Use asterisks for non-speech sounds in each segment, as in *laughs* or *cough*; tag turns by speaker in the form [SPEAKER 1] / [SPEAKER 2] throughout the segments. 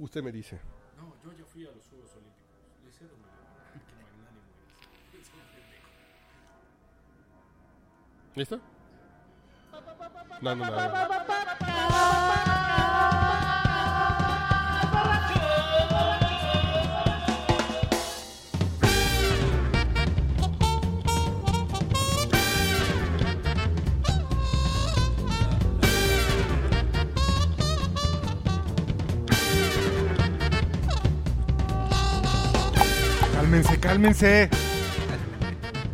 [SPEAKER 1] Usted me dice.
[SPEAKER 2] No, yo ya fui a los Juegos Olímpicos. Le hice de mayor. Qué magnánimo eres. Es un pendejo.
[SPEAKER 1] ¿Listo? No, no, no, no,
[SPEAKER 2] Ah,
[SPEAKER 1] no.
[SPEAKER 3] Cálmense, cálmense.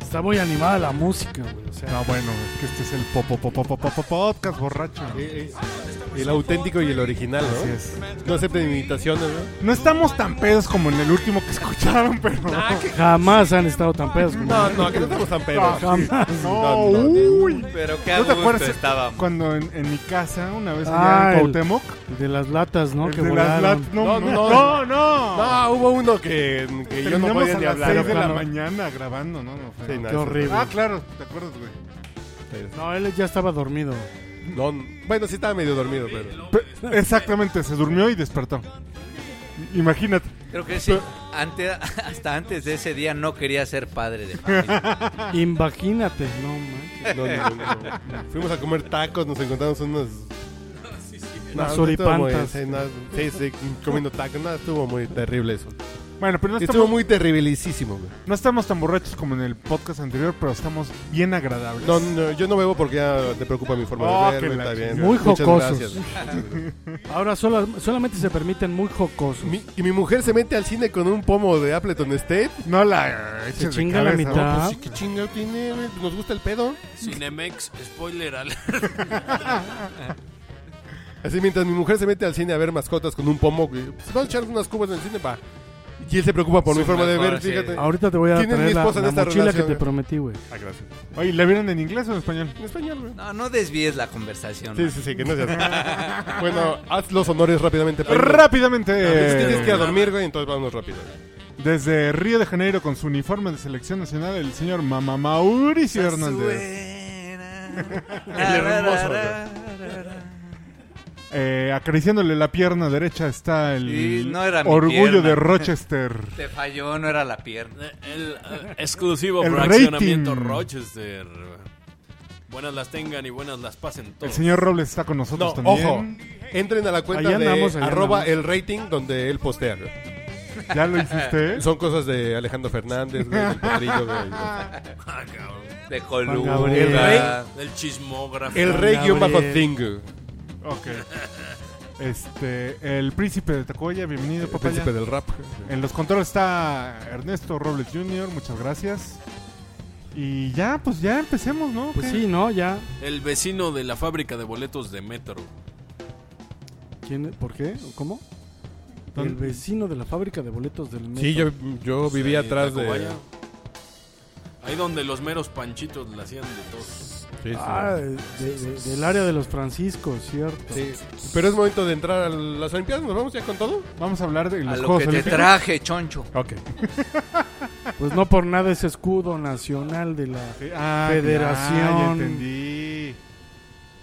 [SPEAKER 4] Está muy animada la música, güey. O sea,
[SPEAKER 3] No, bueno, es que este es el popo, popo, popo, popo- podcast borracho.
[SPEAKER 1] Eh, eh, El auténtico y el original, ¿no?
[SPEAKER 3] Así es.
[SPEAKER 1] No acepten imitaciones, ¿no?
[SPEAKER 3] No estamos tan pedos como en el último que *laughs* escucharon, pero.
[SPEAKER 1] Ah,
[SPEAKER 3] *laughs*
[SPEAKER 4] jamás han estado tan pedos.
[SPEAKER 1] *laughs*
[SPEAKER 4] güey.
[SPEAKER 1] No, no, que no estamos tan pedos.
[SPEAKER 4] jamás.
[SPEAKER 3] No,
[SPEAKER 1] No, no.
[SPEAKER 3] uy.
[SPEAKER 5] Pero qué a
[SPEAKER 3] ¿No te
[SPEAKER 5] gusto
[SPEAKER 3] acuerdas
[SPEAKER 5] estábamos.
[SPEAKER 3] cuando en, en mi casa, una vez
[SPEAKER 4] Ah,
[SPEAKER 3] allá en
[SPEAKER 4] el-
[SPEAKER 3] Cuauhtémoc,
[SPEAKER 4] El De las latas, ¿no?
[SPEAKER 3] el
[SPEAKER 4] Que
[SPEAKER 3] de las
[SPEAKER 4] volaron.
[SPEAKER 3] lat- No, no,
[SPEAKER 1] No, no.
[SPEAKER 3] no. no,
[SPEAKER 1] No, hubo uno que, que yo no
[SPEAKER 3] Terminamos
[SPEAKER 1] podía
[SPEAKER 3] a
[SPEAKER 1] ni
[SPEAKER 3] las
[SPEAKER 1] hablar.
[SPEAKER 3] seis de la
[SPEAKER 1] ¿no?
[SPEAKER 3] mañana grabando, ¿no? no fue-
[SPEAKER 1] Sí, no,
[SPEAKER 4] Qué
[SPEAKER 1] eso-
[SPEAKER 4] horrible.
[SPEAKER 3] Ah, claro, ¿te acuerdas, güey?
[SPEAKER 4] No, él ya estaba dormido.
[SPEAKER 1] No, bueno, sí estaba medio dormido, pero...
[SPEAKER 3] Pe- Exactamente, se durmió y despertó. Imagínate.
[SPEAKER 5] Creo que sí. Ante- *laughs* hasta antes de ese día no quería ser padre de familia.
[SPEAKER 4] Imagínate, no, man.
[SPEAKER 1] No, no, no, no. Fuimos a comer tacos, nos encontramos unas... No,
[SPEAKER 4] Unas
[SPEAKER 1] no estuvo muy-
[SPEAKER 4] oripantas.
[SPEAKER 1] sí, no, sí, sí, comiendo tacos. No, estuvo muy terrible eso.
[SPEAKER 3] Bueno, pero no
[SPEAKER 1] Estuvo
[SPEAKER 3] estamos,
[SPEAKER 1] muy terribilísimo, güey.
[SPEAKER 3] no estamos tan borrachos como en el podcast anterior, pero estamos bien agradables.
[SPEAKER 1] No, no, yo no bebo porque ya te preocupa mi forma
[SPEAKER 3] Oh,
[SPEAKER 1] de
[SPEAKER 3] que
[SPEAKER 1] verme,
[SPEAKER 3] la
[SPEAKER 1] está bien.
[SPEAKER 3] chingada.
[SPEAKER 4] Muy
[SPEAKER 1] Muchas
[SPEAKER 4] jocosos.
[SPEAKER 1] gracias.
[SPEAKER 4] Ahora solo- solamente se permiten muy jocosos.
[SPEAKER 1] Mi- y mi mujer se mete al cine con un pomo de Appleton State.
[SPEAKER 3] No la eches de
[SPEAKER 4] chinga la
[SPEAKER 3] cabeza, ¿no?
[SPEAKER 4] mitad.
[SPEAKER 3] Pues
[SPEAKER 1] Sí, qué chingado tiene, güey. Nos gusta el pedo.
[SPEAKER 6] Cinemex, spoiler alert.
[SPEAKER 1] Así mientras mi mujer se mete al cine a ver mascotas con un pomo, güey, pues, vamos a echar unas cubas en el cine, va. Y él se preocupa por
[SPEAKER 5] Su
[SPEAKER 1] mi forma de
[SPEAKER 5] mejor,
[SPEAKER 1] ver,
[SPEAKER 5] sí.
[SPEAKER 1] fíjate.
[SPEAKER 4] Ahorita te voy a
[SPEAKER 1] ¿Quién es mi
[SPEAKER 4] traer la,
[SPEAKER 1] esposa en
[SPEAKER 4] la
[SPEAKER 1] esta
[SPEAKER 4] mochila que
[SPEAKER 1] relación,
[SPEAKER 4] te
[SPEAKER 1] güey?
[SPEAKER 4] prometí, güey.
[SPEAKER 1] Ah, gracias.
[SPEAKER 3] sí. Pues, Oye, ¿la vieron en inglés o en español?
[SPEAKER 1] En español, güey.
[SPEAKER 5] No, no desvíes la conversación.
[SPEAKER 1] Sí, sí, sí, que no seas. bueno, haz los honores rápidamente. Pedro.
[SPEAKER 3] Rápidamente,
[SPEAKER 1] Es que Tienes que ir a
[SPEAKER 3] eh,
[SPEAKER 1] dormir, güey, entonces vámonos rápido.
[SPEAKER 4] Pues
[SPEAKER 3] desde Río de Janeiro con su uniforme de selección nacional, el señor Mama Mauricio Hernández.
[SPEAKER 5] El
[SPEAKER 1] hermoso,
[SPEAKER 3] Eh, acariciándole la pierna derecha está
[SPEAKER 5] Y
[SPEAKER 3] el
[SPEAKER 5] no era mi
[SPEAKER 3] orgullo
[SPEAKER 5] pierna.
[SPEAKER 3] de Rochester.
[SPEAKER 5] Te falló, no era la pierna.
[SPEAKER 6] El eh, exclusivo
[SPEAKER 3] El
[SPEAKER 6] fraccionamiento
[SPEAKER 3] rating.
[SPEAKER 6] Rochester. Buenas las tengan y buenas las pasen
[SPEAKER 3] El
[SPEAKER 6] todos.
[SPEAKER 3] señor Robles está con
[SPEAKER 1] No,
[SPEAKER 3] nosotros también.
[SPEAKER 1] ojo. Entren a la cuenta
[SPEAKER 4] Ahí andamos,
[SPEAKER 1] de
[SPEAKER 4] ahí
[SPEAKER 1] arroba
[SPEAKER 4] andamos.
[SPEAKER 1] el rating donde él postea. güey.
[SPEAKER 3] ¿Ya
[SPEAKER 1] *laughs*
[SPEAKER 3] lo hiciste?
[SPEAKER 1] Son cosas de Alejandro Fernández, güey, del Potrillo, güey.
[SPEAKER 4] *laughs*
[SPEAKER 6] Ah, cabrón.
[SPEAKER 5] De
[SPEAKER 4] Gabriel.
[SPEAKER 5] columna.
[SPEAKER 6] El chismógrafo.
[SPEAKER 1] El rey guión bajo Thing.
[SPEAKER 3] Ok. Este, el príncipe de Tacoya, bienvenido,
[SPEAKER 1] El
[SPEAKER 3] papá.
[SPEAKER 1] príncipe del rap.
[SPEAKER 3] En los controles está Ernesto Robles Jr., muchas gracias. Y ya, pues ya empecemos, ¿no?
[SPEAKER 4] Pues
[SPEAKER 3] ¿Qué?
[SPEAKER 4] sí, ¿no? Ya.
[SPEAKER 6] El vecino de la fábrica de boletos de Metro.
[SPEAKER 4] ¿Quién, ¿Por qué? ¿Cómo? El
[SPEAKER 3] ¿Dónde?
[SPEAKER 4] vecino de la fábrica de boletos del metro.
[SPEAKER 1] Sí, yo, yo vivía
[SPEAKER 6] Sí,
[SPEAKER 1] atrás de...
[SPEAKER 6] Tacubaya. Ahí donde los meros panchitos la hacían de todos.
[SPEAKER 1] Sí, sí.
[SPEAKER 4] Ah, de- de- del área de los Franciscos, ¿cierto?
[SPEAKER 1] Sí. Pero es momento de entrar a las Olimpiadas. ¿Nos vamos ya con todo?
[SPEAKER 3] Vamos a hablar de
[SPEAKER 5] A
[SPEAKER 3] los
[SPEAKER 5] lo
[SPEAKER 3] Juegos
[SPEAKER 5] que te
[SPEAKER 3] Olímpicos.
[SPEAKER 5] traje, choncho.
[SPEAKER 1] Ok.
[SPEAKER 4] Pues no por nada es escudo nacional de la
[SPEAKER 3] Sí, ah,
[SPEAKER 4] Federación.
[SPEAKER 3] ya, ya entendí.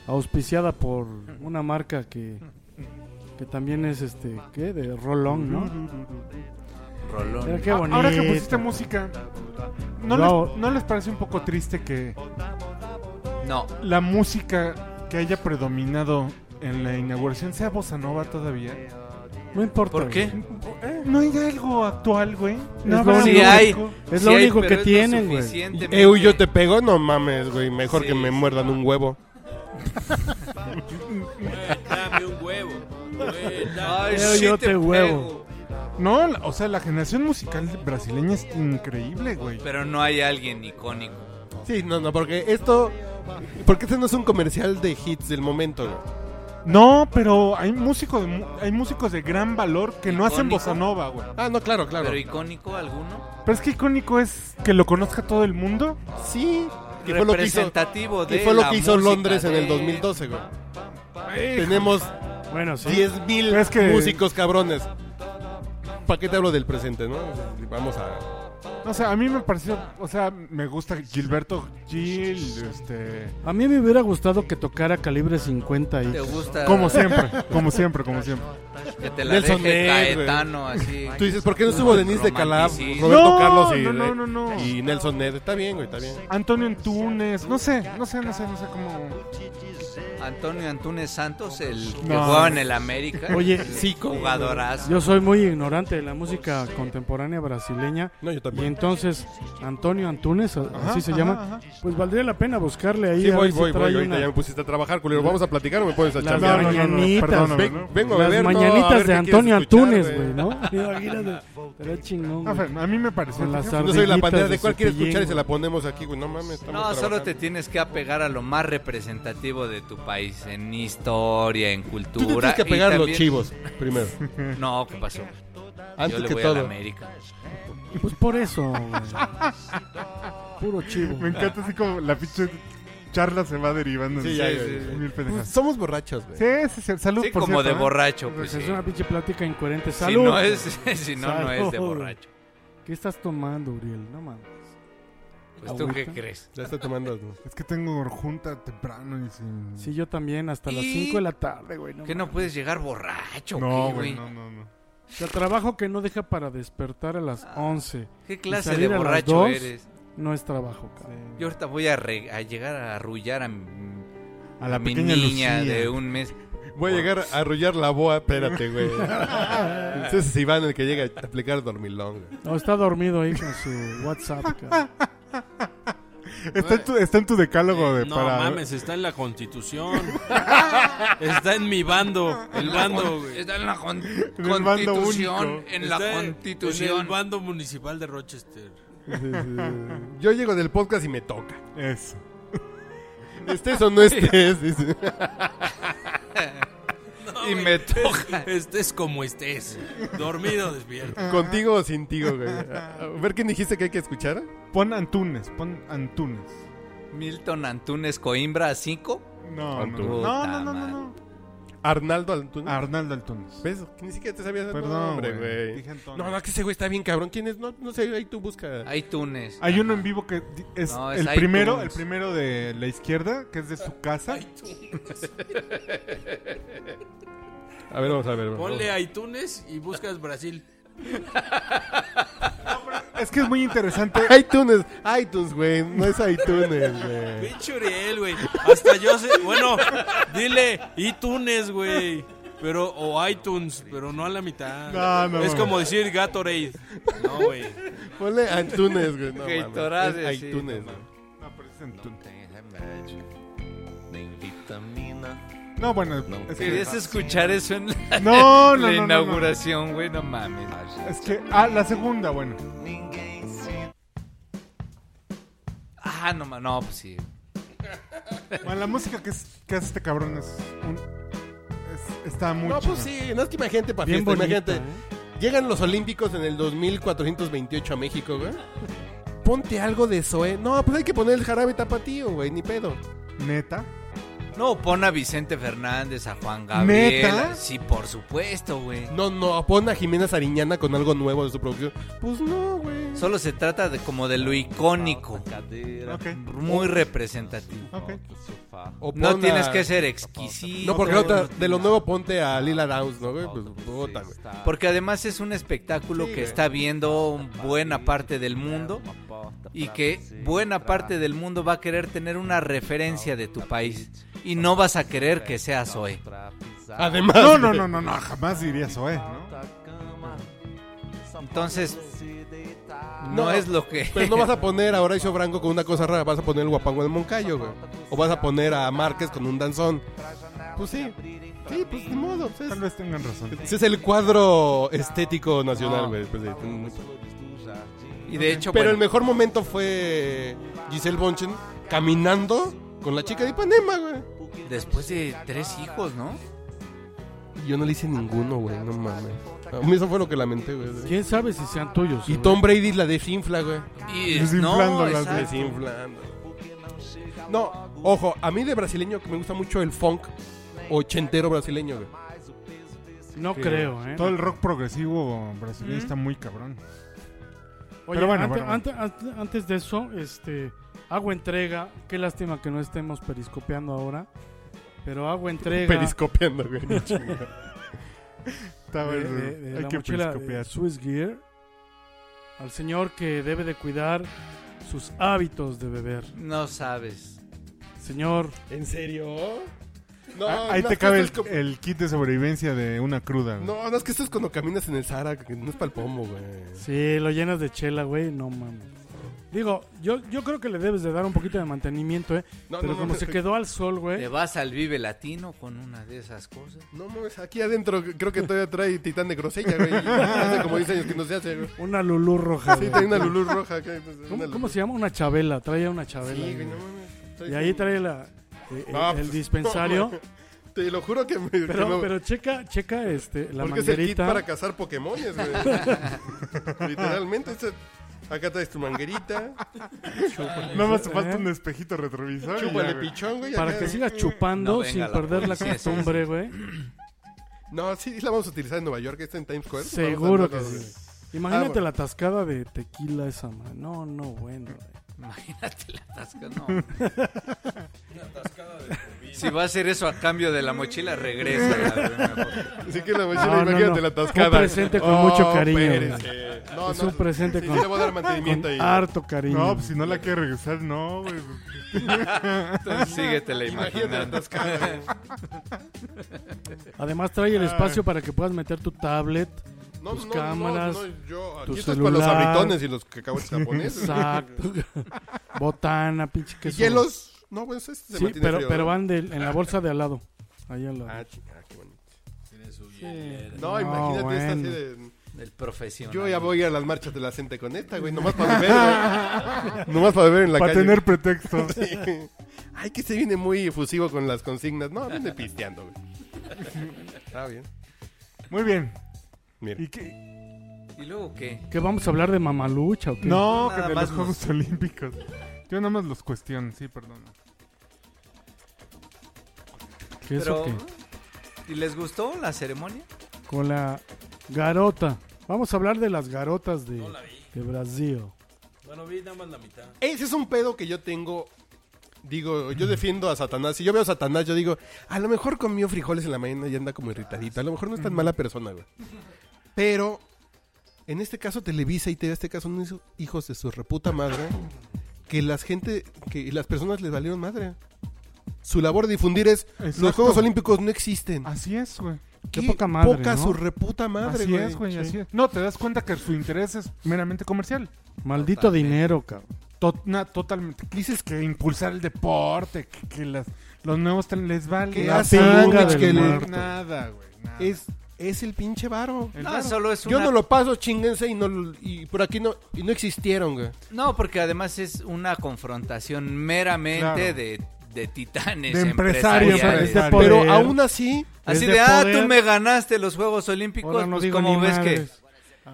[SPEAKER 4] auspiciada por una marca que que también es este, ¿qué? De Rolón, ¿no? Mira
[SPEAKER 5] Rolón.
[SPEAKER 4] qué
[SPEAKER 3] Ah,
[SPEAKER 4] bonito.
[SPEAKER 3] Ahora que pusiste música, ¿no,
[SPEAKER 4] No.
[SPEAKER 3] Les, ¿no les parece un poco triste que
[SPEAKER 5] No,
[SPEAKER 3] la música que haya predominado en la inauguración sea bossa nova todavía?
[SPEAKER 4] No importa.
[SPEAKER 5] ¿por qué?
[SPEAKER 4] güey.
[SPEAKER 3] Eh, ¿No hay algo actual, güey?
[SPEAKER 4] lo
[SPEAKER 3] No habrá
[SPEAKER 4] único
[SPEAKER 5] Sí
[SPEAKER 3] algo
[SPEAKER 5] hay.
[SPEAKER 3] nuevo?
[SPEAKER 4] Es
[SPEAKER 5] sí
[SPEAKER 4] lo
[SPEAKER 5] hay,
[SPEAKER 4] único
[SPEAKER 5] pero
[SPEAKER 4] que
[SPEAKER 5] es lo
[SPEAKER 4] tienen, güey.
[SPEAKER 5] suficientemente-
[SPEAKER 1] Eu, Eh, yo te pego. No mames, güey. Mejor
[SPEAKER 5] Sí.
[SPEAKER 1] que me muerdan un huevo.
[SPEAKER 6] Eh, dame un huevo. Eh,
[SPEAKER 3] Ah,
[SPEAKER 6] dame-
[SPEAKER 5] Ay,
[SPEAKER 4] Eu,
[SPEAKER 5] sí
[SPEAKER 4] yo te huevo.
[SPEAKER 5] pego.
[SPEAKER 3] No, la- o sea, la generación musical brasileña es increíble, güey.
[SPEAKER 5] Pero no hay alguien icónico.
[SPEAKER 1] Sí, no, no, porque esto... Porque este no es un comercial de hits del momento, güey.
[SPEAKER 3] No, pero hay músicos de, mu- hay músicos de gran valor que no hacen
[SPEAKER 5] Icónico.
[SPEAKER 3] bossa nova, güey.
[SPEAKER 1] Ah, no, claro, claro.
[SPEAKER 5] Pero icónico alguno.
[SPEAKER 3] Pero es que icónico es que lo conozca todo el mundo.
[SPEAKER 1] Sí. Que fue lo que hizo,
[SPEAKER 5] Representativo
[SPEAKER 1] que
[SPEAKER 5] de
[SPEAKER 1] fue lo
[SPEAKER 5] la
[SPEAKER 1] que hizo
[SPEAKER 5] música
[SPEAKER 1] Londres en el
[SPEAKER 5] de-
[SPEAKER 1] 2012, güey. Tenemos
[SPEAKER 4] Bueno, sí.
[SPEAKER 1] 10.000
[SPEAKER 3] Pero es que-
[SPEAKER 1] músicos cabrones. ¿Para qué te hablo del presente, no? Vamos a...
[SPEAKER 3] No, o sea, a mí me pareció, o sea, me gusta Gilberto Gil, este...
[SPEAKER 4] A mí me hubiera gustado que tocara calibre 50 ahí.
[SPEAKER 5] ¿Te gusta
[SPEAKER 3] Como siempre, como siempre, como siempre.
[SPEAKER 5] que te la
[SPEAKER 1] Nelson
[SPEAKER 5] deje
[SPEAKER 1] Ned, güey.
[SPEAKER 5] Caetano así?
[SPEAKER 1] Tú dices, ¿por qué no estuvo Denise de Calab,
[SPEAKER 5] Romanticismo.
[SPEAKER 1] Roberto
[SPEAKER 3] No,
[SPEAKER 1] Carlos y,
[SPEAKER 3] no, no, no, no.
[SPEAKER 1] y Nelson Ned? Está bien, güey, está bien.
[SPEAKER 3] Antonio Antunes, no sé, no sé, no sé, no sé cómo...
[SPEAKER 5] Antonio Antunes Santos, el que
[SPEAKER 3] No.
[SPEAKER 5] jugaba en el América.
[SPEAKER 4] Oye,
[SPEAKER 5] El Jugadorazo.
[SPEAKER 4] Yo soy muy ignorante de la música contemporánea brasileña.
[SPEAKER 1] No, yo
[SPEAKER 4] Y
[SPEAKER 1] también.
[SPEAKER 4] entonces, Antonio Antunes, a-
[SPEAKER 3] Ajá,
[SPEAKER 4] así se
[SPEAKER 3] ajá,
[SPEAKER 4] llama,
[SPEAKER 3] ajá.
[SPEAKER 4] pues valdría la pena buscarle ahí.
[SPEAKER 1] Sí,
[SPEAKER 4] a
[SPEAKER 1] voy,
[SPEAKER 4] ver si
[SPEAKER 1] voy,
[SPEAKER 4] trae
[SPEAKER 1] voy. Ahorita
[SPEAKER 4] una-
[SPEAKER 1] ya me pusiste a trabajar, culero. ¿Vamos a platicar o me pones a
[SPEAKER 4] Las
[SPEAKER 1] chambear?
[SPEAKER 3] no, no, no,
[SPEAKER 4] mañanitas.
[SPEAKER 3] perdóname,
[SPEAKER 1] Ven-
[SPEAKER 3] ¿no?
[SPEAKER 1] vengo a
[SPEAKER 4] Las
[SPEAKER 1] beber. no, a
[SPEAKER 4] mañanitas
[SPEAKER 1] ver
[SPEAKER 4] de
[SPEAKER 1] qué quieres
[SPEAKER 4] Antonio
[SPEAKER 1] escuchar,
[SPEAKER 4] Antunes, güey, ¿no? Imagínate, estaría chingón,
[SPEAKER 3] Ah,
[SPEAKER 4] güey.
[SPEAKER 3] Fer, A mí me pareció...
[SPEAKER 4] Con las
[SPEAKER 3] fíjate,
[SPEAKER 1] No soy la
[SPEAKER 4] Ardillitas
[SPEAKER 1] pantera
[SPEAKER 4] de
[SPEAKER 1] de cuál quieres
[SPEAKER 4] Cepillín,
[SPEAKER 1] escuchar y se la
[SPEAKER 4] güey.
[SPEAKER 1] ponemos aquí, güey. No mames. estamos
[SPEAKER 5] No, solo te
[SPEAKER 1] trabajando.
[SPEAKER 5] tienes que apegar a lo más representativo de tu país, en historia, en
[SPEAKER 1] Tú
[SPEAKER 5] cultura.
[SPEAKER 1] te tienes que
[SPEAKER 5] y
[SPEAKER 1] pegar los
[SPEAKER 5] también-
[SPEAKER 1] chivos
[SPEAKER 5] *laughs*
[SPEAKER 1] primero.
[SPEAKER 5] No, ¿qué pasó? Yo
[SPEAKER 1] Antes
[SPEAKER 5] le
[SPEAKER 1] que
[SPEAKER 5] voy a la
[SPEAKER 1] todo.
[SPEAKER 5] América.
[SPEAKER 4] Pues por eso, güey. Puro chivo.
[SPEAKER 3] Me encanta así como la pinche charla se va derivando. en
[SPEAKER 1] Sí, ya,
[SPEAKER 3] mil
[SPEAKER 1] ya, ya.
[SPEAKER 3] pendejadas.
[SPEAKER 1] Somos borrachos, güey.
[SPEAKER 3] Sí, sí, sí, salud,
[SPEAKER 5] Sí,
[SPEAKER 3] por
[SPEAKER 5] como
[SPEAKER 3] cierto,
[SPEAKER 5] de
[SPEAKER 3] ¿eh?
[SPEAKER 5] borracho, pues
[SPEAKER 4] Es
[SPEAKER 5] sí.
[SPEAKER 4] una pinche plática incoherente.
[SPEAKER 5] Si
[SPEAKER 4] ¡Salud!
[SPEAKER 5] no es, *laughs* si no, no es de
[SPEAKER 4] Salud.
[SPEAKER 5] borracho.
[SPEAKER 4] ¿Qué estás tomando, Uriel? No mames.
[SPEAKER 5] Pues tú qué
[SPEAKER 4] Agüita.
[SPEAKER 5] crees.
[SPEAKER 1] Ya está tomando. ¿no?
[SPEAKER 3] Es que tengo junta temprano y sin...
[SPEAKER 4] Sí, yo también, hasta las
[SPEAKER 5] Y-
[SPEAKER 4] 5 de la tarde, güey. No
[SPEAKER 5] ¿Que no puedes llegar borracho?
[SPEAKER 3] no,
[SPEAKER 5] qué,
[SPEAKER 3] güey, no, no, no.
[SPEAKER 4] O sea, trabajo que no deja para despertar a las
[SPEAKER 5] Ah.
[SPEAKER 4] 11.
[SPEAKER 5] ¿Qué clase
[SPEAKER 4] salir
[SPEAKER 5] de
[SPEAKER 4] a las
[SPEAKER 5] borracho
[SPEAKER 4] dos.
[SPEAKER 5] eres?
[SPEAKER 4] No es trabajo, cabrón.
[SPEAKER 5] Yo ahorita voy a, re- a llegar a arrullar a mi,
[SPEAKER 3] A la
[SPEAKER 5] mi
[SPEAKER 3] pequeña
[SPEAKER 5] niña
[SPEAKER 3] Lucía.
[SPEAKER 5] de un mes.
[SPEAKER 1] Voy a llegar a arrullar la boa. Espérate,
[SPEAKER 4] *laughs*
[SPEAKER 1] güey. Ese es Iván el que llega a aplicar dormilón, güey.
[SPEAKER 4] No, está dormido ahí con su WhatsApp, cabrón.
[SPEAKER 3] Está en tu, está en tu decálogo de
[SPEAKER 6] Eh, no
[SPEAKER 3] para...
[SPEAKER 6] mames, está en la constitución. está en mi bando. El bando, güey.
[SPEAKER 5] Está en la con-
[SPEAKER 3] En el bando
[SPEAKER 5] constitución.
[SPEAKER 3] único.
[SPEAKER 5] En la
[SPEAKER 6] Está En el
[SPEAKER 5] constitución.
[SPEAKER 6] bando municipal de Rochester.
[SPEAKER 1] *laughs* Yo llego del podcast y me toca.
[SPEAKER 3] Eso.
[SPEAKER 1] Estés o no
[SPEAKER 3] *laughs*
[SPEAKER 1] estés. dice.
[SPEAKER 5] y
[SPEAKER 6] *laughs*
[SPEAKER 5] me toca.
[SPEAKER 6] Ah, Estés como estés. Dormido, despierto.
[SPEAKER 1] Contigo o sin ti, güey. A ver quién dijiste que hay que escuchar.
[SPEAKER 3] Pon Antunes, pon Antunes.
[SPEAKER 5] Milton Antunes Coimbra 5.
[SPEAKER 3] No, no,
[SPEAKER 1] Antunes.
[SPEAKER 3] no, no, no, no, no.
[SPEAKER 1] Arnaldo Antunes.
[SPEAKER 3] Arnaldo Antunes.
[SPEAKER 1] ¿Ves? Que Ni siquiera te sabías el
[SPEAKER 3] Perdón,
[SPEAKER 1] nombre,
[SPEAKER 3] güey.
[SPEAKER 1] güey.
[SPEAKER 3] Dije Antunes.
[SPEAKER 1] No, no, que ese güey está bien cabrón. ¿Quién es? No, no sé, ahí tú busca.
[SPEAKER 5] Hay Tunes.
[SPEAKER 3] Hay uno en vivo que di- es,
[SPEAKER 5] No, es
[SPEAKER 3] el primero, el
[SPEAKER 5] iTunes.
[SPEAKER 3] primero de la izquierda, que es de su casa.
[SPEAKER 1] A ver, vamos a ver. vamos.
[SPEAKER 6] Ponle a iTunes y buscas Brasil.
[SPEAKER 3] Es que es muy interesante.
[SPEAKER 1] iTunes, iTunes, güey. No es iTunes, güey.
[SPEAKER 6] Pinche Uriel, güey. Hasta yo sé. Bueno, dile iTunes, güey. Pero, o iTunes, pero no a la mitad.
[SPEAKER 3] No, no,
[SPEAKER 6] es
[SPEAKER 3] no.
[SPEAKER 6] como decir Gatorade. No, güey.
[SPEAKER 1] Ponle a iTunes, güey. No,
[SPEAKER 5] Gatorade,
[SPEAKER 1] mames. Es
[SPEAKER 5] sí,
[SPEAKER 1] iTunes.
[SPEAKER 5] no
[SPEAKER 1] güey.
[SPEAKER 3] No, pero es Antunes.
[SPEAKER 7] nem vitamina.
[SPEAKER 3] No, bueno, es que,
[SPEAKER 5] Querías escuchar eso en la,
[SPEAKER 3] no, no, no,
[SPEAKER 5] la
[SPEAKER 3] no, no.
[SPEAKER 5] inauguración, güey, no mames.
[SPEAKER 3] Es que, ah, la segunda, bueno.
[SPEAKER 5] Ah, no mames, no, pues sí.
[SPEAKER 3] Bueno, la música que, es- que hace este cabrón es, un- es- está muy
[SPEAKER 1] No, pues
[SPEAKER 3] chingona.
[SPEAKER 1] sí. No es que imagínate para
[SPEAKER 4] Bien
[SPEAKER 1] fiesta.
[SPEAKER 4] bonito.
[SPEAKER 1] Imagínate.
[SPEAKER 3] ¿eh?
[SPEAKER 1] Llegan los Olímpicos en el 2428 a México, güey. Ponte algo de Zoé. No, pues hay que poner el jarabe tapatío, güey. Ni pedo.
[SPEAKER 3] Neta.
[SPEAKER 5] No, pon a Vicente Fernández, a Juan Gabriel.
[SPEAKER 3] ¿Neta?
[SPEAKER 5] Sí, por supuesto, güey.
[SPEAKER 1] No, no. Pon a Jimena Sariñana con algo nuevo de su producción. Pues no, güey.
[SPEAKER 5] Solo se trata de como de lo icónico,
[SPEAKER 1] *laughs*
[SPEAKER 3] Ok,
[SPEAKER 5] muy representativo.
[SPEAKER 3] ok.
[SPEAKER 1] O pon
[SPEAKER 5] No tienes
[SPEAKER 1] a-
[SPEAKER 5] que ser exquisito.
[SPEAKER 1] No, porque la otra, de lo nuevo ponte a Lila Downs, ¿no, güey? Pues puta, güey.
[SPEAKER 5] Porque además es un espectáculo
[SPEAKER 1] Sí,
[SPEAKER 5] que
[SPEAKER 1] güey.
[SPEAKER 5] está viendo buena parte del mundo y que buena parte del mundo va a querer tener una referencia de tu país y no vas a querer que seas hoy.
[SPEAKER 1] Además.
[SPEAKER 3] No, no, no, no, no, jamás diría eso, ¿eh? ¿no?
[SPEAKER 5] Entonces, no,
[SPEAKER 1] No,
[SPEAKER 5] es lo que...
[SPEAKER 1] Pero no vas a poner a Horacio Franco con una cosa rara, vas a poner el guapango de Moncayo, güey. O vas a poner a Márquez con un danzón. Pues sí. Sí, pues ni modo. pues
[SPEAKER 3] Tal
[SPEAKER 1] es-
[SPEAKER 3] vez tengan razón.
[SPEAKER 1] Ese es el cuadro estético
[SPEAKER 3] Ah.
[SPEAKER 1] nacional, güey. pues, sí.
[SPEAKER 5] Y de hecho,
[SPEAKER 1] Pero el
[SPEAKER 5] bueno,
[SPEAKER 1] mejor momento fue Giselle Bonchen caminando con la chica de Ipanema, güey.
[SPEAKER 5] después de tres hijos, ¿no?
[SPEAKER 1] Y yo no le hice ninguno, güey, no mames. A mí eso fue lo que lamenté, güey.
[SPEAKER 4] ¿Quién sabe si sean tuyos?
[SPEAKER 1] Y
[SPEAKER 4] güey?
[SPEAKER 1] Tom Brady la desinfla, güey.
[SPEAKER 5] Y
[SPEAKER 3] Desinflando
[SPEAKER 5] no,
[SPEAKER 3] las
[SPEAKER 5] exacto.
[SPEAKER 1] Desinflando. No, ojo, a mí de brasileño que me gusta mucho el funk ochentero brasileño, güey.
[SPEAKER 4] No
[SPEAKER 1] Sí.
[SPEAKER 4] creo, ¿eh?
[SPEAKER 3] Todo el rock progresivo brasileño está muy cabrón.
[SPEAKER 4] Oye,
[SPEAKER 3] Pero bueno,
[SPEAKER 4] ante-
[SPEAKER 3] bueno, bueno.
[SPEAKER 4] ante- ante- antes de eso, este, hago entrega. Qué lástima que no estemos periscopeando ahora. Pero hago entrega
[SPEAKER 1] Periscopiando,
[SPEAKER 3] *laughs*
[SPEAKER 1] güey. Chinga.
[SPEAKER 3] Está
[SPEAKER 4] de,
[SPEAKER 3] bueno.
[SPEAKER 4] de- de
[SPEAKER 3] Hay
[SPEAKER 4] la
[SPEAKER 3] que
[SPEAKER 4] mochila de
[SPEAKER 3] periscopiar.
[SPEAKER 4] Swiss Gear al señor que debe de cuidar sus hábitos de beber.
[SPEAKER 5] No sabes.
[SPEAKER 4] Señor,
[SPEAKER 1] ¿En serio? No,
[SPEAKER 3] Ah, ahí
[SPEAKER 1] no,
[SPEAKER 3] te
[SPEAKER 1] es que
[SPEAKER 3] cabe el,
[SPEAKER 1] esto es como-
[SPEAKER 3] el kit de sobrevivencia de una cruda. güey.
[SPEAKER 1] No, no, es que esto es cuando caminas en el Sahara, que no es para el pomo, güey.
[SPEAKER 4] si lo llenas de chela, güey, no mames. Digo, yo, yo creo que le debes de dar un poquito de mantenimiento, ¿eh?
[SPEAKER 1] No,
[SPEAKER 4] Pero
[SPEAKER 1] no,
[SPEAKER 4] como
[SPEAKER 1] no,
[SPEAKER 4] se
[SPEAKER 1] no.
[SPEAKER 4] quedó al sol,
[SPEAKER 5] Te
[SPEAKER 4] güey.
[SPEAKER 5] vas al Vive Latino con una de esas cosas. *laughs*
[SPEAKER 1] No mames, aquí adentro creo que todavía trae titán de grosella, *laughs* güey. Hace como 10 años que no se hace, güey.
[SPEAKER 4] Una lulú roja.
[SPEAKER 1] Sí,
[SPEAKER 4] güey.
[SPEAKER 1] trae una lulú roja. acá, pues, una
[SPEAKER 4] ¿Cómo,
[SPEAKER 1] lulú.
[SPEAKER 4] cómo se llama? Una chabela. Traía una chabela.
[SPEAKER 1] Sí, güey,
[SPEAKER 4] güey.
[SPEAKER 1] no mames.
[SPEAKER 4] y ahí trae la, eh, eh,
[SPEAKER 1] No,
[SPEAKER 4] el
[SPEAKER 1] pues,
[SPEAKER 4] dispensario.
[SPEAKER 1] no, Te lo juro que me... que
[SPEAKER 4] Pero,
[SPEAKER 1] me-
[SPEAKER 4] pero checa, checa este, la
[SPEAKER 1] porque es el kit
[SPEAKER 4] manguerita.
[SPEAKER 1] para cazar pokemones, güey.
[SPEAKER 4] *laughs*
[SPEAKER 1] Literalmente, este- acá traes tu manguerita,
[SPEAKER 3] Nada más te falta
[SPEAKER 4] ¿Eh?
[SPEAKER 3] un espejito retrovisor. y ya,
[SPEAKER 1] chúpale
[SPEAKER 3] güey.
[SPEAKER 1] pichón, güey.
[SPEAKER 4] Para
[SPEAKER 1] acá.
[SPEAKER 4] que sigas chupando
[SPEAKER 5] No, venga,
[SPEAKER 4] sin
[SPEAKER 5] la
[SPEAKER 4] perder la
[SPEAKER 5] policía, sí, sí,
[SPEAKER 4] costumbre, güey.
[SPEAKER 1] No, sí, la vamos a utilizar en Nueva York, está en Times Square. Vamos
[SPEAKER 4] Seguro
[SPEAKER 1] a
[SPEAKER 4] que
[SPEAKER 1] andarlo, güey.
[SPEAKER 4] sí. Imagínate
[SPEAKER 1] Ah, bueno.
[SPEAKER 4] la tascada de tequila esa, man. No, no, bueno. güey.
[SPEAKER 5] Imagínate la tasca, no. Si va a hacer eso a cambio de la mochila, regresa.
[SPEAKER 1] Así que la mochila,
[SPEAKER 4] No, no,
[SPEAKER 1] imagínate
[SPEAKER 4] no.
[SPEAKER 1] la atascada.
[SPEAKER 4] Un presente con mucho cariño,
[SPEAKER 1] espérese. No,
[SPEAKER 4] es
[SPEAKER 1] no,
[SPEAKER 4] un presente
[SPEAKER 1] sí,
[SPEAKER 4] con,
[SPEAKER 1] sí le voy a dar mantenimiento
[SPEAKER 4] con
[SPEAKER 1] ahí.
[SPEAKER 4] harto cariño.
[SPEAKER 3] No, pues si no la quiere regresar, no, güey.
[SPEAKER 5] Síguete
[SPEAKER 1] Imagínate la
[SPEAKER 5] la imaginando.
[SPEAKER 1] atascada, güey.
[SPEAKER 4] Además trae el
[SPEAKER 1] Ah.
[SPEAKER 4] espacio para que puedas meter tu tablet.
[SPEAKER 1] No,
[SPEAKER 4] Tus
[SPEAKER 1] no,
[SPEAKER 4] cámaras,
[SPEAKER 1] no, no, yo, aquí
[SPEAKER 4] tu
[SPEAKER 1] esto es para los
[SPEAKER 4] celular.
[SPEAKER 1] abritones y los cacahuetes japoneses. *laughs*
[SPEAKER 4] Exacto. Botana, pinche
[SPEAKER 1] ¿Y
[SPEAKER 4] queso.
[SPEAKER 1] hielos? No, pues este se
[SPEAKER 4] Sí,
[SPEAKER 1] mantiene
[SPEAKER 4] pero,
[SPEAKER 1] frío,
[SPEAKER 4] pero
[SPEAKER 1] ¿no?
[SPEAKER 4] van del- en la bolsa de al lado. Ahí al lado.
[SPEAKER 1] Ah, chingada, qué bonito.
[SPEAKER 4] Sí.
[SPEAKER 1] No, imagínate esta así
[SPEAKER 4] bueno.
[SPEAKER 1] de...
[SPEAKER 5] El profesional.
[SPEAKER 1] Yo ya voy a las marchas de la gente con esta, güey. Nomás para beber, güey.
[SPEAKER 4] *laughs*
[SPEAKER 1] Nomás para beber en la
[SPEAKER 3] Para
[SPEAKER 1] calle.
[SPEAKER 3] tener pretexto.
[SPEAKER 1] *laughs* Sí. Ay, que se viene muy efusivo con las consignas. No, viene pisteando, güey. Está bien.
[SPEAKER 3] Muy bien.
[SPEAKER 1] Mira.
[SPEAKER 3] ¿Y qué?
[SPEAKER 5] ¿Y luego qué?
[SPEAKER 4] ¿Qué vamos a hablar de mamalucha o qué?
[SPEAKER 3] No,
[SPEAKER 5] Nada
[SPEAKER 3] que de
[SPEAKER 5] más
[SPEAKER 3] los Juegos Olímpicos. Yo nada más los cuestiono, sí, perdón.
[SPEAKER 4] ¿Qué es o
[SPEAKER 5] Pero,
[SPEAKER 4] qué?
[SPEAKER 5] ¿Y les gustó la ceremonia?
[SPEAKER 4] Con la garota. Vamos a hablar de las garotas de, de Brasil.
[SPEAKER 6] Bueno, vi nada más la mitad.
[SPEAKER 1] Ese es un pedo que yo tengo. Digo, yo defiendo a Satanás. Si yo veo a Satanás, yo digo, a lo mejor comió frijoles en la mañana y anda como irritadito. A lo mejor no es tan mala persona, güey. Pero, en este caso, Televisa y TV Azteca son unos hijos de su reputa madre. Que las gente, que las personas les valieron madre. Su labor de difundir es,
[SPEAKER 3] Exacto. Ah,
[SPEAKER 1] los Juegos Olímpicos no existen.
[SPEAKER 3] Así es, güey.
[SPEAKER 4] Qué poca madre,
[SPEAKER 1] Poca
[SPEAKER 4] ¿no?
[SPEAKER 1] su reputa madre,
[SPEAKER 3] así
[SPEAKER 1] güey.
[SPEAKER 3] es, güey,
[SPEAKER 4] Sí.
[SPEAKER 3] así es. No, te das cuenta que su interés es meramente comercial.
[SPEAKER 4] Maldito
[SPEAKER 5] Totalmente.
[SPEAKER 4] dinero, cabrón.
[SPEAKER 3] Tot- na- totalmente. Dices que impulsar el deporte, que, que las, los nuevos tren les vale.
[SPEAKER 1] ¿Qué
[SPEAKER 4] La
[SPEAKER 1] hace
[SPEAKER 4] tanga
[SPEAKER 1] Bullrich
[SPEAKER 4] del
[SPEAKER 1] que le-
[SPEAKER 4] muerto.
[SPEAKER 3] Nada, güey. nada.
[SPEAKER 1] Es, es el pinche varo.
[SPEAKER 3] El
[SPEAKER 5] No,
[SPEAKER 3] varo.
[SPEAKER 5] solo es
[SPEAKER 1] Yo
[SPEAKER 5] una...
[SPEAKER 1] no lo paso, chinguense, y, no, lo- y por aquí no, y no existieron, güey.
[SPEAKER 5] No, porque además es una confrontación meramente
[SPEAKER 3] Claro.
[SPEAKER 5] de, de titanes
[SPEAKER 3] De empresarios,
[SPEAKER 5] empresariales.
[SPEAKER 3] empresarios.
[SPEAKER 4] Es de
[SPEAKER 3] Pero
[SPEAKER 4] poder.
[SPEAKER 1] Pero aún así,
[SPEAKER 5] Así
[SPEAKER 4] Es de
[SPEAKER 5] de, ah,
[SPEAKER 4] poder.
[SPEAKER 5] tú me ganaste los Juegos Olímpicos,
[SPEAKER 4] Ahora no
[SPEAKER 5] pues
[SPEAKER 4] digo
[SPEAKER 5] como
[SPEAKER 4] ni
[SPEAKER 5] ves que...
[SPEAKER 4] madres.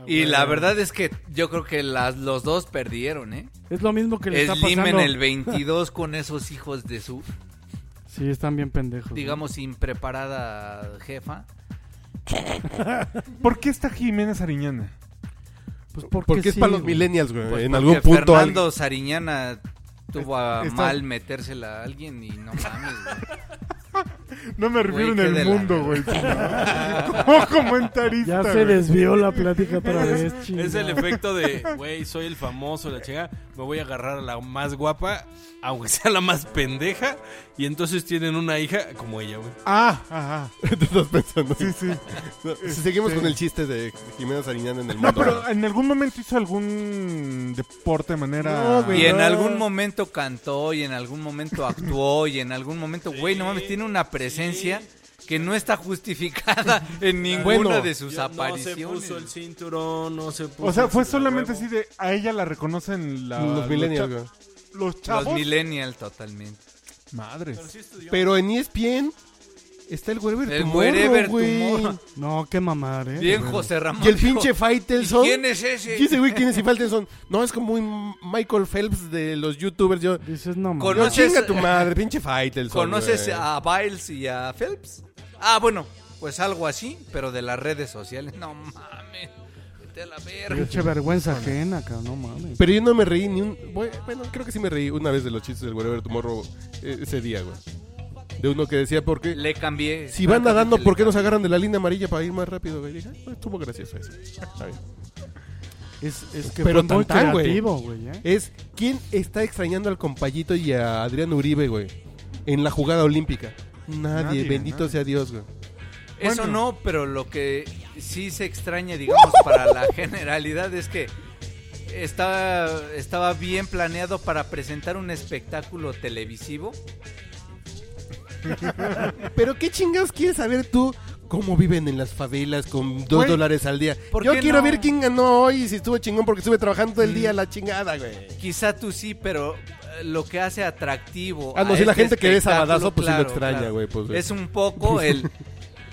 [SPEAKER 5] Y la verdad es que yo creo que las, los dos perdieron, ¿eh?
[SPEAKER 4] Es lo mismo que le está
[SPEAKER 5] Slim en
[SPEAKER 4] pasando. *laughs* Pues
[SPEAKER 5] el 22 con esos hijos de su,
[SPEAKER 4] Sí, están bien pendejos.
[SPEAKER 5] digamos, impreparada jefa.
[SPEAKER 1] Eh,
[SPEAKER 3] ¿Por qué está Jiménez Ariñana?
[SPEAKER 4] güey. Pues porque,
[SPEAKER 1] porque es
[SPEAKER 4] sí,
[SPEAKER 1] para los
[SPEAKER 4] güey.
[SPEAKER 1] millennials, güey.
[SPEAKER 5] Pues
[SPEAKER 1] en
[SPEAKER 5] porque
[SPEAKER 1] algún punto. *laughs*
[SPEAKER 5] Fernando Sariñana tuvo a
[SPEAKER 3] Está-
[SPEAKER 5] mal metérsela a alguien y no mames,
[SPEAKER 4] *laughs*
[SPEAKER 5] güey.
[SPEAKER 3] No me refiero
[SPEAKER 5] Güey, qué
[SPEAKER 3] en
[SPEAKER 5] de
[SPEAKER 3] el
[SPEAKER 5] la
[SPEAKER 3] mundo,
[SPEAKER 5] verga.
[SPEAKER 3] güey. sino- Como comentarista.
[SPEAKER 4] Ya se
[SPEAKER 3] güey.
[SPEAKER 4] desvió la plática otra vez, chingada.
[SPEAKER 6] Es el efecto de, güey, soy el famoso, la chica, me voy a agarrar a la más guapa, aunque sea la más pendeja, y entonces tienen una hija como ella, güey.
[SPEAKER 3] Ah, ajá.
[SPEAKER 1] Te estás pensando.
[SPEAKER 3] Sí, sí.
[SPEAKER 1] Si seguimos
[SPEAKER 3] Sí.
[SPEAKER 1] con el chiste de Jimena Sariñana en el
[SPEAKER 3] No,
[SPEAKER 1] mundo.
[SPEAKER 3] pero en algún momento hizo algún deporte de manera.
[SPEAKER 1] No,
[SPEAKER 4] Pues
[SPEAKER 1] güey.
[SPEAKER 5] Y en
[SPEAKER 1] Ah.
[SPEAKER 5] algún momento cantó, y en algún momento actuó, y en algún momento, güey, no mames, tiene una presencia que no está
[SPEAKER 4] *laughs*
[SPEAKER 5] justificada en ninguna
[SPEAKER 1] Bueno,
[SPEAKER 5] de sus
[SPEAKER 6] Yo-
[SPEAKER 5] apariciones.
[SPEAKER 6] No se puso el cinturón, no se puso.
[SPEAKER 3] O sea, fue
[SPEAKER 6] el
[SPEAKER 3] solamente así
[SPEAKER 6] huevo.
[SPEAKER 3] de. A ella la reconocen la-
[SPEAKER 1] Los millennials,
[SPEAKER 3] cha-
[SPEAKER 1] güey.
[SPEAKER 3] Los
[SPEAKER 5] Los
[SPEAKER 3] chavos.
[SPEAKER 5] millennial totalmente.
[SPEAKER 3] Madres.
[SPEAKER 1] Pero en E ESPN está el Wherever
[SPEAKER 5] El
[SPEAKER 1] Tomorrow,
[SPEAKER 5] wherever
[SPEAKER 1] güey.
[SPEAKER 5] tomorrow.
[SPEAKER 4] No, qué mamar, eh.
[SPEAKER 5] Bien, José Ramón.
[SPEAKER 1] Y el
[SPEAKER 5] dijo,
[SPEAKER 1] pinche Faitelson.
[SPEAKER 5] ¿Quién es ese?
[SPEAKER 1] ¿Quién ese güey? ¿Quién es ese Faitelson? No, es como un Michael Phelps de los youtubers. Yo,
[SPEAKER 4] Dices, no mames.
[SPEAKER 1] no
[SPEAKER 5] Conoce- Conoces-
[SPEAKER 1] chinga tu madre, pinche Faitelson.
[SPEAKER 5] ¿Conoces
[SPEAKER 1] güey.
[SPEAKER 5] a Biles y a Phelps? Ah, bueno, pues algo así, pero de las redes sociales. No mames. vete a la verga.
[SPEAKER 4] Pinche vergüenza ajena, cabrón, no mames.
[SPEAKER 1] Pero yo no me reí ni un. Bueno, bueno, creo que sí me reí una vez de los chistes del Whatever Tomorrow eh, ese día, güey. De uno que decía, ¿por qué?
[SPEAKER 5] Le cambié.
[SPEAKER 1] Si van nadando,
[SPEAKER 5] prácticamente
[SPEAKER 1] ¿por qué
[SPEAKER 5] le
[SPEAKER 1] nos agarran de la línea amarilla para ir más rápido, güey? Dije, "Ah, estuvo gracioso eso. Está bien.
[SPEAKER 4] Es, es que
[SPEAKER 1] Pero
[SPEAKER 4] fue muy
[SPEAKER 1] tan, tan, güey.
[SPEAKER 4] creativo, güey, ¿eh?
[SPEAKER 1] Es quién está extrañando al compayito y a Adrián Uribe, güey, en la jugada olímpica. Nadie,
[SPEAKER 3] Nadie,
[SPEAKER 1] bendito
[SPEAKER 3] nadie.
[SPEAKER 1] sea Dios, güey.
[SPEAKER 5] Eso
[SPEAKER 3] Bueno.
[SPEAKER 5] no, pero lo que sí se extraña, digamos, para la
[SPEAKER 1] *laughs*
[SPEAKER 5] generalidad es que estaba, estaba bien planeado para presentar un espectáculo televisivo.
[SPEAKER 1] Pero qué chingados quieres saber tú cómo viven en las favelas con dos
[SPEAKER 5] Güey,
[SPEAKER 1] dólares al día.
[SPEAKER 5] ¿por
[SPEAKER 1] Yo
[SPEAKER 5] qué
[SPEAKER 1] quiero
[SPEAKER 5] no?
[SPEAKER 1] ver quién ganó hoy y si estuvo chingón porque estuve trabajando todo el día la chingada, güey.
[SPEAKER 5] Quizá tú sí, pero eh, lo que hace atractivo.
[SPEAKER 1] Ah, no,
[SPEAKER 5] a
[SPEAKER 1] sí, la
[SPEAKER 5] este
[SPEAKER 1] gente que ve
[SPEAKER 5] espectáculo,
[SPEAKER 1] Sabadazo, pues sí lo
[SPEAKER 5] claro,
[SPEAKER 1] extraña,
[SPEAKER 5] claro.
[SPEAKER 1] güey, pues, sí.
[SPEAKER 5] es un poco
[SPEAKER 1] *laughs*
[SPEAKER 5] el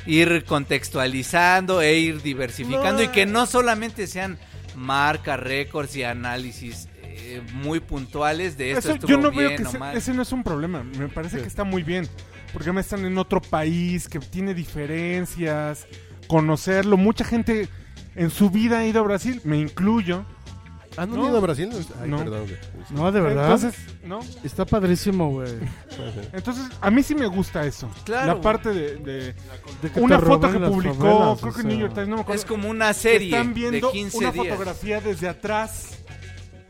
[SPEAKER 5] ir contextualizando e ir diversificando y que no solamente sean marcas, récords y análisis eh, muy puntuales de esto.
[SPEAKER 3] Eso
[SPEAKER 5] estuvo
[SPEAKER 3] yo no
[SPEAKER 5] bien
[SPEAKER 3] veo que
[SPEAKER 5] o
[SPEAKER 3] ese,
[SPEAKER 5] mal.
[SPEAKER 3] ese no es un problema. Me parece que está muy bien. Porque me están en otro país que tiene diferencias, conocerlo. Mucha gente en su vida ha ido a Brasil, me incluyo.
[SPEAKER 1] Ah, no,
[SPEAKER 3] No.
[SPEAKER 1] han ido a Brasil. Ay,
[SPEAKER 3] No.
[SPEAKER 1] perdón, güey.
[SPEAKER 4] No, de verdad.
[SPEAKER 3] Entonces, ¿no?
[SPEAKER 4] Está padrísimo, güey.
[SPEAKER 3] Entonces, a mí sí me gusta eso.
[SPEAKER 5] Claro,
[SPEAKER 3] La
[SPEAKER 5] güey.
[SPEAKER 3] parte de, de-
[SPEAKER 4] De que
[SPEAKER 3] una
[SPEAKER 4] te
[SPEAKER 3] foto que
[SPEAKER 4] roben las
[SPEAKER 3] publicó,
[SPEAKER 4] favelas,
[SPEAKER 3] creo
[SPEAKER 4] o
[SPEAKER 3] que en New
[SPEAKER 4] sea.
[SPEAKER 3] York Times, no me acuerdo.
[SPEAKER 5] Es como una
[SPEAKER 3] que
[SPEAKER 5] serie
[SPEAKER 3] están viendo
[SPEAKER 5] de 15
[SPEAKER 3] una
[SPEAKER 5] días.
[SPEAKER 3] fotografía desde atrás.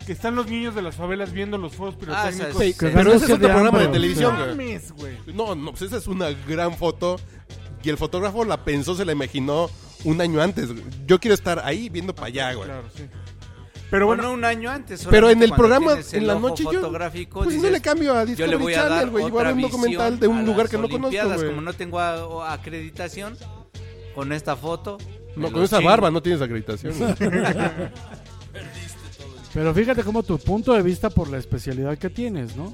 [SPEAKER 3] Que están los niños de las favelas viendo los fuegos
[SPEAKER 5] Ah, o sea,
[SPEAKER 3] pirotécnicos.
[SPEAKER 5] sí,
[SPEAKER 4] Que
[SPEAKER 1] Pero ese
[SPEAKER 4] vergüenza
[SPEAKER 1] es otro
[SPEAKER 4] de
[SPEAKER 1] programa
[SPEAKER 4] hambre,
[SPEAKER 1] de
[SPEAKER 4] o sea.
[SPEAKER 1] televisión,
[SPEAKER 3] No
[SPEAKER 1] güey.
[SPEAKER 3] mames, güey.
[SPEAKER 1] No, no, pues esa es una gran foto. Y el fotógrafo la pensó, se la imaginó un año antes. güey. Yo quiero estar ahí viendo para allá, güey.
[SPEAKER 3] Claro, sí. Pero
[SPEAKER 5] Bueno,
[SPEAKER 3] bueno,
[SPEAKER 5] un año antes.
[SPEAKER 1] Pero
[SPEAKER 5] solamente
[SPEAKER 1] en el
[SPEAKER 5] cuando
[SPEAKER 1] programa,
[SPEAKER 5] tienes el
[SPEAKER 1] en la
[SPEAKER 5] ojo
[SPEAKER 1] noche yo.
[SPEAKER 5] fotográfico,
[SPEAKER 1] Pues si no
[SPEAKER 5] dices,
[SPEAKER 1] le cambio a
[SPEAKER 5] yo le voy
[SPEAKER 1] Discovery
[SPEAKER 5] a dar
[SPEAKER 1] Channel, güey. Y voy a
[SPEAKER 5] otra
[SPEAKER 1] ver un
[SPEAKER 5] visión
[SPEAKER 1] documental de
[SPEAKER 5] a
[SPEAKER 1] un lugar
[SPEAKER 5] las
[SPEAKER 1] que no conozco,
[SPEAKER 5] Olimpiadas,
[SPEAKER 1] güey.
[SPEAKER 5] Como no tengo a- o acreditación, con esta foto. me
[SPEAKER 1] No,
[SPEAKER 5] lo
[SPEAKER 1] con esa
[SPEAKER 5] chingo.
[SPEAKER 1] barba no tienes acreditación. güey.
[SPEAKER 4] Pero fíjate cómo tu punto de vista por la especialidad que tienes, ¿no?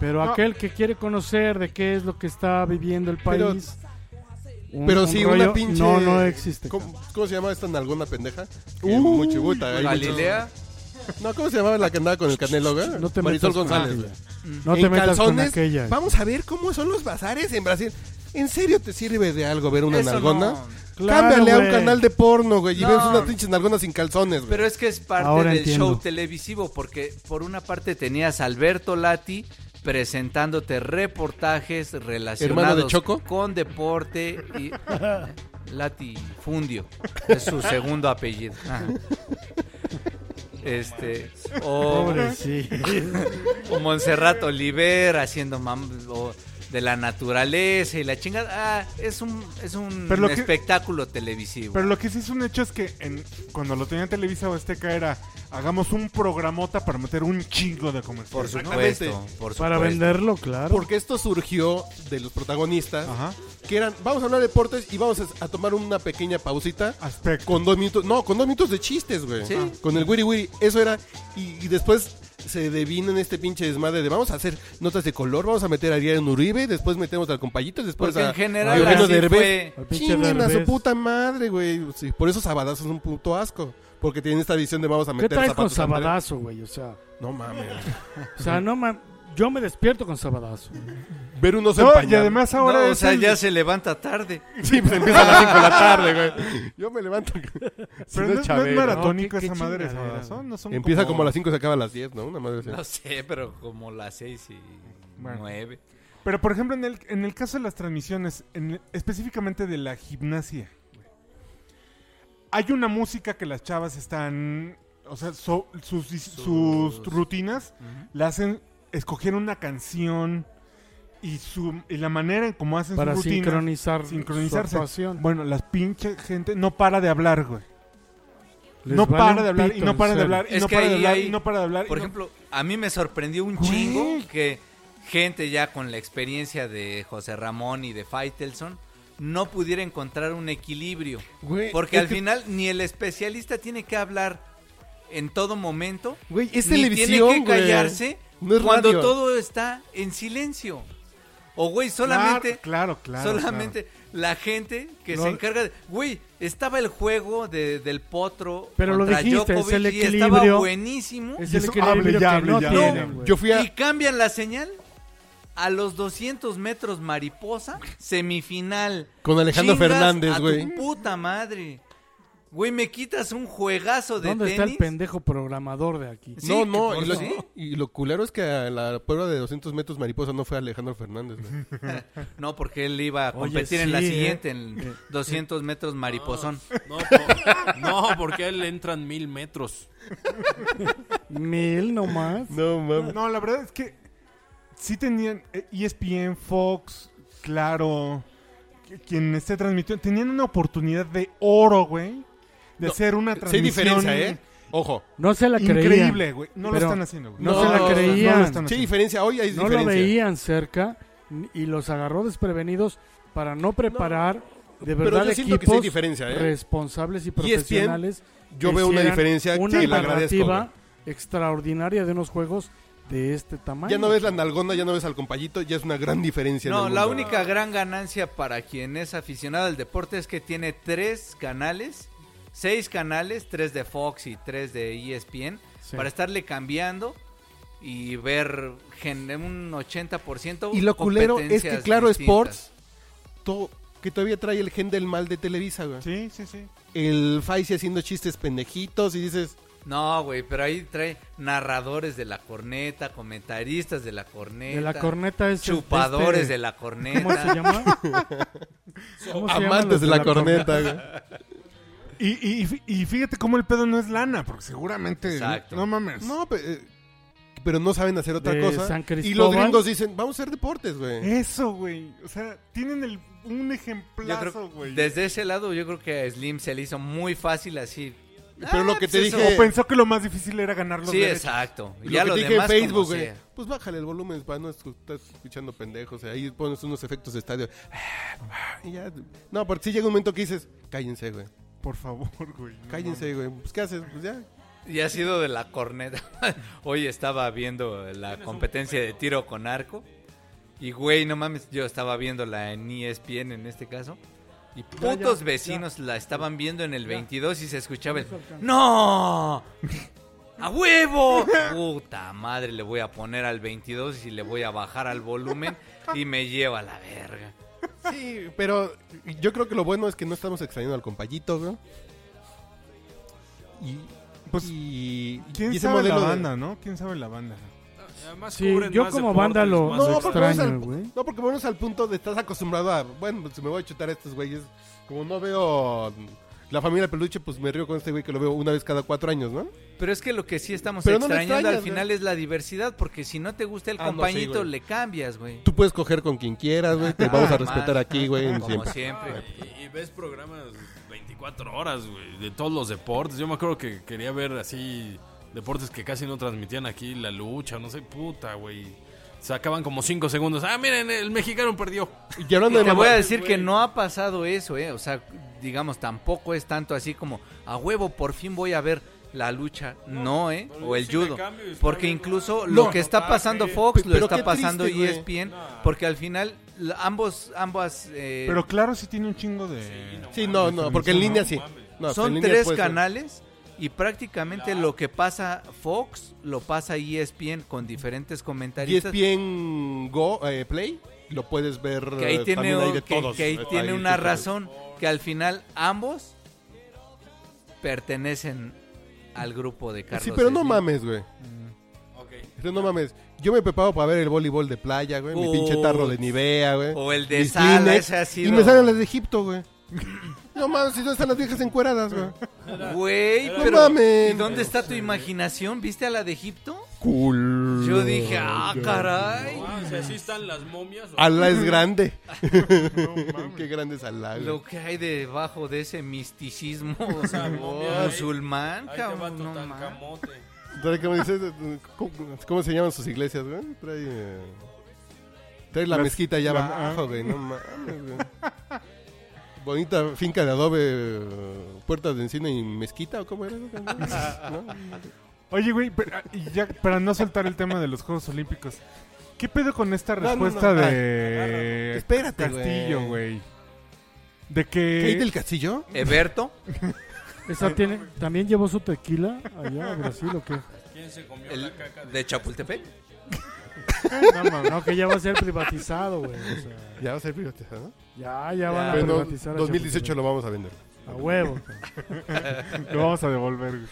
[SPEAKER 4] Pero
[SPEAKER 3] No.
[SPEAKER 4] aquel que quiere conocer de qué es lo que está viviendo el
[SPEAKER 1] Pero-
[SPEAKER 4] país. un-
[SPEAKER 1] Pero
[SPEAKER 4] un
[SPEAKER 1] sí,
[SPEAKER 4] rollo,
[SPEAKER 1] una pinche.
[SPEAKER 4] No, no existe.
[SPEAKER 1] ¿Cómo,
[SPEAKER 4] cabrón.
[SPEAKER 1] cómo se llama esta nalgona pendeja? Que es muy chibuta, hay muchos-
[SPEAKER 5] Eh, Galilea.
[SPEAKER 1] No, ¿cómo se llamaba la que andaba con el canelo, güey?
[SPEAKER 4] No te
[SPEAKER 1] Marisol
[SPEAKER 4] metas Ah, con
[SPEAKER 1] González,
[SPEAKER 4] aquella.
[SPEAKER 1] güey.
[SPEAKER 4] No te
[SPEAKER 1] en
[SPEAKER 4] metas con
[SPEAKER 1] calzones.
[SPEAKER 4] aquella.
[SPEAKER 1] Vamos a ver cómo son los bazares en Brasil. ¿En serio te sirve de algo ver una
[SPEAKER 5] Eso
[SPEAKER 1] nalgona?
[SPEAKER 5] no.
[SPEAKER 4] Claro,
[SPEAKER 1] Cámbiale a un
[SPEAKER 4] güey.
[SPEAKER 1] canal de porno, güey, y
[SPEAKER 5] No.
[SPEAKER 1] ves una pinche nalgona sin calzones, güey.
[SPEAKER 5] Pero es que es parte
[SPEAKER 4] Ahora
[SPEAKER 5] del
[SPEAKER 4] entiendo.
[SPEAKER 5] show televisivo, porque por una parte tenías a Alberto Lati presentándote reportajes relacionados
[SPEAKER 1] Choco?
[SPEAKER 5] con deporte
[SPEAKER 1] *laughs*
[SPEAKER 5] y Lati Fundio es su segundo apellido.
[SPEAKER 1] *laughs*
[SPEAKER 5] Ajá. Este o,
[SPEAKER 1] *laughs*
[SPEAKER 4] Pobre, sí.
[SPEAKER 5] o Montserrat Oliver haciendo mam- o de la naturaleza y la chingada. Ah, es un es un
[SPEAKER 3] Pero lo que-
[SPEAKER 5] espectáculo televisivo.
[SPEAKER 3] Pero lo que sí es un hecho es que en- cuando lo tenía Televisa o Azteca era hagamos un programota para meter un chingo de
[SPEAKER 5] por
[SPEAKER 3] comerciales.
[SPEAKER 5] supuesto,
[SPEAKER 1] Exactamente.
[SPEAKER 5] por supuesto.
[SPEAKER 4] Para venderlo, claro.
[SPEAKER 1] Porque esto surgió de los protagonistas,
[SPEAKER 3] Ajá.
[SPEAKER 1] que eran, vamos a hablar de deportes y vamos a, a tomar una pequeña pausita.
[SPEAKER 3] Aspecto.
[SPEAKER 1] Con dos minutos, no, con dos minutos de chistes, güey.
[SPEAKER 5] Sí.
[SPEAKER 1] Con el wiri wiri, eso era. Y, y después se devino en este pinche desmadre de vamos a hacer notas de color, vamos a meter a Ariel Uribe, después metemos al compayito, después
[SPEAKER 5] Porque
[SPEAKER 1] a
[SPEAKER 5] en general
[SPEAKER 1] Eugenio
[SPEAKER 5] así
[SPEAKER 1] Derbez.
[SPEAKER 5] fue.
[SPEAKER 4] Al pinche
[SPEAKER 1] Chinguen a su
[SPEAKER 4] Derbez.
[SPEAKER 1] puta madre, güey. Sí, por eso Sabadazo es un puto asco. Porque tiene esta visión de vamos a
[SPEAKER 4] ¿Qué
[SPEAKER 1] meter
[SPEAKER 4] traes con
[SPEAKER 1] zapatos. a madre.
[SPEAKER 4] Sabadazo, güey? O sea,
[SPEAKER 1] No mames.
[SPEAKER 4] o sea, no ma- Yo me despierto con Sabadazo.
[SPEAKER 1] Ver unos
[SPEAKER 3] No, y además ahora
[SPEAKER 5] No, o
[SPEAKER 3] es
[SPEAKER 5] sea,
[SPEAKER 3] el-
[SPEAKER 5] ya se levanta tarde.
[SPEAKER 1] Sí, pues empieza a las 5 de la tarde, güey. Yo me levanto. si
[SPEAKER 3] Pero
[SPEAKER 1] no
[SPEAKER 3] no,
[SPEAKER 1] es
[SPEAKER 3] no es
[SPEAKER 1] Chabelo.
[SPEAKER 3] maratónico
[SPEAKER 4] No, qué-
[SPEAKER 3] esa
[SPEAKER 4] qué
[SPEAKER 3] madre,
[SPEAKER 4] chingadera,
[SPEAKER 3] ¿sabes?
[SPEAKER 4] güey.
[SPEAKER 3] No son
[SPEAKER 1] Empieza como a las 5 y se acaba a las 10, ¿no? Una madre así.
[SPEAKER 5] No sé, pero como las seis y
[SPEAKER 3] Bueno.
[SPEAKER 5] nueve.
[SPEAKER 3] Pero por ejemplo, en el, en el caso de las transmisiones, en- específicamente de la gimnasia, güey, hay una música que las chavas están. O sea, so- sus, dis- sus rutinas la hacen. Escogieron una canción y, su, y la manera en cómo hacen
[SPEAKER 4] Para
[SPEAKER 3] su rutina.
[SPEAKER 4] sincronizar
[SPEAKER 3] sincronizarse.
[SPEAKER 4] su actuación.
[SPEAKER 3] Bueno, las pinche gente no para de hablar, güey.
[SPEAKER 4] Les
[SPEAKER 3] no
[SPEAKER 4] vale
[SPEAKER 3] para
[SPEAKER 4] un
[SPEAKER 3] de hablar y
[SPEAKER 4] pito,
[SPEAKER 3] no
[SPEAKER 4] en
[SPEAKER 3] para de
[SPEAKER 4] serio.
[SPEAKER 3] hablar y
[SPEAKER 5] Es
[SPEAKER 3] no
[SPEAKER 5] que
[SPEAKER 3] para de
[SPEAKER 5] ahí-
[SPEAKER 3] hablar y
[SPEAKER 5] ahí,
[SPEAKER 3] no para de hablar.
[SPEAKER 5] Por
[SPEAKER 3] y no-
[SPEAKER 5] ejemplo, a mí me sorprendió un
[SPEAKER 3] Güey.
[SPEAKER 5] chingo que gente ya con la experiencia de José Ramón y de Faitelson no pudiera encontrar un equilibrio.
[SPEAKER 1] Güey,
[SPEAKER 5] Porque
[SPEAKER 1] es
[SPEAKER 5] al
[SPEAKER 1] que-
[SPEAKER 5] final ni el especialista tiene que hablar en todo momento.
[SPEAKER 1] Güey, es
[SPEAKER 5] ni
[SPEAKER 1] televisión,
[SPEAKER 5] tiene que
[SPEAKER 1] güey.
[SPEAKER 5] callarse
[SPEAKER 1] No es
[SPEAKER 5] cuando
[SPEAKER 1] radio.
[SPEAKER 5] todo está en silencio. O güey,
[SPEAKER 3] Claro,
[SPEAKER 5] solamente
[SPEAKER 3] Claro, claro. claro.
[SPEAKER 5] Solamente la gente que
[SPEAKER 4] No.
[SPEAKER 5] se encarga de... Güey, estaba el juego de- del potro
[SPEAKER 4] Pero lo
[SPEAKER 5] contra
[SPEAKER 4] dijiste, es
[SPEAKER 5] Djokovic
[SPEAKER 4] el
[SPEAKER 5] y estaba
[SPEAKER 4] equilibrio.
[SPEAKER 5] buenísimo.
[SPEAKER 4] Es
[SPEAKER 3] Y
[SPEAKER 4] el
[SPEAKER 3] eso
[SPEAKER 4] equilibrio
[SPEAKER 3] hable, ya,
[SPEAKER 4] que
[SPEAKER 3] hable,
[SPEAKER 4] no
[SPEAKER 3] ya,
[SPEAKER 4] tienen,
[SPEAKER 5] ya.
[SPEAKER 4] güey.
[SPEAKER 1] Yo fui a.
[SPEAKER 5] Y cambian la señal a los 200 metros mariposa, semifinal.
[SPEAKER 1] Con Alejandro
[SPEAKER 5] Chingas
[SPEAKER 1] Fernández,
[SPEAKER 5] a tu
[SPEAKER 1] güey.
[SPEAKER 5] puta madre. Güey, me quitas un juegazo de
[SPEAKER 4] ¿Dónde
[SPEAKER 5] tenis.
[SPEAKER 4] está el pendejo programador de aquí?
[SPEAKER 5] Sí,
[SPEAKER 1] no,
[SPEAKER 5] que
[SPEAKER 1] no,
[SPEAKER 5] por
[SPEAKER 1] y lo,
[SPEAKER 5] sí.
[SPEAKER 1] y lo culero es que a la prueba de 200 metros mariposa no fue Alejandro Fernández, güey.
[SPEAKER 5] No, porque él iba a
[SPEAKER 4] Oye,
[SPEAKER 5] competir en la
[SPEAKER 4] sí, ¿eh?
[SPEAKER 5] siguiente, en 200 metros mariposón.
[SPEAKER 6] No, por- no, porque a él le entran mil metros.
[SPEAKER 4] Mil nomás.
[SPEAKER 1] No, mames.
[SPEAKER 3] No, la verdad es que sí tenían eh, ESPN, Fox, Claro, que- quien esté transmitiendo, tenían una oportunidad de oro, güey, de
[SPEAKER 1] No,
[SPEAKER 3] hacer una
[SPEAKER 1] Sí hay
[SPEAKER 3] transmisión
[SPEAKER 1] diferencia, ¿eh? Ojo.
[SPEAKER 4] No se la creían.
[SPEAKER 3] increíble, güey. No lo
[SPEAKER 4] Pero
[SPEAKER 3] están haciendo, güey.
[SPEAKER 4] no
[SPEAKER 1] se la
[SPEAKER 3] no
[SPEAKER 4] creían.
[SPEAKER 3] lo están
[SPEAKER 1] Sí hay
[SPEAKER 3] haciendo.
[SPEAKER 1] diferencia, hoy hay
[SPEAKER 4] No lo
[SPEAKER 1] diferencia.
[SPEAKER 4] veían cerca y los agarró desprevenidos para no preparar de
[SPEAKER 1] Pero
[SPEAKER 4] verdad
[SPEAKER 1] yo siento
[SPEAKER 4] equipos
[SPEAKER 1] que sí hay diferencia, ¿eh?
[SPEAKER 4] responsables y
[SPEAKER 1] ESPN,
[SPEAKER 4] profesionales.
[SPEAKER 1] Yo
[SPEAKER 4] que
[SPEAKER 1] veo una
[SPEAKER 4] hicieran
[SPEAKER 1] diferencia
[SPEAKER 4] una
[SPEAKER 1] que la agradezco.
[SPEAKER 4] narrativa
[SPEAKER 1] güey.
[SPEAKER 4] extraordinaria de unos juegos de este tamaño.
[SPEAKER 1] Ya no ves la nalgona, ya no ves al compayito, ya es una gran diferencia. en
[SPEAKER 5] No,
[SPEAKER 1] el
[SPEAKER 5] la
[SPEAKER 1] mundo.
[SPEAKER 5] única gran ganancia para quien es aficionado al deporte es que tiene tres canales, seis canales, tres de Fox y tres de E ESPN,
[SPEAKER 4] Sí.
[SPEAKER 5] para estarle cambiando y ver gen- un 80%.
[SPEAKER 1] Y lo culero es que
[SPEAKER 5] competencias
[SPEAKER 1] Claro
[SPEAKER 5] distintas.
[SPEAKER 1] Sports, to- que todavía trae el gen del mal de Televisa, güey.
[SPEAKER 3] Sí, sí, sí.
[SPEAKER 1] El Faisy haciendo chistes pendejitos y dices,
[SPEAKER 5] No, güey, pero ahí trae narradores de la corneta, comentaristas de la corneta.
[SPEAKER 4] de la corneta
[SPEAKER 1] este
[SPEAKER 4] es este,
[SPEAKER 5] Chupadores de la corneta.
[SPEAKER 4] ¿Cómo se llama?
[SPEAKER 1] *laughs*
[SPEAKER 4] ¿Cómo se llaman los
[SPEAKER 1] amantes de la, corneta, güey.
[SPEAKER 3] Y, y- y fí- y fíjate cómo el pedo no es lana, porque seguramente...
[SPEAKER 5] Exacto.
[SPEAKER 3] No mames.
[SPEAKER 1] No, pe- eh, pero no saben hacer otra
[SPEAKER 4] De
[SPEAKER 1] cosa. y
[SPEAKER 4] San
[SPEAKER 1] los
[SPEAKER 4] Cristóbal.
[SPEAKER 1] gringos dicen, vamos a hacer deportes, güey.
[SPEAKER 3] Eso, güey. O sea, tienen el, un
[SPEAKER 5] Yo creo-
[SPEAKER 3] ejemplazo, güey.
[SPEAKER 5] desde ese lado yo creo que a Slim se le hizo muy fácil así.
[SPEAKER 1] Pero lo que te
[SPEAKER 5] pues eso.
[SPEAKER 1] dije-
[SPEAKER 3] O pensó que lo más difícil era ganar los
[SPEAKER 5] Sí,
[SPEAKER 3] derechos.
[SPEAKER 5] exacto.
[SPEAKER 1] Lo
[SPEAKER 5] ya
[SPEAKER 1] que
[SPEAKER 5] lo
[SPEAKER 1] te dije
[SPEAKER 5] demás
[SPEAKER 1] en
[SPEAKER 5] como
[SPEAKER 1] Facebook, güey.
[SPEAKER 5] sea.
[SPEAKER 1] Pues bájale el volumen para no escu- estar escuchando pendejos. eh, Ahí pones unos efectos de estadio. Ah, Y ya. No, porque sí llega un momento que dices, cállense, güey.
[SPEAKER 3] Por favor, güey. no
[SPEAKER 1] Cállense, güey. Pues, ¿qué haces? Pues ya.
[SPEAKER 5] Y ha sido de la corneta. *laughs* Hoy estaba viendo la competencia de tiro con arco. Y güey, no mames, yo estaba viéndola en ESPN en este caso. Y putos
[SPEAKER 4] ya,
[SPEAKER 5] vecinos la estaban viendo en el 22 y se escuchaba el, ¡No! ¡A huevo!
[SPEAKER 4] *laughs*
[SPEAKER 5] Puta madre, le voy a poner al 22 y le voy a bajar al volumen y me lleva a la verga.
[SPEAKER 1] Sí, pero yo creo que lo bueno es que no estamos extrañando al compayito, güey. Y.
[SPEAKER 3] Pues,
[SPEAKER 1] y,
[SPEAKER 3] ¿Quién
[SPEAKER 1] y ese
[SPEAKER 3] sabe la
[SPEAKER 1] modelo de-
[SPEAKER 3] banda, no? ¿Quién sabe la banda?
[SPEAKER 6] Además,
[SPEAKER 4] Sí,
[SPEAKER 6] cubren
[SPEAKER 4] yo
[SPEAKER 6] más
[SPEAKER 4] como
[SPEAKER 6] deportes,
[SPEAKER 4] banda lo-
[SPEAKER 6] más
[SPEAKER 4] No,
[SPEAKER 1] No,
[SPEAKER 6] deportes.
[SPEAKER 1] porque vamos al,
[SPEAKER 4] extraño, güey.
[SPEAKER 1] no, porque vamos al punto de estás acostumbrado a. Bueno, pues me voy a chutar a estos güeyes. Como no veo la familia peluche, pues me río con este güey que lo veo una vez cada cuatro años, ¿no?
[SPEAKER 5] Pero es que lo que sí estamos
[SPEAKER 1] Pero no me
[SPEAKER 5] extrañando al
[SPEAKER 1] extrañas,
[SPEAKER 5] final es la diversidad, porque si no te gusta el
[SPEAKER 1] Ah, no, sí,
[SPEAKER 5] compañito,
[SPEAKER 1] güey.
[SPEAKER 5] le cambias, güey.
[SPEAKER 1] Tú puedes coger con quien quieras, güey. Te vamos a
[SPEAKER 5] Ah,
[SPEAKER 1] respetar
[SPEAKER 5] man.
[SPEAKER 1] aquí, güey. en
[SPEAKER 5] Como
[SPEAKER 1] siempre.
[SPEAKER 5] siempre.
[SPEAKER 6] Y, y ves programas 24 horas, güey, de todos los deportes. Yo me acuerdo que quería ver así deportes que casi no transmitían aquí, la lucha, no sé, puta, güey. Sacaban como 5 segundos. Ah, miren, el mexicano
[SPEAKER 1] *laughs*
[SPEAKER 6] perdió.
[SPEAKER 1] Y hablando de
[SPEAKER 5] Te
[SPEAKER 1] mamá-
[SPEAKER 5] voy a decir que no ha pasado eso, ¿eh? O sea, digamos, tampoco es tanto así como, a huevo, por fin voy a ver la lucha. No, ¿eh?
[SPEAKER 6] pero
[SPEAKER 5] O
[SPEAKER 6] yo
[SPEAKER 5] el
[SPEAKER 6] sí me
[SPEAKER 5] judo.
[SPEAKER 6] cambio y estoy
[SPEAKER 5] Porque
[SPEAKER 6] viendo-
[SPEAKER 5] incluso
[SPEAKER 1] No.
[SPEAKER 5] lo que está pasando Fox
[SPEAKER 1] Pe-
[SPEAKER 5] lo
[SPEAKER 1] pero qué
[SPEAKER 5] está pasando E
[SPEAKER 1] triste, güey.
[SPEAKER 5] ESPN. Porque al final, la- ambos, ambas... eh,
[SPEAKER 3] Pero claro, sí tiene un chingo de...
[SPEAKER 1] Sí, no,
[SPEAKER 5] Pues,
[SPEAKER 1] no, porque en línea sí. No, pues, en
[SPEAKER 5] son
[SPEAKER 1] línea
[SPEAKER 5] tres
[SPEAKER 1] puede ser.
[SPEAKER 5] canales y prácticamente lo que pasa Fox lo pasa E ESPN con diferentes comentaristas.
[SPEAKER 1] E ESPN Go eh, Play lo puedes ver
[SPEAKER 5] que ahí
[SPEAKER 1] eh,
[SPEAKER 5] tiene,
[SPEAKER 1] también hay de
[SPEAKER 5] que-
[SPEAKER 1] todos.
[SPEAKER 5] que ahí
[SPEAKER 1] Está
[SPEAKER 5] tiene
[SPEAKER 1] ahí,
[SPEAKER 5] una
[SPEAKER 1] sí,
[SPEAKER 5] razón que al final ambos pertenecen al grupo de Carlos.
[SPEAKER 1] Sí, pero no
[SPEAKER 5] Slim.
[SPEAKER 1] mames, güey. Pero no mames. Yo me preparo para ver el voleibol de playa, güey. Mi
[SPEAKER 5] Oh.
[SPEAKER 1] pinche tarro de Nivea, güey.
[SPEAKER 5] O el de
[SPEAKER 1] mis
[SPEAKER 5] Sala,
[SPEAKER 1] Kleenex,
[SPEAKER 5] ese ha sido.
[SPEAKER 1] Y me salen las de Egipto, güey. *laughs* No mames, si no están las viejas encueradas, güey.
[SPEAKER 5] Güey,
[SPEAKER 1] No
[SPEAKER 5] pero
[SPEAKER 1] mames.
[SPEAKER 5] ¿y dónde está tu imaginación? ¿Viste a la de Egipto?
[SPEAKER 1] Cool.
[SPEAKER 5] Yo dije, ah, caray.
[SPEAKER 6] Ah, o sea, así están las momias. o-
[SPEAKER 1] Alá
[SPEAKER 5] *laughs*
[SPEAKER 1] es grande. *laughs* Qué grande es Alá, güey.
[SPEAKER 5] Lo que hay debajo de ese misticismo
[SPEAKER 6] *laughs* sea, momia, ahí-
[SPEAKER 5] musulmán,
[SPEAKER 6] Ahí te va
[SPEAKER 5] cabrón, no
[SPEAKER 6] total
[SPEAKER 5] mames.
[SPEAKER 6] camote.
[SPEAKER 1] Trae, ¿cómo, dices? ¿Cómo- cómo se llaman sus iglesias, güey? Trae, eh, trae la ah.
[SPEAKER 3] Las-
[SPEAKER 1] mezquita allá
[SPEAKER 3] la-
[SPEAKER 1] abajo, güey. No mames, güey. Bonita finca de adobe, eh, puertas de encina y mezquita, ¿o cómo era? eso? ¿No?
[SPEAKER 3] Oye, güey, pero- ah, y ya para no soltar el tema de los Juegos Olímpicos, ¿qué pedo con esta
[SPEAKER 1] no,
[SPEAKER 3] respuesta
[SPEAKER 1] no,
[SPEAKER 3] de...
[SPEAKER 1] ay, espérate,
[SPEAKER 3] Castillo,
[SPEAKER 1] güey.
[SPEAKER 3] güey. De
[SPEAKER 1] ¿Kate
[SPEAKER 3] que...
[SPEAKER 1] del Castillo?
[SPEAKER 5] Eberto,
[SPEAKER 4] Esa tiene, también llevó su tequila allá a Brasil o qué?
[SPEAKER 6] ¿Quién se comió
[SPEAKER 5] el
[SPEAKER 6] la caca de...
[SPEAKER 5] de Chapultepec.
[SPEAKER 4] *laughs* No, mames, no, que ya va a ser privatizado, güey. o sea,
[SPEAKER 1] Ya va a ser priote, ¿no?
[SPEAKER 4] ya, ya van a
[SPEAKER 1] Pero no,
[SPEAKER 4] privatizar. a
[SPEAKER 1] 2018 lo vamos a vender.
[SPEAKER 4] A huevo.
[SPEAKER 3] Lo vamos a devolver, güey.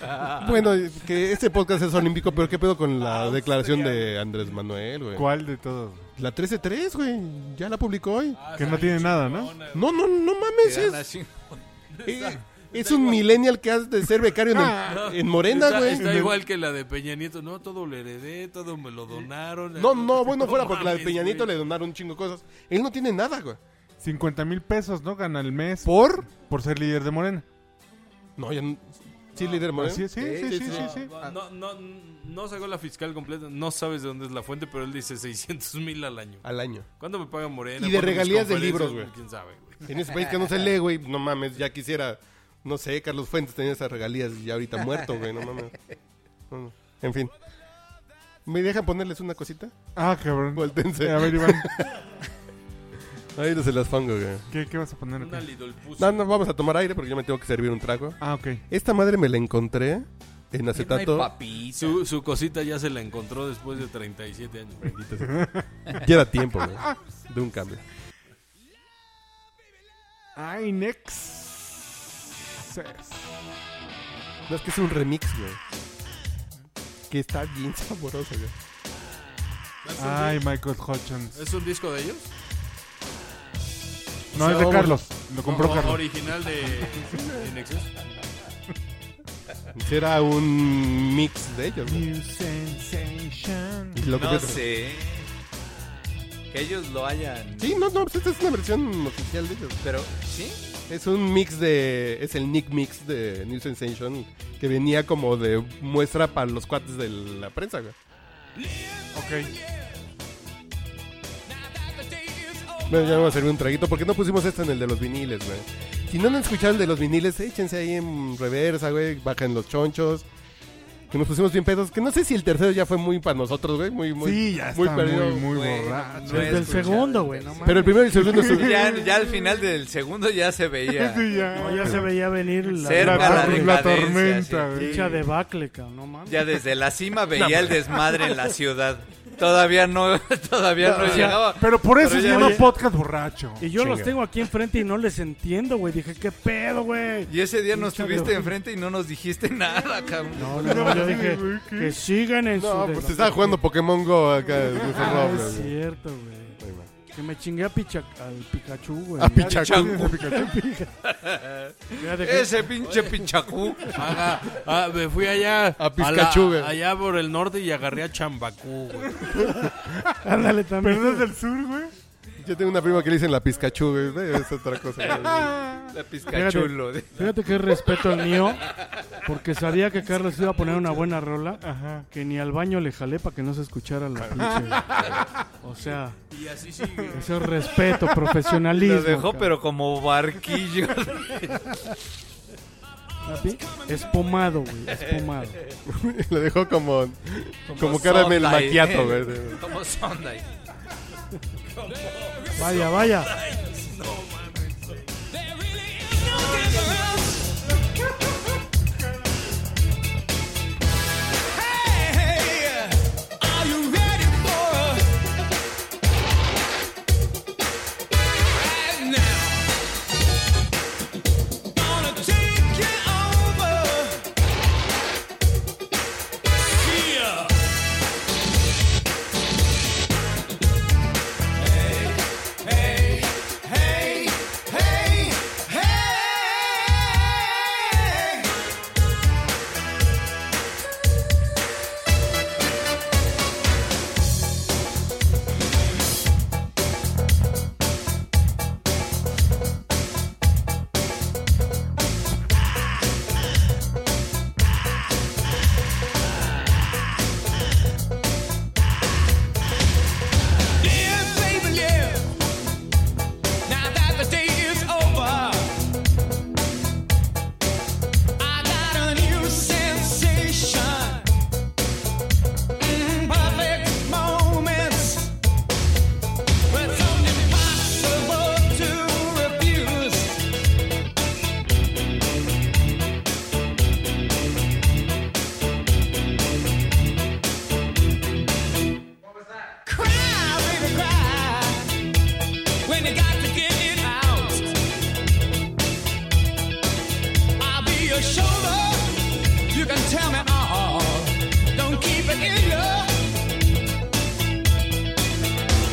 [SPEAKER 1] Bueno, que este podcast es olímpico, pero ¿qué pedo con la declaración de Andrés Manuel, güey?
[SPEAKER 3] ¿Cuál de todos? güey?
[SPEAKER 1] La 13-3, güey. Ya la publicó hoy.
[SPEAKER 6] Ah,
[SPEAKER 3] Que no tiene nada, ¿no?
[SPEAKER 1] No, no, no mames.
[SPEAKER 5] Eran
[SPEAKER 1] Es,
[SPEAKER 5] así.
[SPEAKER 1] eh, es un millennial que has de ser becario en, el- *laughs* en Morena,
[SPEAKER 6] Ah, Está,
[SPEAKER 1] güey.
[SPEAKER 6] está igual que la de Peña Nieto. No, todo lo heredé, todo me lo donaron.
[SPEAKER 1] No, no, bueno, fuera porque la de
[SPEAKER 6] mames,
[SPEAKER 1] Peña Nieto le
[SPEAKER 6] güey.
[SPEAKER 1] donaron un chingo de cosas. Él no tiene nada, güey.
[SPEAKER 3] 50 mil pesos, ¿no? Gana el mes por,
[SPEAKER 1] ¿Por?
[SPEAKER 3] ser líder de Morena.
[SPEAKER 1] No, ya no- Sí, líder Morena.
[SPEAKER 6] pues
[SPEAKER 3] Sí, sí, sí, sí, sí. sí.
[SPEAKER 6] No, no, no sacó la fiscal completa. No sabes de dónde es la fuente, pero él dice 600 mil al año.
[SPEAKER 1] Al año.
[SPEAKER 6] ¿Cuándo me paga Morena?
[SPEAKER 1] Y de
[SPEAKER 6] ¿Cuándo mis
[SPEAKER 1] regalías de
[SPEAKER 6] conferencias?
[SPEAKER 1] libros, güey.
[SPEAKER 6] ¿Quién sabe, güey?
[SPEAKER 1] En ese país que no se lee, güey. No mames, ya quisiera. No sé, Carlos Fuentes tenía esas regalías y ya ahorita muerto, güey. No mames. No, no. En fin. ¿Me dejan ponerles una cosita?
[SPEAKER 3] Ah, cabrón.
[SPEAKER 1] Voltense.
[SPEAKER 3] Eh, a ver, Iván,
[SPEAKER 1] *laughs* Ahí se las pongo, güey.
[SPEAKER 3] ¿qué, qué vas a poner?
[SPEAKER 6] Una
[SPEAKER 3] acá?
[SPEAKER 6] Lidl Pussy.
[SPEAKER 1] No, no, vamos a tomar aire porque yo me tengo que servir un trago.
[SPEAKER 3] Ah, ok.
[SPEAKER 1] Esta madre me la encontré en
[SPEAKER 5] Ay,
[SPEAKER 1] acetato.
[SPEAKER 5] papito.
[SPEAKER 6] Su, su cosita ya se la encontró después de 37 años.
[SPEAKER 1] Ya era tiempo, güey. De un cambio.
[SPEAKER 3] Ay, next.
[SPEAKER 1] No, es que es un remix, güey. Que está bien saboroso, güey.
[SPEAKER 3] Ay, Michael Hutchins.
[SPEAKER 6] ¿Es un disco de ellos?
[SPEAKER 3] No, es de Carlos. Lo compró
[SPEAKER 6] O-
[SPEAKER 3] Carlos.
[SPEAKER 6] Original de de Nexus.
[SPEAKER 1] Era un mix de ellos, güey.
[SPEAKER 3] New sensation.
[SPEAKER 1] Y lo
[SPEAKER 5] No
[SPEAKER 1] copió-
[SPEAKER 5] sé. Que ellos lo hayan.
[SPEAKER 1] Sí, no, no, pues esta es una versión oficial de ellos.
[SPEAKER 5] Pero, ¿sí?
[SPEAKER 1] Es un mix de. Es el Nick Mix de New Sensation. Que venía como de muestra para los cuates de la prensa, güey.
[SPEAKER 3] Ok.
[SPEAKER 1] Bueno, ya me voy a servir un traguito. porque no pusimos esto en el de los viniles, güey? Si no han escuchado el de los viniles, échense ahí en reversa, güey. Bajan los chonchos. Que nos pusimos bien pedos. Que no sé si el tercero ya fue muy para nosotros, güey. Muy, muy.
[SPEAKER 3] sí, ya
[SPEAKER 1] muy
[SPEAKER 3] está
[SPEAKER 1] perdido.
[SPEAKER 3] muy, muy
[SPEAKER 5] Güey,
[SPEAKER 3] borracho.
[SPEAKER 5] no he
[SPEAKER 4] Desde el
[SPEAKER 5] escuchado
[SPEAKER 4] segundo,
[SPEAKER 5] el
[SPEAKER 4] güey, no
[SPEAKER 5] tercero.
[SPEAKER 1] Pero el primero y el segundo. *laughs* estu-
[SPEAKER 5] Ya, ya al final del segundo ya se veía.
[SPEAKER 3] Sí, ya.
[SPEAKER 4] No, ya se veía venir la,
[SPEAKER 5] Cerca
[SPEAKER 4] la-
[SPEAKER 5] la
[SPEAKER 4] la
[SPEAKER 5] decadencia,
[SPEAKER 3] tormenta,
[SPEAKER 5] sí.
[SPEAKER 3] güey.
[SPEAKER 4] pincha debacle, cabrón, no mames.
[SPEAKER 5] Ya desde la cima veía el desmadre en la ciudad. Todavía no, *laughs* todavía no, llegaba.
[SPEAKER 3] Pero por eso
[SPEAKER 5] Pero
[SPEAKER 3] se
[SPEAKER 5] ya-
[SPEAKER 3] llama
[SPEAKER 4] Oye.
[SPEAKER 3] podcast borracho.
[SPEAKER 4] Y yo los
[SPEAKER 1] Chinga.
[SPEAKER 4] tengo aquí enfrente y no les entiendo, güey. Dije, ¿qué pedo, güey?
[SPEAKER 5] Y ese día nos
[SPEAKER 4] Pinche
[SPEAKER 5] tuviste
[SPEAKER 4] viejo.
[SPEAKER 5] enfrente y no nos dijiste *laughs* nada, cabrón.
[SPEAKER 4] No, no, no, yo dije que sigan en
[SPEAKER 1] No,
[SPEAKER 4] su...
[SPEAKER 1] pues estaba jugando Pokémon Go acá. el Mr.
[SPEAKER 4] Ah,
[SPEAKER 1] Rob,
[SPEAKER 4] es
[SPEAKER 1] güey.
[SPEAKER 4] cierto, güey. Que me chingué a Picha- al Pikachu, güey.
[SPEAKER 1] A
[SPEAKER 4] Ya-
[SPEAKER 1] Pichacu.
[SPEAKER 4] ya dejé-
[SPEAKER 5] Ese pinche pinchacú.
[SPEAKER 6] Ajá. Ah, me fui allá.
[SPEAKER 1] A Pizcachú, güey.
[SPEAKER 6] la- Allá por el norte y agarré a Chambacú, güey.
[SPEAKER 4] Ándale también.
[SPEAKER 3] Pero desde el sur, güey.
[SPEAKER 1] Yo tengo una prima que le dicen la Pizcachu, güey. Es otra cosa. *laughs* güey.
[SPEAKER 5] La pizcachulo.
[SPEAKER 4] Fíjate que respeto el mío, porque sabía que Carlos iba a poner una buena rola,
[SPEAKER 3] Ajá.
[SPEAKER 4] que ni al baño le jalé para que no se escuchara la pinche. O sea,
[SPEAKER 6] Y
[SPEAKER 5] *laughs*
[SPEAKER 6] así sigue.
[SPEAKER 4] ese es respeto, profesionalismo.
[SPEAKER 5] Lo dejó,
[SPEAKER 4] cabrón.
[SPEAKER 5] pero como
[SPEAKER 6] *laughs*
[SPEAKER 5] barquillo.
[SPEAKER 4] Papi, Espumado, güey, espumado.
[SPEAKER 1] Lo dejó como. Como
[SPEAKER 5] caramel
[SPEAKER 1] caramel maquiato, güey.
[SPEAKER 5] Como sonda.
[SPEAKER 4] Vaya, vaya.
[SPEAKER 7] Hey, hey, hey, hey. your shoulder. You can tell me all. Don't keep it in your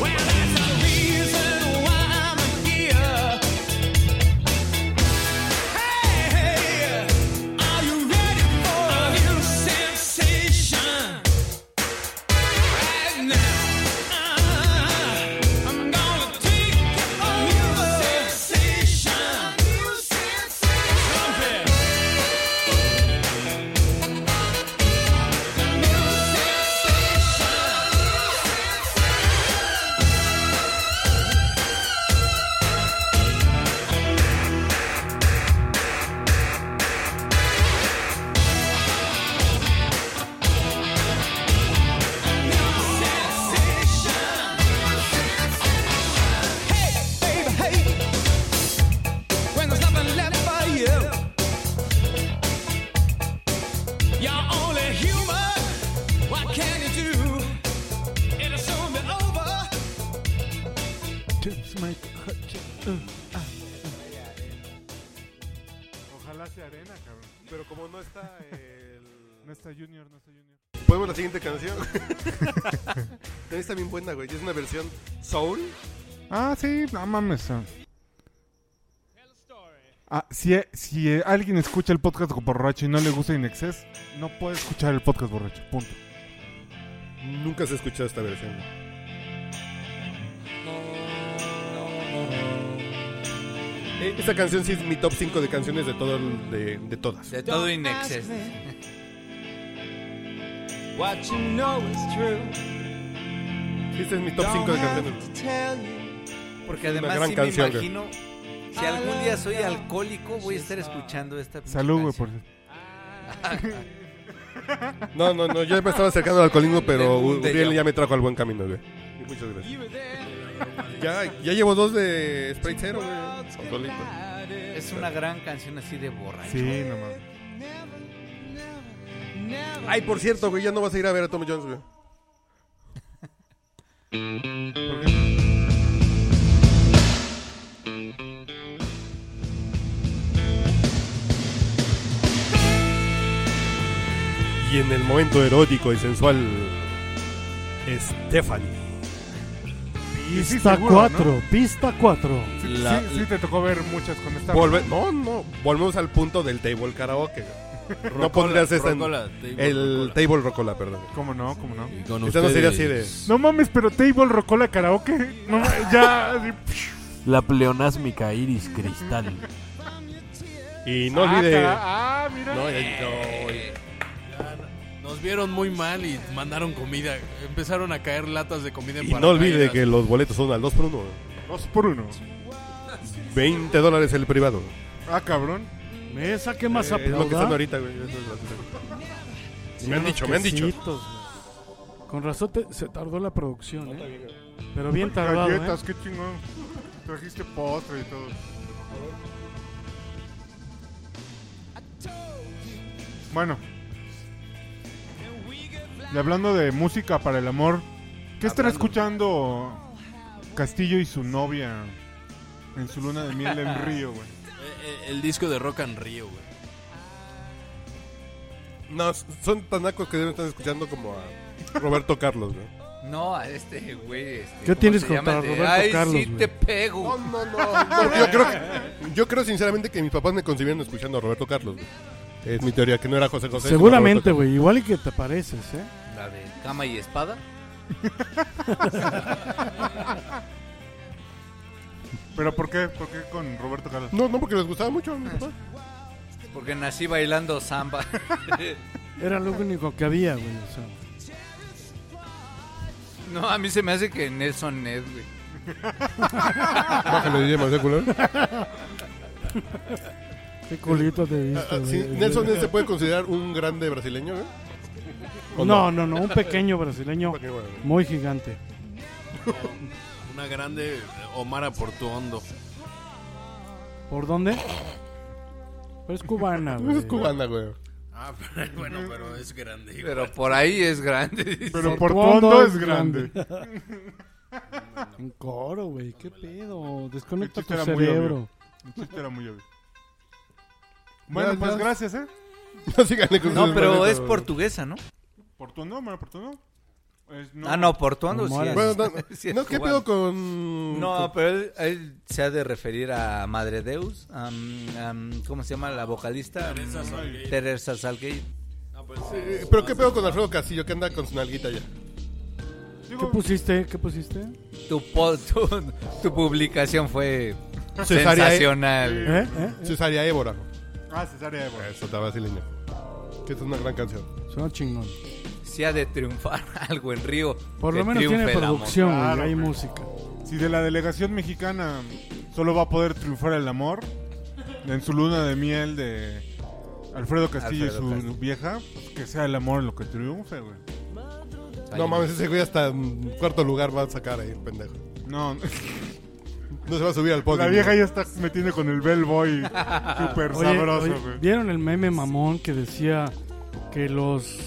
[SPEAKER 7] well, that's the reason why I'm here. Hey, are you ready for a new sensation? Right now, I'm gonna take a new sensation. New sensation. Hey, baby, hey. When there's nothing left for you, you're only human. What can you do? It'll soon be over.
[SPEAKER 3] Ojalá sea arena, cabrón.
[SPEAKER 1] Pero como no está el...
[SPEAKER 3] No está Junior, no está Junior.
[SPEAKER 1] ¿Podemos la siguiente canción? *laughs* está bien buena, güey. Es una versión soul.
[SPEAKER 3] Ah, sí, no mames. ah. Ah, si, si eh, alguien escucha el podcast borracho y no le gusta In Excess, no puede escuchar el podcast borracho. Punto.
[SPEAKER 1] Nunca se ha escuchado esta versión. Eh, Esta canción sí es mi top 5 de canciones de, todo, el- de, de todas.
[SPEAKER 5] De todo inexces.
[SPEAKER 7] What you know is true.
[SPEAKER 1] Este es mi top 5 de canciones.
[SPEAKER 5] Porque
[SPEAKER 1] Es una
[SPEAKER 5] además
[SPEAKER 1] gran
[SPEAKER 5] sí
[SPEAKER 1] canción,
[SPEAKER 5] me
[SPEAKER 1] güey.
[SPEAKER 5] imagino, si algún día soy
[SPEAKER 1] Ah,
[SPEAKER 5] alcohólico, voy a estar escuchando esta pinche
[SPEAKER 3] Salud, güey, por
[SPEAKER 5] canción.
[SPEAKER 1] No, no, no, yo me estaba acercando al alcoholismo, pero
[SPEAKER 5] Tengo un déjà
[SPEAKER 1] Uriel
[SPEAKER 5] vu.
[SPEAKER 1] ya me trajo al buen camino, güey. Y Muchas gracias. Ya, ya llevo dos de Sprite Zero, güey. con solito.
[SPEAKER 5] Es una gran canción así de borracho.
[SPEAKER 3] Sí, no mames.
[SPEAKER 1] Ay, por cierto, güey, ya no vas a ir a ver a Tom Jones, güey. Y en el momento erótico y sensual, Stephanie.
[SPEAKER 3] Y sí,
[SPEAKER 4] Pista
[SPEAKER 3] seguro,
[SPEAKER 4] 4,
[SPEAKER 3] ¿no?
[SPEAKER 4] pista 4.
[SPEAKER 3] Sí,
[SPEAKER 6] La-
[SPEAKER 3] sí, sí te tocó ver muchas con esta.
[SPEAKER 1] Volve- no, no, volvemos al punto del table karaoke. güey. No pondrías esa Este en
[SPEAKER 6] Rocola, table
[SPEAKER 1] el
[SPEAKER 6] rocola.
[SPEAKER 1] table rocola, perdón.
[SPEAKER 3] ¿Cómo no? ¿Cómo no?
[SPEAKER 6] Y con
[SPEAKER 1] Esta no sería así de...
[SPEAKER 6] ustedes,
[SPEAKER 3] No mames, pero Table rocó la karaoke. No, mames, ya.
[SPEAKER 4] *laughs*
[SPEAKER 3] así,
[SPEAKER 6] La pleonásmica iris cristal.
[SPEAKER 1] Y no
[SPEAKER 3] ah,
[SPEAKER 1] olvide...
[SPEAKER 3] cara- ah, mira.
[SPEAKER 1] No, ya- no, ya-
[SPEAKER 6] Nos vieron muy mal y mandaron comida. Empezaron a caer latas de comida en
[SPEAKER 1] Y no olvide que los boletos son al 2 por 1
[SPEAKER 3] Dos por uno.
[SPEAKER 1] 20 dólares el privado.
[SPEAKER 3] Ah, cabrón.
[SPEAKER 4] Me saqué más
[SPEAKER 1] Eh, es lo que están
[SPEAKER 4] aplauda.
[SPEAKER 1] ahorita, güey. Eso es lo que están.
[SPEAKER 4] Sí,
[SPEAKER 1] Me han
[SPEAKER 4] unos
[SPEAKER 1] dicho, me han dicho.
[SPEAKER 4] quesitos, güey. Con razón te- se tardó la producción, ¿eh? Pero bien tardado, ¿eh?
[SPEAKER 3] Galletas, qué chingón. Trajiste postre y todo. Bueno. Y hablando de música para el amor, ¿qué estará escuchando Castillo y su novia en su luna de miel
[SPEAKER 4] *laughs*
[SPEAKER 3] en Río, güey?
[SPEAKER 6] Eh, El disco de Rock and Rio, güey.
[SPEAKER 1] No, son tanacos que deben estar escuchando como a Roberto Carlos, güey.
[SPEAKER 5] No, a este güey. Este,
[SPEAKER 4] ¿Qué
[SPEAKER 5] ¿cómo
[SPEAKER 4] tienes
[SPEAKER 5] se llama?
[SPEAKER 4] contra
[SPEAKER 5] El de,
[SPEAKER 4] Roberto
[SPEAKER 5] Ay,
[SPEAKER 4] Carlos,
[SPEAKER 5] sí
[SPEAKER 4] güey?
[SPEAKER 5] te pego.
[SPEAKER 1] no, no. Yo creo, que- yo creo sinceramente que mis papás me concibieron escuchando a Roberto Carlos, güey. Es mi teoría, que no era José José. sino
[SPEAKER 4] Seguramente,
[SPEAKER 1] Roberto
[SPEAKER 4] güey. Igual y que te pareces, ¿eh?
[SPEAKER 5] *laughs* La de cama y espada.
[SPEAKER 3] ¿Pero por qué? ¿Por qué con Roberto Carlos?
[SPEAKER 1] Carlos. No, no, porque les gustaba mucho a mis papás.
[SPEAKER 5] Porque nací bailando samba. *laughs*
[SPEAKER 4] Era lo único que había, güey. o sea.
[SPEAKER 5] No, a mí se me hace que Nelson Ned, güey.
[SPEAKER 1] Bájale, DJ Mauseo,
[SPEAKER 5] *laughs*
[SPEAKER 1] culero.
[SPEAKER 4] Qué culito te diste,
[SPEAKER 1] Ah, sí,
[SPEAKER 4] güey.
[SPEAKER 1] Nelson ¿eh, se puede considerar un grande brasileño, güey. ¿O
[SPEAKER 4] No, no, no. Un pequeño brasileño
[SPEAKER 1] Porque, bueno,
[SPEAKER 4] muy gigante.
[SPEAKER 6] Una grande eh, Omar Portuondo.
[SPEAKER 4] ¿Por dónde? Pero es cubana, güey.
[SPEAKER 1] Es cubana, güey. *laughs*
[SPEAKER 6] Ah, pero, *laughs* bueno, pero es grande. güey.
[SPEAKER 5] Pero por ahí es grande. *laughs*
[SPEAKER 3] Pero por
[SPEAKER 4] Por fondo
[SPEAKER 3] fondo
[SPEAKER 4] es
[SPEAKER 3] es grande.
[SPEAKER 4] En coro, güey. ¿Qué pedo? Desconecta
[SPEAKER 3] El
[SPEAKER 4] tu
[SPEAKER 3] chiste era muy
[SPEAKER 4] cerebro.
[SPEAKER 3] obvio. El chiste era muy obvio. Bueno,
[SPEAKER 1] Ya,
[SPEAKER 3] pues
[SPEAKER 1] ya.
[SPEAKER 3] gracias, ¿eh?
[SPEAKER 1] No síganle con
[SPEAKER 5] No,
[SPEAKER 1] sus
[SPEAKER 5] pero
[SPEAKER 1] boletos.
[SPEAKER 5] es portuguesa, ¿no?
[SPEAKER 3] Portuno, bueno, Portuno. Es-
[SPEAKER 5] Ah, no, portuando sí es.
[SPEAKER 1] Bueno, no,
[SPEAKER 5] *laughs* sí es
[SPEAKER 1] no, ¿qué
[SPEAKER 5] cubano.
[SPEAKER 1] pedo con...?
[SPEAKER 5] No, pero él, él se ha de referir a Madre Deus, am, am, ¿cómo se llama la vocalista?
[SPEAKER 6] Teresa
[SPEAKER 5] Mm,
[SPEAKER 6] Salgate.
[SPEAKER 5] Teresa Salgate.
[SPEAKER 6] No, pues,
[SPEAKER 1] Eh, ¿Pero qué pedo con Alfredo Castillo que anda con su nalguita ya?
[SPEAKER 4] ¿Qué
[SPEAKER 3] Digo,
[SPEAKER 4] pusiste? ¿Qué pusiste?
[SPEAKER 5] Tu, po- *laughs* tu, tu publicación fue
[SPEAKER 1] Cesárea,
[SPEAKER 5] sensacional.
[SPEAKER 4] ¿Eh? ¿Eh?
[SPEAKER 1] Cesárea Évora.
[SPEAKER 3] Ah, Cesárea Évora.
[SPEAKER 1] Eso está brasileño. Que esta es una gran canción.
[SPEAKER 4] Suena chingón.
[SPEAKER 5] Se ha de triunfar *laughs* algo en Río.
[SPEAKER 4] Por lo
[SPEAKER 5] que
[SPEAKER 4] menos tiene
[SPEAKER 5] triunfe el amor.
[SPEAKER 4] producción, güey,
[SPEAKER 3] Claro,
[SPEAKER 4] hay
[SPEAKER 3] güey.
[SPEAKER 4] música.
[SPEAKER 3] Si de la delegación mexicana solo va a poder triunfar el amor, en su luna de miel de Alfredo Castillo
[SPEAKER 5] Alfredo
[SPEAKER 3] y su
[SPEAKER 5] Castillo.
[SPEAKER 3] vieja, pues, que sea el amor lo que triunfe, güey.
[SPEAKER 5] Ay,
[SPEAKER 1] No mames, ese güey hasta en cuarto lugar va a sacar ahí el pendejo.
[SPEAKER 3] No, *laughs*
[SPEAKER 1] No se va a subir al podio.
[SPEAKER 3] la vieja ya está metiendo con el
[SPEAKER 5] *laughs*
[SPEAKER 3] bellboy súper
[SPEAKER 4] Oye, oye,
[SPEAKER 3] sabroso, güey.
[SPEAKER 4] ¿Vieron el meme mamón que decía que los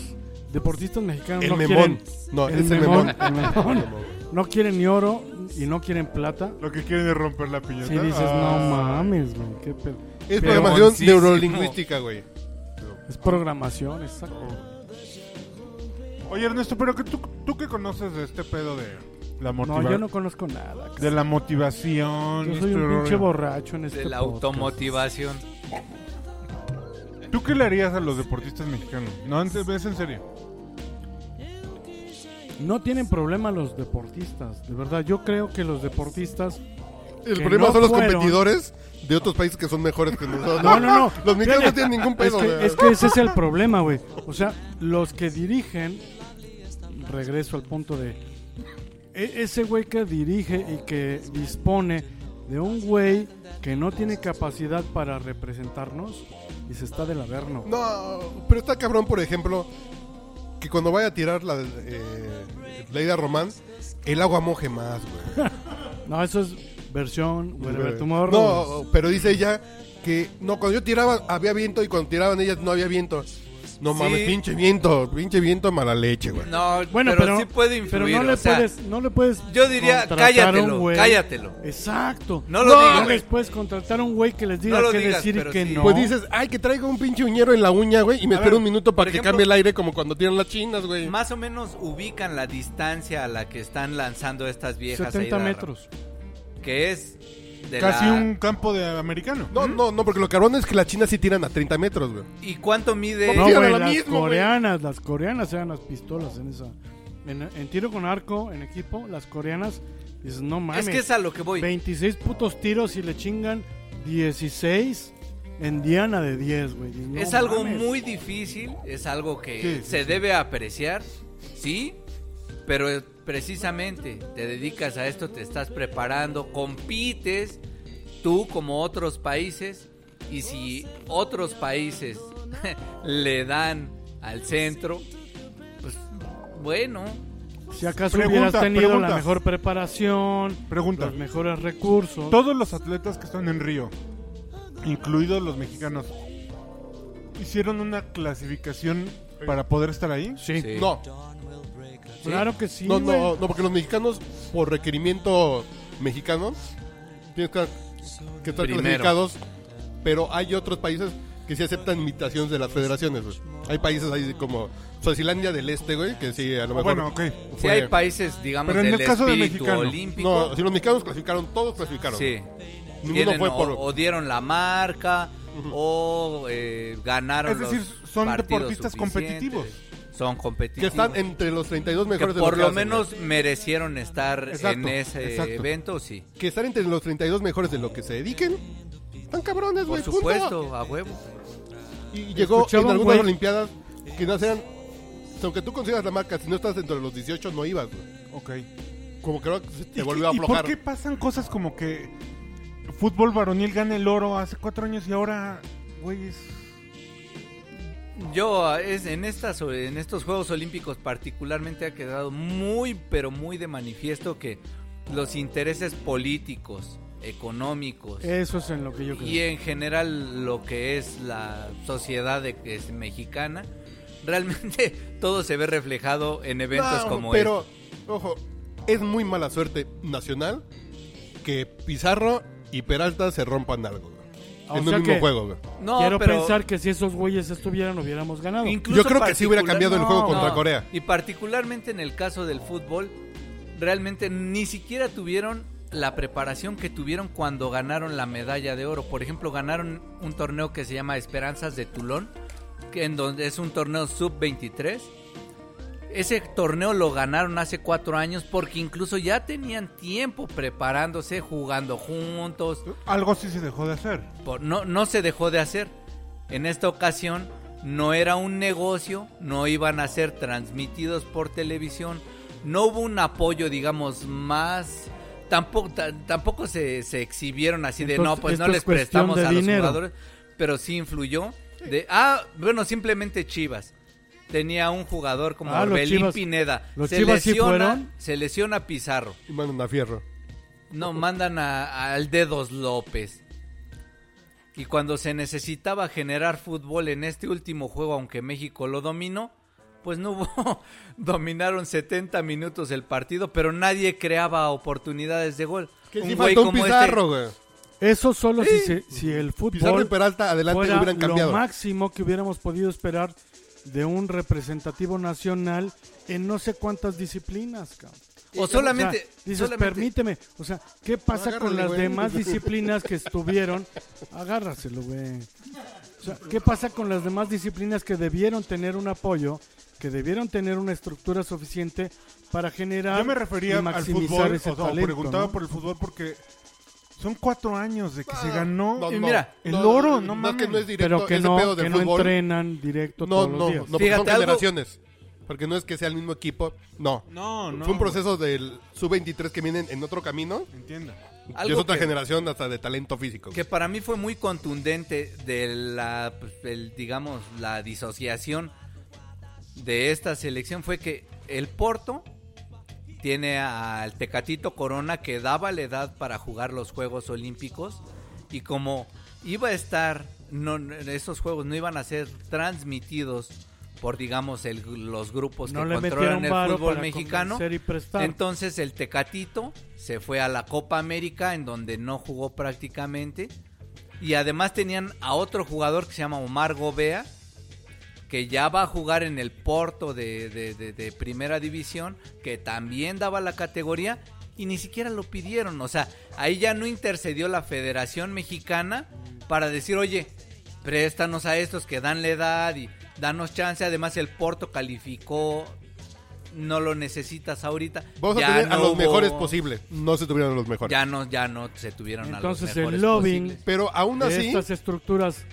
[SPEAKER 4] deportistas mexicanos
[SPEAKER 1] El
[SPEAKER 4] no
[SPEAKER 1] memón.
[SPEAKER 4] quieren...
[SPEAKER 1] No,
[SPEAKER 4] el
[SPEAKER 1] es el
[SPEAKER 4] memón,
[SPEAKER 1] memón.
[SPEAKER 4] el memón. *laughs* No quieren ni oro y no quieren plata.
[SPEAKER 3] Lo que quieren es romper la piñata. Ah.
[SPEAKER 4] Si dices, no mames, güey, qué pedo.
[SPEAKER 1] Es
[SPEAKER 4] Pero
[SPEAKER 1] programación
[SPEAKER 5] mansísimo.
[SPEAKER 1] neurolingüística, güey.
[SPEAKER 4] Es programación, exacto.
[SPEAKER 3] Oye, Ernesto, pero que tú, tú que conoces de este pedo de la
[SPEAKER 4] No,
[SPEAKER 3] motivación.
[SPEAKER 4] yo no conozco nada.
[SPEAKER 3] De la motivación.
[SPEAKER 4] Yo soy
[SPEAKER 3] este
[SPEAKER 4] un pinche
[SPEAKER 3] rollo.
[SPEAKER 4] borracho en este
[SPEAKER 5] De la
[SPEAKER 4] podcast.
[SPEAKER 5] automotivación.
[SPEAKER 3] ¿Tú qué le harías a los deportistas mexicanos? No, en- es en serio.
[SPEAKER 4] No tienen problema los deportistas, de verdad. Yo creo que los deportistas...
[SPEAKER 1] El
[SPEAKER 4] Que
[SPEAKER 1] problema
[SPEAKER 4] no
[SPEAKER 1] son los
[SPEAKER 4] fueron.
[SPEAKER 1] competidores de otros países que son mejores que nosotros.
[SPEAKER 4] No, no, no.
[SPEAKER 1] Los mexicanos no tienen ningún
[SPEAKER 4] Es
[SPEAKER 1] pedo,
[SPEAKER 4] que,
[SPEAKER 1] güey.
[SPEAKER 4] es que ese es el problema, güey. O sea, los que dirigen, regreso al punto de... e- ese güey que dirige y que dispone de un güey que no tiene capacidad para representarnos y se está del averno.
[SPEAKER 1] No, pero está cabrón, por ejemplo, que cuando vaya a tirar la eh, Leida Román, el agua moje más, güey.
[SPEAKER 4] No, eso es versión Wherever Tomorrow.
[SPEAKER 1] Pues, No, pero dice ella que no, cuando yo tiraba había viento y cuando tiraban ellas no había viento. No
[SPEAKER 5] Sí.
[SPEAKER 1] mames, pinche viento, pinche viento mala leche, güey.
[SPEAKER 5] No,
[SPEAKER 4] Bueno,
[SPEAKER 5] pero,
[SPEAKER 4] pero,
[SPEAKER 5] sí puede
[SPEAKER 4] pero
[SPEAKER 5] influir.
[SPEAKER 4] no, le
[SPEAKER 5] o sea,
[SPEAKER 4] puedes, no le puedes.
[SPEAKER 5] yo diría,
[SPEAKER 4] contratar a un
[SPEAKER 5] cállatelo,
[SPEAKER 4] güey.
[SPEAKER 5] cállatelo.
[SPEAKER 4] Exacto.
[SPEAKER 5] No lo digas, güey.
[SPEAKER 4] les puedes contratar a un güey que les diga
[SPEAKER 5] No lo
[SPEAKER 4] qué
[SPEAKER 5] digas,
[SPEAKER 4] decir
[SPEAKER 5] pero
[SPEAKER 4] y que
[SPEAKER 5] sí.
[SPEAKER 4] no.
[SPEAKER 1] Pues dices, ay, que traigo un pinche uñero en la uña, güey, y me espero un minuto para
[SPEAKER 5] por
[SPEAKER 1] que
[SPEAKER 5] ejemplo-
[SPEAKER 1] cambie el aire como cuando tiran las chinas, güey.
[SPEAKER 5] Más o menos ubican la distancia a la que están lanzando estas viejas.
[SPEAKER 4] 70
[SPEAKER 5] ahí de
[SPEAKER 4] metros.
[SPEAKER 5] arra- Que es de
[SPEAKER 3] Casi
[SPEAKER 5] la-
[SPEAKER 3] un campo de americano.
[SPEAKER 1] No,
[SPEAKER 5] ¿Mm?
[SPEAKER 1] no, no, porque lo cabrón es que las chinas sí tiran a 30 metros, güey.
[SPEAKER 5] ¿Y cuánto mide?
[SPEAKER 1] No,
[SPEAKER 4] No,
[SPEAKER 1] Digan
[SPEAKER 4] güey,
[SPEAKER 1] lo
[SPEAKER 4] las
[SPEAKER 1] mismo, güey.
[SPEAKER 4] coreanas, las coreanas eran las pistolas en esa. En, en tiro con arco, en equipo, las coreanas, dices, no mames.
[SPEAKER 5] es que es a lo que voy.
[SPEAKER 4] 26 putos tiros y le chingan 16 en Diana de 10, güey. Dices, no
[SPEAKER 5] es algo
[SPEAKER 4] mames.
[SPEAKER 5] muy difícil, es algo que
[SPEAKER 3] Sí, sí,
[SPEAKER 5] se debe apreciar, sí, pero precisamente te dedicas a esto, te estás preparando, compites tú como otros países y si otros países *laughs* le dan al centro, pues bueno,
[SPEAKER 4] Si acaso
[SPEAKER 3] Pregunta,
[SPEAKER 4] hubieras tenido
[SPEAKER 3] pregunta.
[SPEAKER 4] la mejor preparación,
[SPEAKER 3] Pregunta.
[SPEAKER 4] los mejores recursos.
[SPEAKER 3] Todos los atletas que están en Río, incluidos los mexicanos, ¿hicieron una clasificación para poder estar ahí?
[SPEAKER 4] Sí,
[SPEAKER 5] Sí.
[SPEAKER 1] No,
[SPEAKER 4] claro que sí.
[SPEAKER 1] no,
[SPEAKER 4] güey.
[SPEAKER 1] no, no, porque los mexicanos, por requerimiento mexicano, tienes que, que estar
[SPEAKER 5] Primero.
[SPEAKER 1] clasificados, pero hay otros países que sí aceptan invitaciones de las federaciones, güey. Hay países ahí como Suazilandia del Este, güey, que sí, a lo mejor...
[SPEAKER 3] Bueno, ok.
[SPEAKER 5] si
[SPEAKER 1] fue-
[SPEAKER 5] hay países, digamos,
[SPEAKER 3] Pero en
[SPEAKER 5] del
[SPEAKER 3] el caso de
[SPEAKER 5] espíritu
[SPEAKER 3] mexicano,
[SPEAKER 5] olímpico,
[SPEAKER 1] No, si los mexicanos clasificaron, todos clasificaron.
[SPEAKER 5] sí.
[SPEAKER 1] Ninguno
[SPEAKER 5] tienen
[SPEAKER 1] fue
[SPEAKER 5] o,
[SPEAKER 1] por...
[SPEAKER 5] o dieron la marca o eh, ganaron
[SPEAKER 3] Es decir,
[SPEAKER 5] los
[SPEAKER 3] son
[SPEAKER 5] partidos
[SPEAKER 3] deportistas
[SPEAKER 5] suficientes.
[SPEAKER 3] competitivos.
[SPEAKER 5] Son competitivos.
[SPEAKER 1] que están entre los 32
[SPEAKER 5] Que
[SPEAKER 1] mejores de
[SPEAKER 5] por
[SPEAKER 1] que
[SPEAKER 5] lo
[SPEAKER 1] hacen, güey.
[SPEAKER 5] menos merecieron estar
[SPEAKER 1] Exacto,
[SPEAKER 5] en ese
[SPEAKER 1] exacto.
[SPEAKER 5] evento, sí.
[SPEAKER 1] que están entre los 32 mejores de lo que se dediquen. Están cabrones,
[SPEAKER 5] Por
[SPEAKER 1] güey. punto.
[SPEAKER 5] supuesto, a huevo.
[SPEAKER 1] Y llegó en
[SPEAKER 4] Escuchaba un
[SPEAKER 1] algunas
[SPEAKER 4] güey-
[SPEAKER 1] Olimpiadas que no sean. Aunque tú consigas la marca, si no estás dentro de los 18, no ibas, güey.
[SPEAKER 3] Ok.
[SPEAKER 1] Como que luego se
[SPEAKER 3] ¿Y
[SPEAKER 1] te volvió a
[SPEAKER 3] qué- ¿Y
[SPEAKER 1] aflojar.
[SPEAKER 3] por qué pasan cosas como que fútbol varonil gana el oro hace cuatro años y ahora, güey, es...
[SPEAKER 5] Yo ah, es, en estas en estos Juegos Olímpicos particularmente ha quedado muy pero muy de manifiesto que los intereses políticos, económicos
[SPEAKER 4] Eso es en lo que yo creo.
[SPEAKER 5] y en general lo que es la sociedad de- es mexicana, realmente *laughs* todo se ve reflejado en eventos
[SPEAKER 1] No,
[SPEAKER 5] como este.
[SPEAKER 1] pero, ojo, es muy mala suerte nacional que Pizarro y Peralta se rompan algo, güey.
[SPEAKER 5] este.
[SPEAKER 4] O
[SPEAKER 1] en un
[SPEAKER 4] sea
[SPEAKER 1] mismo
[SPEAKER 4] que
[SPEAKER 1] juego, güey.
[SPEAKER 5] No,
[SPEAKER 4] Quiero
[SPEAKER 5] pero
[SPEAKER 4] pensar que si esos güeyes estuvieran, hubiéramos ganado.
[SPEAKER 5] incluso
[SPEAKER 1] Yo creo que sí hubiera
[SPEAKER 5] particular-
[SPEAKER 1] cambiado el
[SPEAKER 5] No,
[SPEAKER 1] juego
[SPEAKER 5] no.
[SPEAKER 1] contra Corea.
[SPEAKER 5] Y particularmente en el caso del fútbol, realmente ni siquiera tuvieron la preparación que tuvieron cuando ganaron la medalla de oro. Por ejemplo, ganaron un torneo que se llama Esperanzas de Tulón, que en donde es un torneo sub-23. Ese torneo lo ganaron hace cuatro años porque incluso ya tenían tiempo preparándose, jugando juntos,
[SPEAKER 3] Algo sí se dejó de hacer.
[SPEAKER 5] por- no, no se dejó de hacer. En esta ocasión no era un negocio, no iban a ser transmitidos por televisión, no hubo un apoyo, digamos, más... Tampoco, ta- tampoco se, se exhibieron así de,
[SPEAKER 4] Entonces,
[SPEAKER 5] no, pues
[SPEAKER 4] esto
[SPEAKER 5] no
[SPEAKER 4] es
[SPEAKER 5] les
[SPEAKER 4] cuestión
[SPEAKER 5] prestamos
[SPEAKER 4] de
[SPEAKER 5] a los
[SPEAKER 4] dinero.
[SPEAKER 5] jugadores, pero sí influyó. De, ah, bueno, simplemente Chivas. Tenía un jugador como
[SPEAKER 4] Ah, los
[SPEAKER 5] Orbelín
[SPEAKER 4] Chivas-
[SPEAKER 5] Pineda.
[SPEAKER 4] los
[SPEAKER 5] se,
[SPEAKER 4] Chivas sí
[SPEAKER 5] lesiona,
[SPEAKER 4] fueron.
[SPEAKER 5] se lesiona Pizarro.
[SPEAKER 1] Y mandan a fierro.
[SPEAKER 5] No, mandan a- al Dedos López. Y cuando se necesitaba generar fútbol en este último juego, aunque México lo dominó, pues no hubo. *laughs* Dominaron 70 minutos el partido, pero nadie creaba oportunidades de gol.
[SPEAKER 1] Que sí
[SPEAKER 5] güey
[SPEAKER 1] faltó un
[SPEAKER 5] como este-
[SPEAKER 1] pizarro, güey.
[SPEAKER 4] Eso solo si, se- si
[SPEAKER 1] Pizarro y
[SPEAKER 4] el fútbol
[SPEAKER 1] Peralta adelante
[SPEAKER 4] fuera
[SPEAKER 1] hubieran
[SPEAKER 4] lo
[SPEAKER 1] cambiado.
[SPEAKER 4] máximo que hubiéramos podido esperar de un representativo nacional en no sé cuántas disciplinas, cabrón.
[SPEAKER 5] o solamente.
[SPEAKER 4] sea, dices,
[SPEAKER 5] solamente-
[SPEAKER 4] permíteme, o sea, ¿qué pasa con
[SPEAKER 1] agárrale,
[SPEAKER 4] las
[SPEAKER 1] güey.
[SPEAKER 5] *laughs*
[SPEAKER 4] demás disciplinas que estuvieron? Agárraselo, güey. O sea, ¿qué pasa con las demás disciplinas que debieron tener un apoyo, que debieron tener una estructura suficiente para generar
[SPEAKER 3] Yo me refería
[SPEAKER 4] y
[SPEAKER 3] al
[SPEAKER 4] maximizar
[SPEAKER 3] fútbol,
[SPEAKER 4] ese
[SPEAKER 3] o, o
[SPEAKER 4] talento,
[SPEAKER 3] preguntaba
[SPEAKER 4] ¿no?
[SPEAKER 3] por el fútbol porque son cuatro años de que se ganó
[SPEAKER 1] Ah, No,
[SPEAKER 5] Y
[SPEAKER 1] no,
[SPEAKER 5] mira,
[SPEAKER 3] el oro, no
[SPEAKER 1] es que
[SPEAKER 3] mames.
[SPEAKER 1] no es directo
[SPEAKER 4] pero que
[SPEAKER 1] ese
[SPEAKER 4] no,
[SPEAKER 1] pedo del
[SPEAKER 4] que no
[SPEAKER 1] fútbol.
[SPEAKER 4] entrenan directo
[SPEAKER 1] no,
[SPEAKER 4] todos los
[SPEAKER 1] no,
[SPEAKER 4] días.
[SPEAKER 1] no,
[SPEAKER 5] Fíjate,
[SPEAKER 1] son
[SPEAKER 5] algo-
[SPEAKER 1] generaciones. Porque no es que sea el mismo equipo. No.
[SPEAKER 3] No, no.
[SPEAKER 1] Fue un proceso del sub-23 que vienen en otro camino.
[SPEAKER 3] Entiendo.
[SPEAKER 1] Y es
[SPEAKER 5] Algo
[SPEAKER 1] otra
[SPEAKER 5] que-
[SPEAKER 1] generación hasta de talento físico.
[SPEAKER 5] que para mí fue muy contundente de la, pues, del, digamos, la disociación de esta selección fue que el Porto tiene al Tecatito Corona que daba la edad para jugar los Juegos Olímpicos y como iba a estar, no, no, esos Juegos no iban a ser transmitidos por, digamos, el- los grupos
[SPEAKER 4] No
[SPEAKER 5] que
[SPEAKER 4] le
[SPEAKER 5] controlan
[SPEAKER 4] metieron
[SPEAKER 5] el
[SPEAKER 4] varo
[SPEAKER 5] fútbol
[SPEAKER 4] para
[SPEAKER 5] mexicano.
[SPEAKER 4] convencer y prestar.
[SPEAKER 5] Entonces el Tecatito se fue a la Copa América en donde no jugó prácticamente. Y además tenían a otro jugador que se llama Omar Gobea, que ya va a jugar en el Porto de, de- de- de Primera División, que también daba la categoría y ni siquiera lo pidieron. O sea, ahí ya no intercedió la Federación Mexicana para decir, oye, préstanos a estos que dan la edad y danos chance. Además el Porto calificó, no lo necesitas ahorita.
[SPEAKER 1] Vamos
[SPEAKER 5] Ya
[SPEAKER 1] a tener a
[SPEAKER 5] no
[SPEAKER 1] los
[SPEAKER 5] hubo-
[SPEAKER 1] mejores posible. No se tuvieron a los mejores.
[SPEAKER 5] Ya no, ya no se tuvieron a
[SPEAKER 4] Entonces,
[SPEAKER 5] los
[SPEAKER 4] el
[SPEAKER 5] mejores
[SPEAKER 4] lobbying-
[SPEAKER 5] posibles.
[SPEAKER 1] Pero aún
[SPEAKER 4] de
[SPEAKER 1] así,
[SPEAKER 4] estas estructuras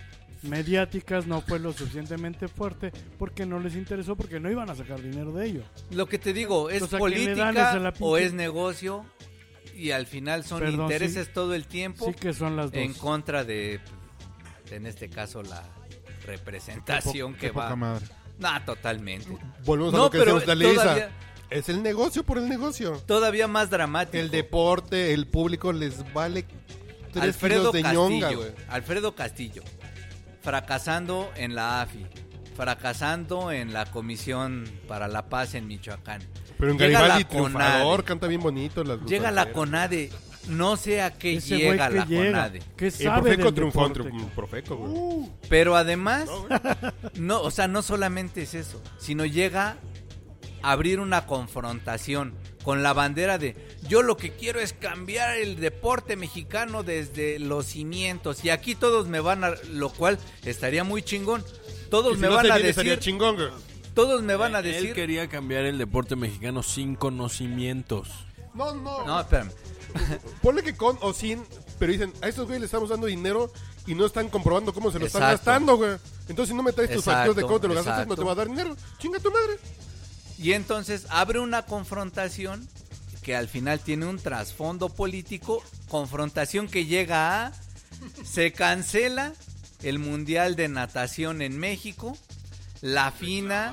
[SPEAKER 4] mediáticas no fue lo suficientemente fuerte porque no les interesó porque no iban a sacar dinero de ello.
[SPEAKER 5] Lo que te digo, es
[SPEAKER 4] O sea, que pues, le dan esa la
[SPEAKER 5] política
[SPEAKER 4] pinche-
[SPEAKER 5] o es negocio y al final son
[SPEAKER 4] Perdón,
[SPEAKER 5] intereses
[SPEAKER 4] sí.
[SPEAKER 5] todo el tiempo
[SPEAKER 4] Sí que son las dos.
[SPEAKER 5] en contra de, en este caso, la representación que
[SPEAKER 3] Qué poca
[SPEAKER 5] va.
[SPEAKER 3] madre.
[SPEAKER 5] No, totalmente.
[SPEAKER 1] volvemos a
[SPEAKER 5] No,
[SPEAKER 1] lo que
[SPEAKER 5] pero
[SPEAKER 1] decíamos de Aleisa.
[SPEAKER 5] todavía-
[SPEAKER 1] Es el negocio por el negocio.
[SPEAKER 5] Todavía más dramático.
[SPEAKER 1] El deporte, el público les vale tres kilos
[SPEAKER 5] Alfredo
[SPEAKER 1] de
[SPEAKER 5] Castillo.
[SPEAKER 1] ñonga, güey.
[SPEAKER 5] Alfredo Castillo. Fracasando en la AFI. Fracasando en la Comisión para la Paz en Michoacán.
[SPEAKER 1] Pero en
[SPEAKER 5] Llega
[SPEAKER 1] Garibaldi
[SPEAKER 5] la CONADE.
[SPEAKER 1] triunfador, canta bien bonito. Las
[SPEAKER 5] Llega la CONADE. No sé a qué
[SPEAKER 4] Ese güey
[SPEAKER 5] llega
[SPEAKER 4] que
[SPEAKER 5] la
[SPEAKER 4] llega,
[SPEAKER 5] CONADE.
[SPEAKER 4] que
[SPEAKER 1] El
[SPEAKER 4] sabe
[SPEAKER 1] Profeco
[SPEAKER 4] del
[SPEAKER 1] triunfó,
[SPEAKER 4] deporte,
[SPEAKER 1] triun-
[SPEAKER 4] cabrón.
[SPEAKER 1] Profeco, güey.
[SPEAKER 5] Pero además, no, o sea, no solamente es eso, sino llega a abrir una confrontación con la bandera de yo lo que quiero es cambiar el deporte mexicano desde los cimientos y aquí todos me van a lo cual estaría muy chingón. Todos
[SPEAKER 1] Y si
[SPEAKER 5] me
[SPEAKER 1] no
[SPEAKER 5] van
[SPEAKER 1] se
[SPEAKER 5] a
[SPEAKER 1] viene, estaría
[SPEAKER 5] decir,
[SPEAKER 1] chingón, güey.
[SPEAKER 5] todos me van a
[SPEAKER 6] Él
[SPEAKER 5] decir,
[SPEAKER 6] quería cambiar el deporte mexicano sin conocimientos.
[SPEAKER 1] No, no.
[SPEAKER 5] no, espérame.
[SPEAKER 1] Ponle que con o sin, pero dicen, a estos güeyes les estamos dando dinero y no están comprobando cómo se lo están
[SPEAKER 5] Exacto.
[SPEAKER 1] gastando, güey. Entonces, si no me traes tus
[SPEAKER 5] Exacto,
[SPEAKER 1] facturas de cómo te lo gastaste, no
[SPEAKER 5] exacto.
[SPEAKER 1] te va a dar dinero. Chinga tu madre.
[SPEAKER 5] Y entonces abre una confrontación que al final tiene un trasfondo político, confrontación que llega a se cancela el Mundial de Natación en México, la FINA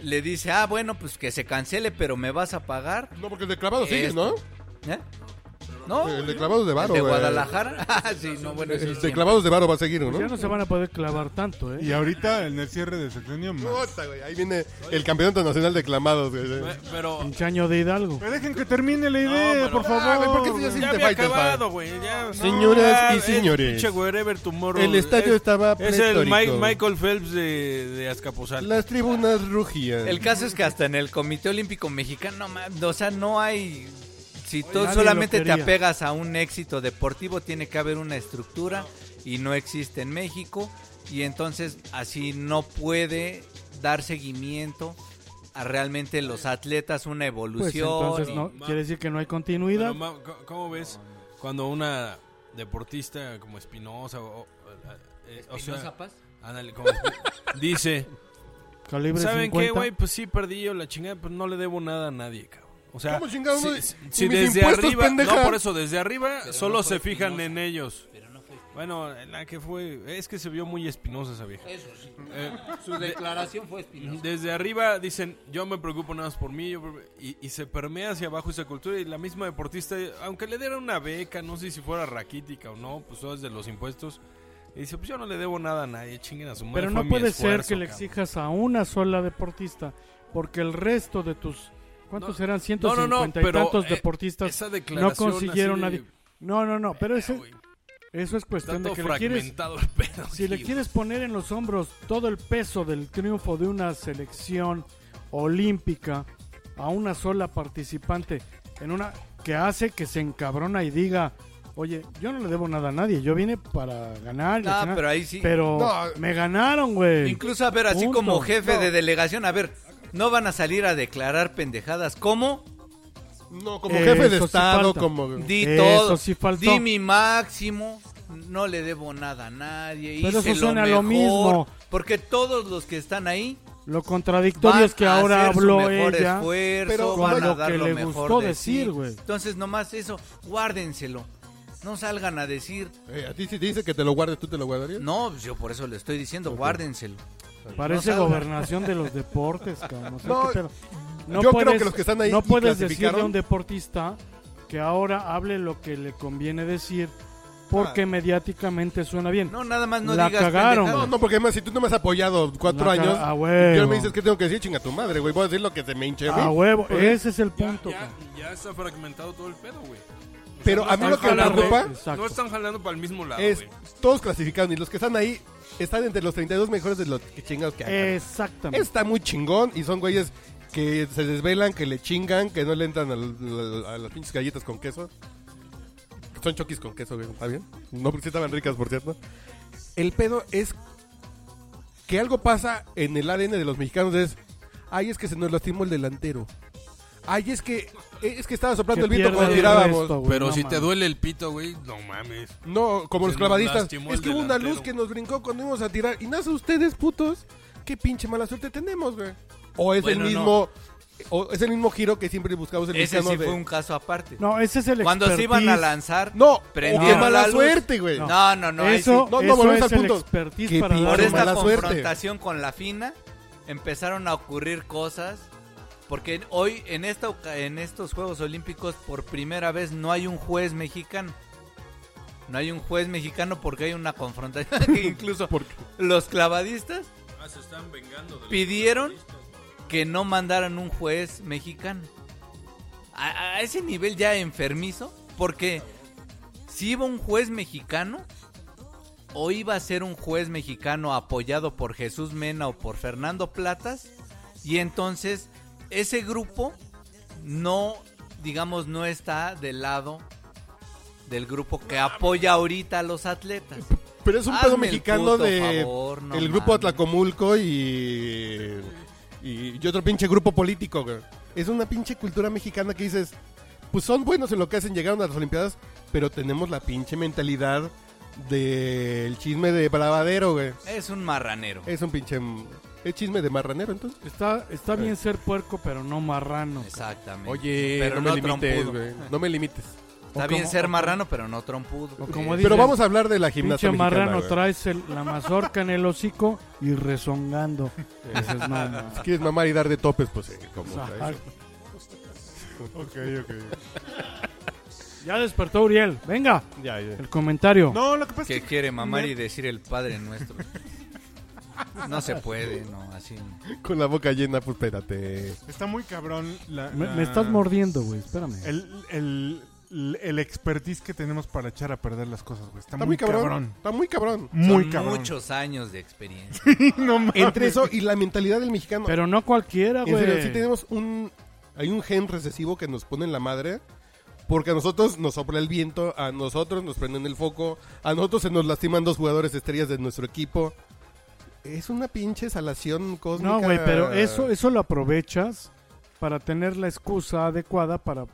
[SPEAKER 5] le dice, ah, bueno, pues que se cancele, pero me vas a pagar.
[SPEAKER 1] No, porque el de clavado sigue,
[SPEAKER 5] Esto.
[SPEAKER 1] ¿no?
[SPEAKER 5] ¿Eh? ¿No?
[SPEAKER 1] El de clavados de varo.
[SPEAKER 5] ¿De
[SPEAKER 1] güey.
[SPEAKER 5] Guadalajara? *laughs* Ah, sí, no, bueno, eso
[SPEAKER 1] El de
[SPEAKER 5] siempre.
[SPEAKER 1] clavados de varo va a seguir,
[SPEAKER 4] Pues
[SPEAKER 1] ¿no?
[SPEAKER 4] ya no se van a poder clavar tanto, ¿eh?
[SPEAKER 3] Y ahorita en el cierre de sexenio más.
[SPEAKER 1] Puta, güey, Ahí viene el campeonato nacional de clavados, güey.
[SPEAKER 6] Pe- Pero.
[SPEAKER 4] Pinche año de Hidalgo.
[SPEAKER 3] Pero dejen que termine la idea,
[SPEAKER 6] pero-
[SPEAKER 3] por favor.
[SPEAKER 1] Ah, güey, ¿por qué estoy
[SPEAKER 3] güey.
[SPEAKER 1] así?
[SPEAKER 6] Ya
[SPEAKER 1] te
[SPEAKER 6] había
[SPEAKER 1] falta el
[SPEAKER 6] acabado, güey. ya.
[SPEAKER 1] Señoras y
[SPEAKER 6] Ah, es
[SPEAKER 1] señores,
[SPEAKER 6] pinche wherever tomorrow.
[SPEAKER 1] el estadio
[SPEAKER 6] Es-
[SPEAKER 1] estaba
[SPEAKER 6] Es el
[SPEAKER 1] pletórico.
[SPEAKER 6] Mi- Michael Phelps de, de Azcapotzalco.
[SPEAKER 1] Las tribunas rugían.
[SPEAKER 5] El caso es que hasta en el Comité Olímpico Mexicano, ma- o sea, no hay... Si tú
[SPEAKER 4] Nadie lo
[SPEAKER 5] solamente te
[SPEAKER 4] quería.
[SPEAKER 5] apegas a un éxito deportivo, tiene que haber una estructura y no existe en México. Y entonces así no puede dar seguimiento a realmente los atletas, una
[SPEAKER 4] Pues
[SPEAKER 5] evolución.
[SPEAKER 4] entonces
[SPEAKER 5] y-
[SPEAKER 4] no, quiere decir que no hay
[SPEAKER 6] Pero,
[SPEAKER 4] continuidad.
[SPEAKER 6] ma, co- ¿Cómo ves cuando una deportista como Espinosa o, o- eh, o sea, ándale, como Espi- dice,
[SPEAKER 4] Calibre
[SPEAKER 6] ¿saben qué,
[SPEAKER 4] 50.
[SPEAKER 6] güey? Pues sí, perdí o la chingada, pero no le debo nada a nadie, cabrón. O sea,
[SPEAKER 1] ¿Cómo chingado,
[SPEAKER 6] si,
[SPEAKER 1] güey?
[SPEAKER 6] si-
[SPEAKER 1] ¿Y
[SPEAKER 6] si
[SPEAKER 1] mis
[SPEAKER 6] desde
[SPEAKER 1] impuestos,
[SPEAKER 6] arriba,
[SPEAKER 1] pendeja?
[SPEAKER 6] no por eso, desde arriba solo se fijan en ellos. Bueno, en la que fue, es que se vio muy espinosa esa vieja. Eh,
[SPEAKER 5] Su declaración fue espinosa.
[SPEAKER 6] Desde arriba dicen, yo me preocupo nada más por mí, yo pre- y, y se permea hacia abajo esa cultura. Y la misma deportista, aunque le diera una beca, no sé si fuera raquítica o no, pues todo es de los impuestos. Y dice, pues yo no le debo nada a nadie, chinguen a su madre.
[SPEAKER 4] Pero
[SPEAKER 6] fue
[SPEAKER 4] no
[SPEAKER 6] mi
[SPEAKER 4] puede ser
[SPEAKER 6] esfuerzo,
[SPEAKER 4] que le
[SPEAKER 6] cabrón".
[SPEAKER 4] exijas a una sola deportista, porque el resto de tus... ¿Cuántos eran?
[SPEAKER 6] No,
[SPEAKER 4] 150
[SPEAKER 6] no, no,
[SPEAKER 4] y
[SPEAKER 6] pero,
[SPEAKER 4] tantos
[SPEAKER 6] eh,
[SPEAKER 4] deportistas.
[SPEAKER 6] esa declaración
[SPEAKER 4] no consiguieron
[SPEAKER 6] así de-
[SPEAKER 4] nadie. No, no, no, pero ese,
[SPEAKER 6] Uy,
[SPEAKER 4] eso es
[SPEAKER 6] Está
[SPEAKER 4] cuestión de
[SPEAKER 6] todo
[SPEAKER 4] que le quieres...
[SPEAKER 6] fragmentado el pedo.
[SPEAKER 4] Si le
[SPEAKER 6] aquí,
[SPEAKER 4] quieres poner en los hombros todo el peso del triunfo de una selección olímpica a una sola participante, en una que hace que se encabrona y diga, oye, yo no le debo nada a nadie, yo vine para ganar. y
[SPEAKER 5] Ah,
[SPEAKER 4] ganar".
[SPEAKER 5] pero ahí sí.
[SPEAKER 4] Pero
[SPEAKER 1] No.
[SPEAKER 4] me ganaron, güey.
[SPEAKER 5] Incluso, a ver, así
[SPEAKER 4] Punto.
[SPEAKER 5] como jefe
[SPEAKER 1] No.
[SPEAKER 5] de delegación, a ver, no van a salir a declarar pendejadas. ¿Cómo?
[SPEAKER 1] No, como
[SPEAKER 4] Eso
[SPEAKER 1] jefe de
[SPEAKER 4] sí
[SPEAKER 1] Estado,
[SPEAKER 4] falta.
[SPEAKER 1] como...
[SPEAKER 5] Di
[SPEAKER 4] Eso
[SPEAKER 5] todo.
[SPEAKER 4] sí faltó.
[SPEAKER 5] Di mi máximo. No le debo nada a nadie.
[SPEAKER 4] Pero
[SPEAKER 5] hice
[SPEAKER 4] eso suena a
[SPEAKER 5] lo
[SPEAKER 4] lo
[SPEAKER 5] mejor,
[SPEAKER 4] mismo.
[SPEAKER 5] Porque todos los que están ahí
[SPEAKER 4] Lo
[SPEAKER 5] van
[SPEAKER 4] contradictorio es que
[SPEAKER 5] a
[SPEAKER 4] ahora
[SPEAKER 5] hacer su
[SPEAKER 4] habló
[SPEAKER 5] mejor
[SPEAKER 4] ella.
[SPEAKER 5] esfuerzo,
[SPEAKER 1] pero
[SPEAKER 5] van
[SPEAKER 4] con
[SPEAKER 5] a
[SPEAKER 4] lo
[SPEAKER 5] dar
[SPEAKER 4] que
[SPEAKER 5] lo
[SPEAKER 4] le
[SPEAKER 5] mejor
[SPEAKER 4] gustó
[SPEAKER 5] de sí.
[SPEAKER 4] decir, güey.
[SPEAKER 5] Entonces, nomás eso, guárdenselo. No salgan a decir,
[SPEAKER 1] Eh, a ti si te dice que te lo guardes, ¿tú te lo guardarías?
[SPEAKER 5] no, pues yo por eso le estoy diciendo, guárdenselo.
[SPEAKER 4] Parece
[SPEAKER 5] No salga.
[SPEAKER 4] gobernación de los deportes, cabrón. O sea,
[SPEAKER 1] No,
[SPEAKER 4] qué pedo.
[SPEAKER 1] yo creo que los que están ahí
[SPEAKER 4] No
[SPEAKER 1] y
[SPEAKER 4] puedes
[SPEAKER 1] clasificaron-
[SPEAKER 4] decirle a un deportista que ahora hable lo que le conviene decir
[SPEAKER 1] Ah.
[SPEAKER 4] porque mediáticamente suena bien.
[SPEAKER 5] No, nada más no
[SPEAKER 4] La
[SPEAKER 5] digas
[SPEAKER 4] cagaron,
[SPEAKER 5] pendejadas.
[SPEAKER 1] No, no, porque además, si tú no me has apoyado cuatro
[SPEAKER 4] La ca-
[SPEAKER 1] años,
[SPEAKER 4] a huevo.
[SPEAKER 1] yo me dices que tengo que decir, chinga tu madre, güey. Voy a decir lo que se me hinche, güey.
[SPEAKER 4] a huevo, ese es el
[SPEAKER 6] Ya-
[SPEAKER 4] punto.
[SPEAKER 6] ya,
[SPEAKER 4] cabrón.
[SPEAKER 6] ya está fragmentado todo el pedo, güey.
[SPEAKER 1] Pero a mí lo que me
[SPEAKER 4] Ojalá, güey.
[SPEAKER 1] preocupa
[SPEAKER 4] Exacto.
[SPEAKER 6] No están jalando para el mismo lado,
[SPEAKER 1] es
[SPEAKER 6] güey.
[SPEAKER 1] todos clasificados y los que están ahí están entre los 32 mejores de los que chingados que
[SPEAKER 4] Eh,
[SPEAKER 1] hay.
[SPEAKER 4] Exactamente.
[SPEAKER 1] Está muy chingón y son güeyes que se desvelan, que le chingan, que no le entran al- al- a las pinches galletas con queso. Son choquis con queso, güey, ¿está bien? No, porque sí estaban ricas, por cierto. El pedo es que algo pasa en el ADN de los mexicanos es, ay, es que se nos lastimó el delantero. Ay, es que eh, es que estaba soplando
[SPEAKER 4] Que
[SPEAKER 1] el viento
[SPEAKER 4] pierda
[SPEAKER 1] cuando
[SPEAKER 4] el
[SPEAKER 1] tirábamos.
[SPEAKER 4] resto, güey,
[SPEAKER 6] Pero
[SPEAKER 4] no
[SPEAKER 6] si te
[SPEAKER 4] mames.
[SPEAKER 6] duele el pito, güey, no mames.
[SPEAKER 1] No, como
[SPEAKER 6] Se
[SPEAKER 1] los
[SPEAKER 6] nos
[SPEAKER 1] clavadistas.
[SPEAKER 6] lastimó
[SPEAKER 1] Es
[SPEAKER 6] el
[SPEAKER 1] que hubo una
[SPEAKER 6] delantero.
[SPEAKER 1] luz que nos brincó cuando íbamos a tirar. Y nada, ustedes, putos. Qué pinche mala suerte tenemos, güey. O es
[SPEAKER 5] Bueno,
[SPEAKER 1] el mismo. O es el mismo giro que siempre buscamos el
[SPEAKER 5] Ese
[SPEAKER 1] mexicano
[SPEAKER 5] sí
[SPEAKER 1] de-
[SPEAKER 5] fue un caso aparte.
[SPEAKER 4] No, ese es el
[SPEAKER 5] Cuando se iban a
[SPEAKER 4] expertise.
[SPEAKER 5] lanzar,
[SPEAKER 1] No,
[SPEAKER 5] prendieron
[SPEAKER 1] o qué mala
[SPEAKER 5] la luz.
[SPEAKER 1] suerte, güey.
[SPEAKER 4] No.
[SPEAKER 5] No, no, no. ahí
[SPEAKER 4] eso,
[SPEAKER 5] sí.
[SPEAKER 1] No, no,
[SPEAKER 4] eso
[SPEAKER 1] volvemos
[SPEAKER 4] es
[SPEAKER 1] al punto.
[SPEAKER 4] el expertise
[SPEAKER 1] Qué
[SPEAKER 4] para
[SPEAKER 1] pinche
[SPEAKER 4] dar
[SPEAKER 5] Por
[SPEAKER 1] Qué
[SPEAKER 4] una-
[SPEAKER 5] esta
[SPEAKER 1] mala suerte.
[SPEAKER 5] confrontación con la FINA empezaron a ocurrir cosas. Porque en- hoy en, esta, oca- en estos Juegos Olímpicos por primera vez no hay un juez mexicano. No hay un juez mexicano porque hay una confrontación. *laughs* que incluso los clavadistas
[SPEAKER 6] Ah, se están vengando de
[SPEAKER 5] pidieron que no mandaran un juez mexicano. A, a ese nivel ya enfermizo, porque si iba un juez mexicano o iba a ser un juez mexicano apoyado por Jesús Mena o por Fernando Platas, y entonces ese grupo no, digamos, no está del lado del grupo que apoya ahorita a los atletas.
[SPEAKER 1] Pero es un
[SPEAKER 5] Hazme
[SPEAKER 1] pedo
[SPEAKER 5] el
[SPEAKER 1] mexicano
[SPEAKER 5] puto
[SPEAKER 1] de.
[SPEAKER 5] favor, no
[SPEAKER 1] el grupo
[SPEAKER 5] mames.
[SPEAKER 1] Atlacomulco y. Y, y otro pinche grupo político, güey. Es una pinche cultura mexicana que dices. Pues son buenos en lo que hacen, llegaron a las Olimpiadas. Pero tenemos la pinche mentalidad del chisme de bravadero, güey.
[SPEAKER 5] Es un marranero.
[SPEAKER 1] Es un pinche. m- Es chisme de marranero, entonces.
[SPEAKER 4] Está, está bien ser puerco, pero no marrano.
[SPEAKER 5] Exactamente.
[SPEAKER 1] Oye,
[SPEAKER 5] Pero
[SPEAKER 1] no, me limites,
[SPEAKER 5] trompudo.
[SPEAKER 1] güey. No me limites.
[SPEAKER 5] Está
[SPEAKER 4] O
[SPEAKER 5] bien
[SPEAKER 4] como-
[SPEAKER 5] ser
[SPEAKER 4] o
[SPEAKER 5] marrano, pero no trompudo.
[SPEAKER 4] O como
[SPEAKER 1] Pero
[SPEAKER 4] dicen,
[SPEAKER 1] vamos a hablar de la gimnasia
[SPEAKER 4] Pinche
[SPEAKER 1] mexicana.
[SPEAKER 4] marrano,
[SPEAKER 1] güey.
[SPEAKER 4] traes el- la mazorca en el hocico y rezongando. Dices, *laughs* no, no.
[SPEAKER 1] Si quieres mamar y dar de topes, pues. eh, como
[SPEAKER 4] Exacto.
[SPEAKER 1] traes. ok, ok.
[SPEAKER 4] Ya despertó Uriel. Venga,
[SPEAKER 1] *laughs* Ya, ya.
[SPEAKER 4] el comentario.
[SPEAKER 3] No, lo que pasa
[SPEAKER 5] que
[SPEAKER 3] es que.
[SPEAKER 5] quiere mamar y decir el Padre Nuestro. No se puede, no, así.
[SPEAKER 1] Con la boca llena, pues espérate.
[SPEAKER 3] Está muy cabrón. La,
[SPEAKER 4] Me,
[SPEAKER 3] la-
[SPEAKER 4] me estás mordiendo, güey. Espérame.
[SPEAKER 3] El, el, el, el expertise que tenemos para echar a perder las cosas, güey. Está,
[SPEAKER 1] Está
[SPEAKER 3] muy cabrón.
[SPEAKER 1] Está muy cabrón.
[SPEAKER 3] Muy
[SPEAKER 5] Son
[SPEAKER 3] cabrón.
[SPEAKER 5] Muchos años de experiencia.
[SPEAKER 3] *laughs* No mames.
[SPEAKER 1] Entre eso y la mentalidad del mexicano.
[SPEAKER 4] Pero no cualquiera,
[SPEAKER 1] en serio,
[SPEAKER 4] güey.
[SPEAKER 1] sí tenemos un... Hay un gen recesivo que nos pone en la madre. Porque a nosotros nos sopla el viento, a nosotros nos prenden el foco, a nosotros se nos lastiman dos jugadores estrellas de nuestro equipo. Es una pinche salación cósmica.
[SPEAKER 4] No, güey, pero eso, eso lo aprovechas para tener la excusa adecuada para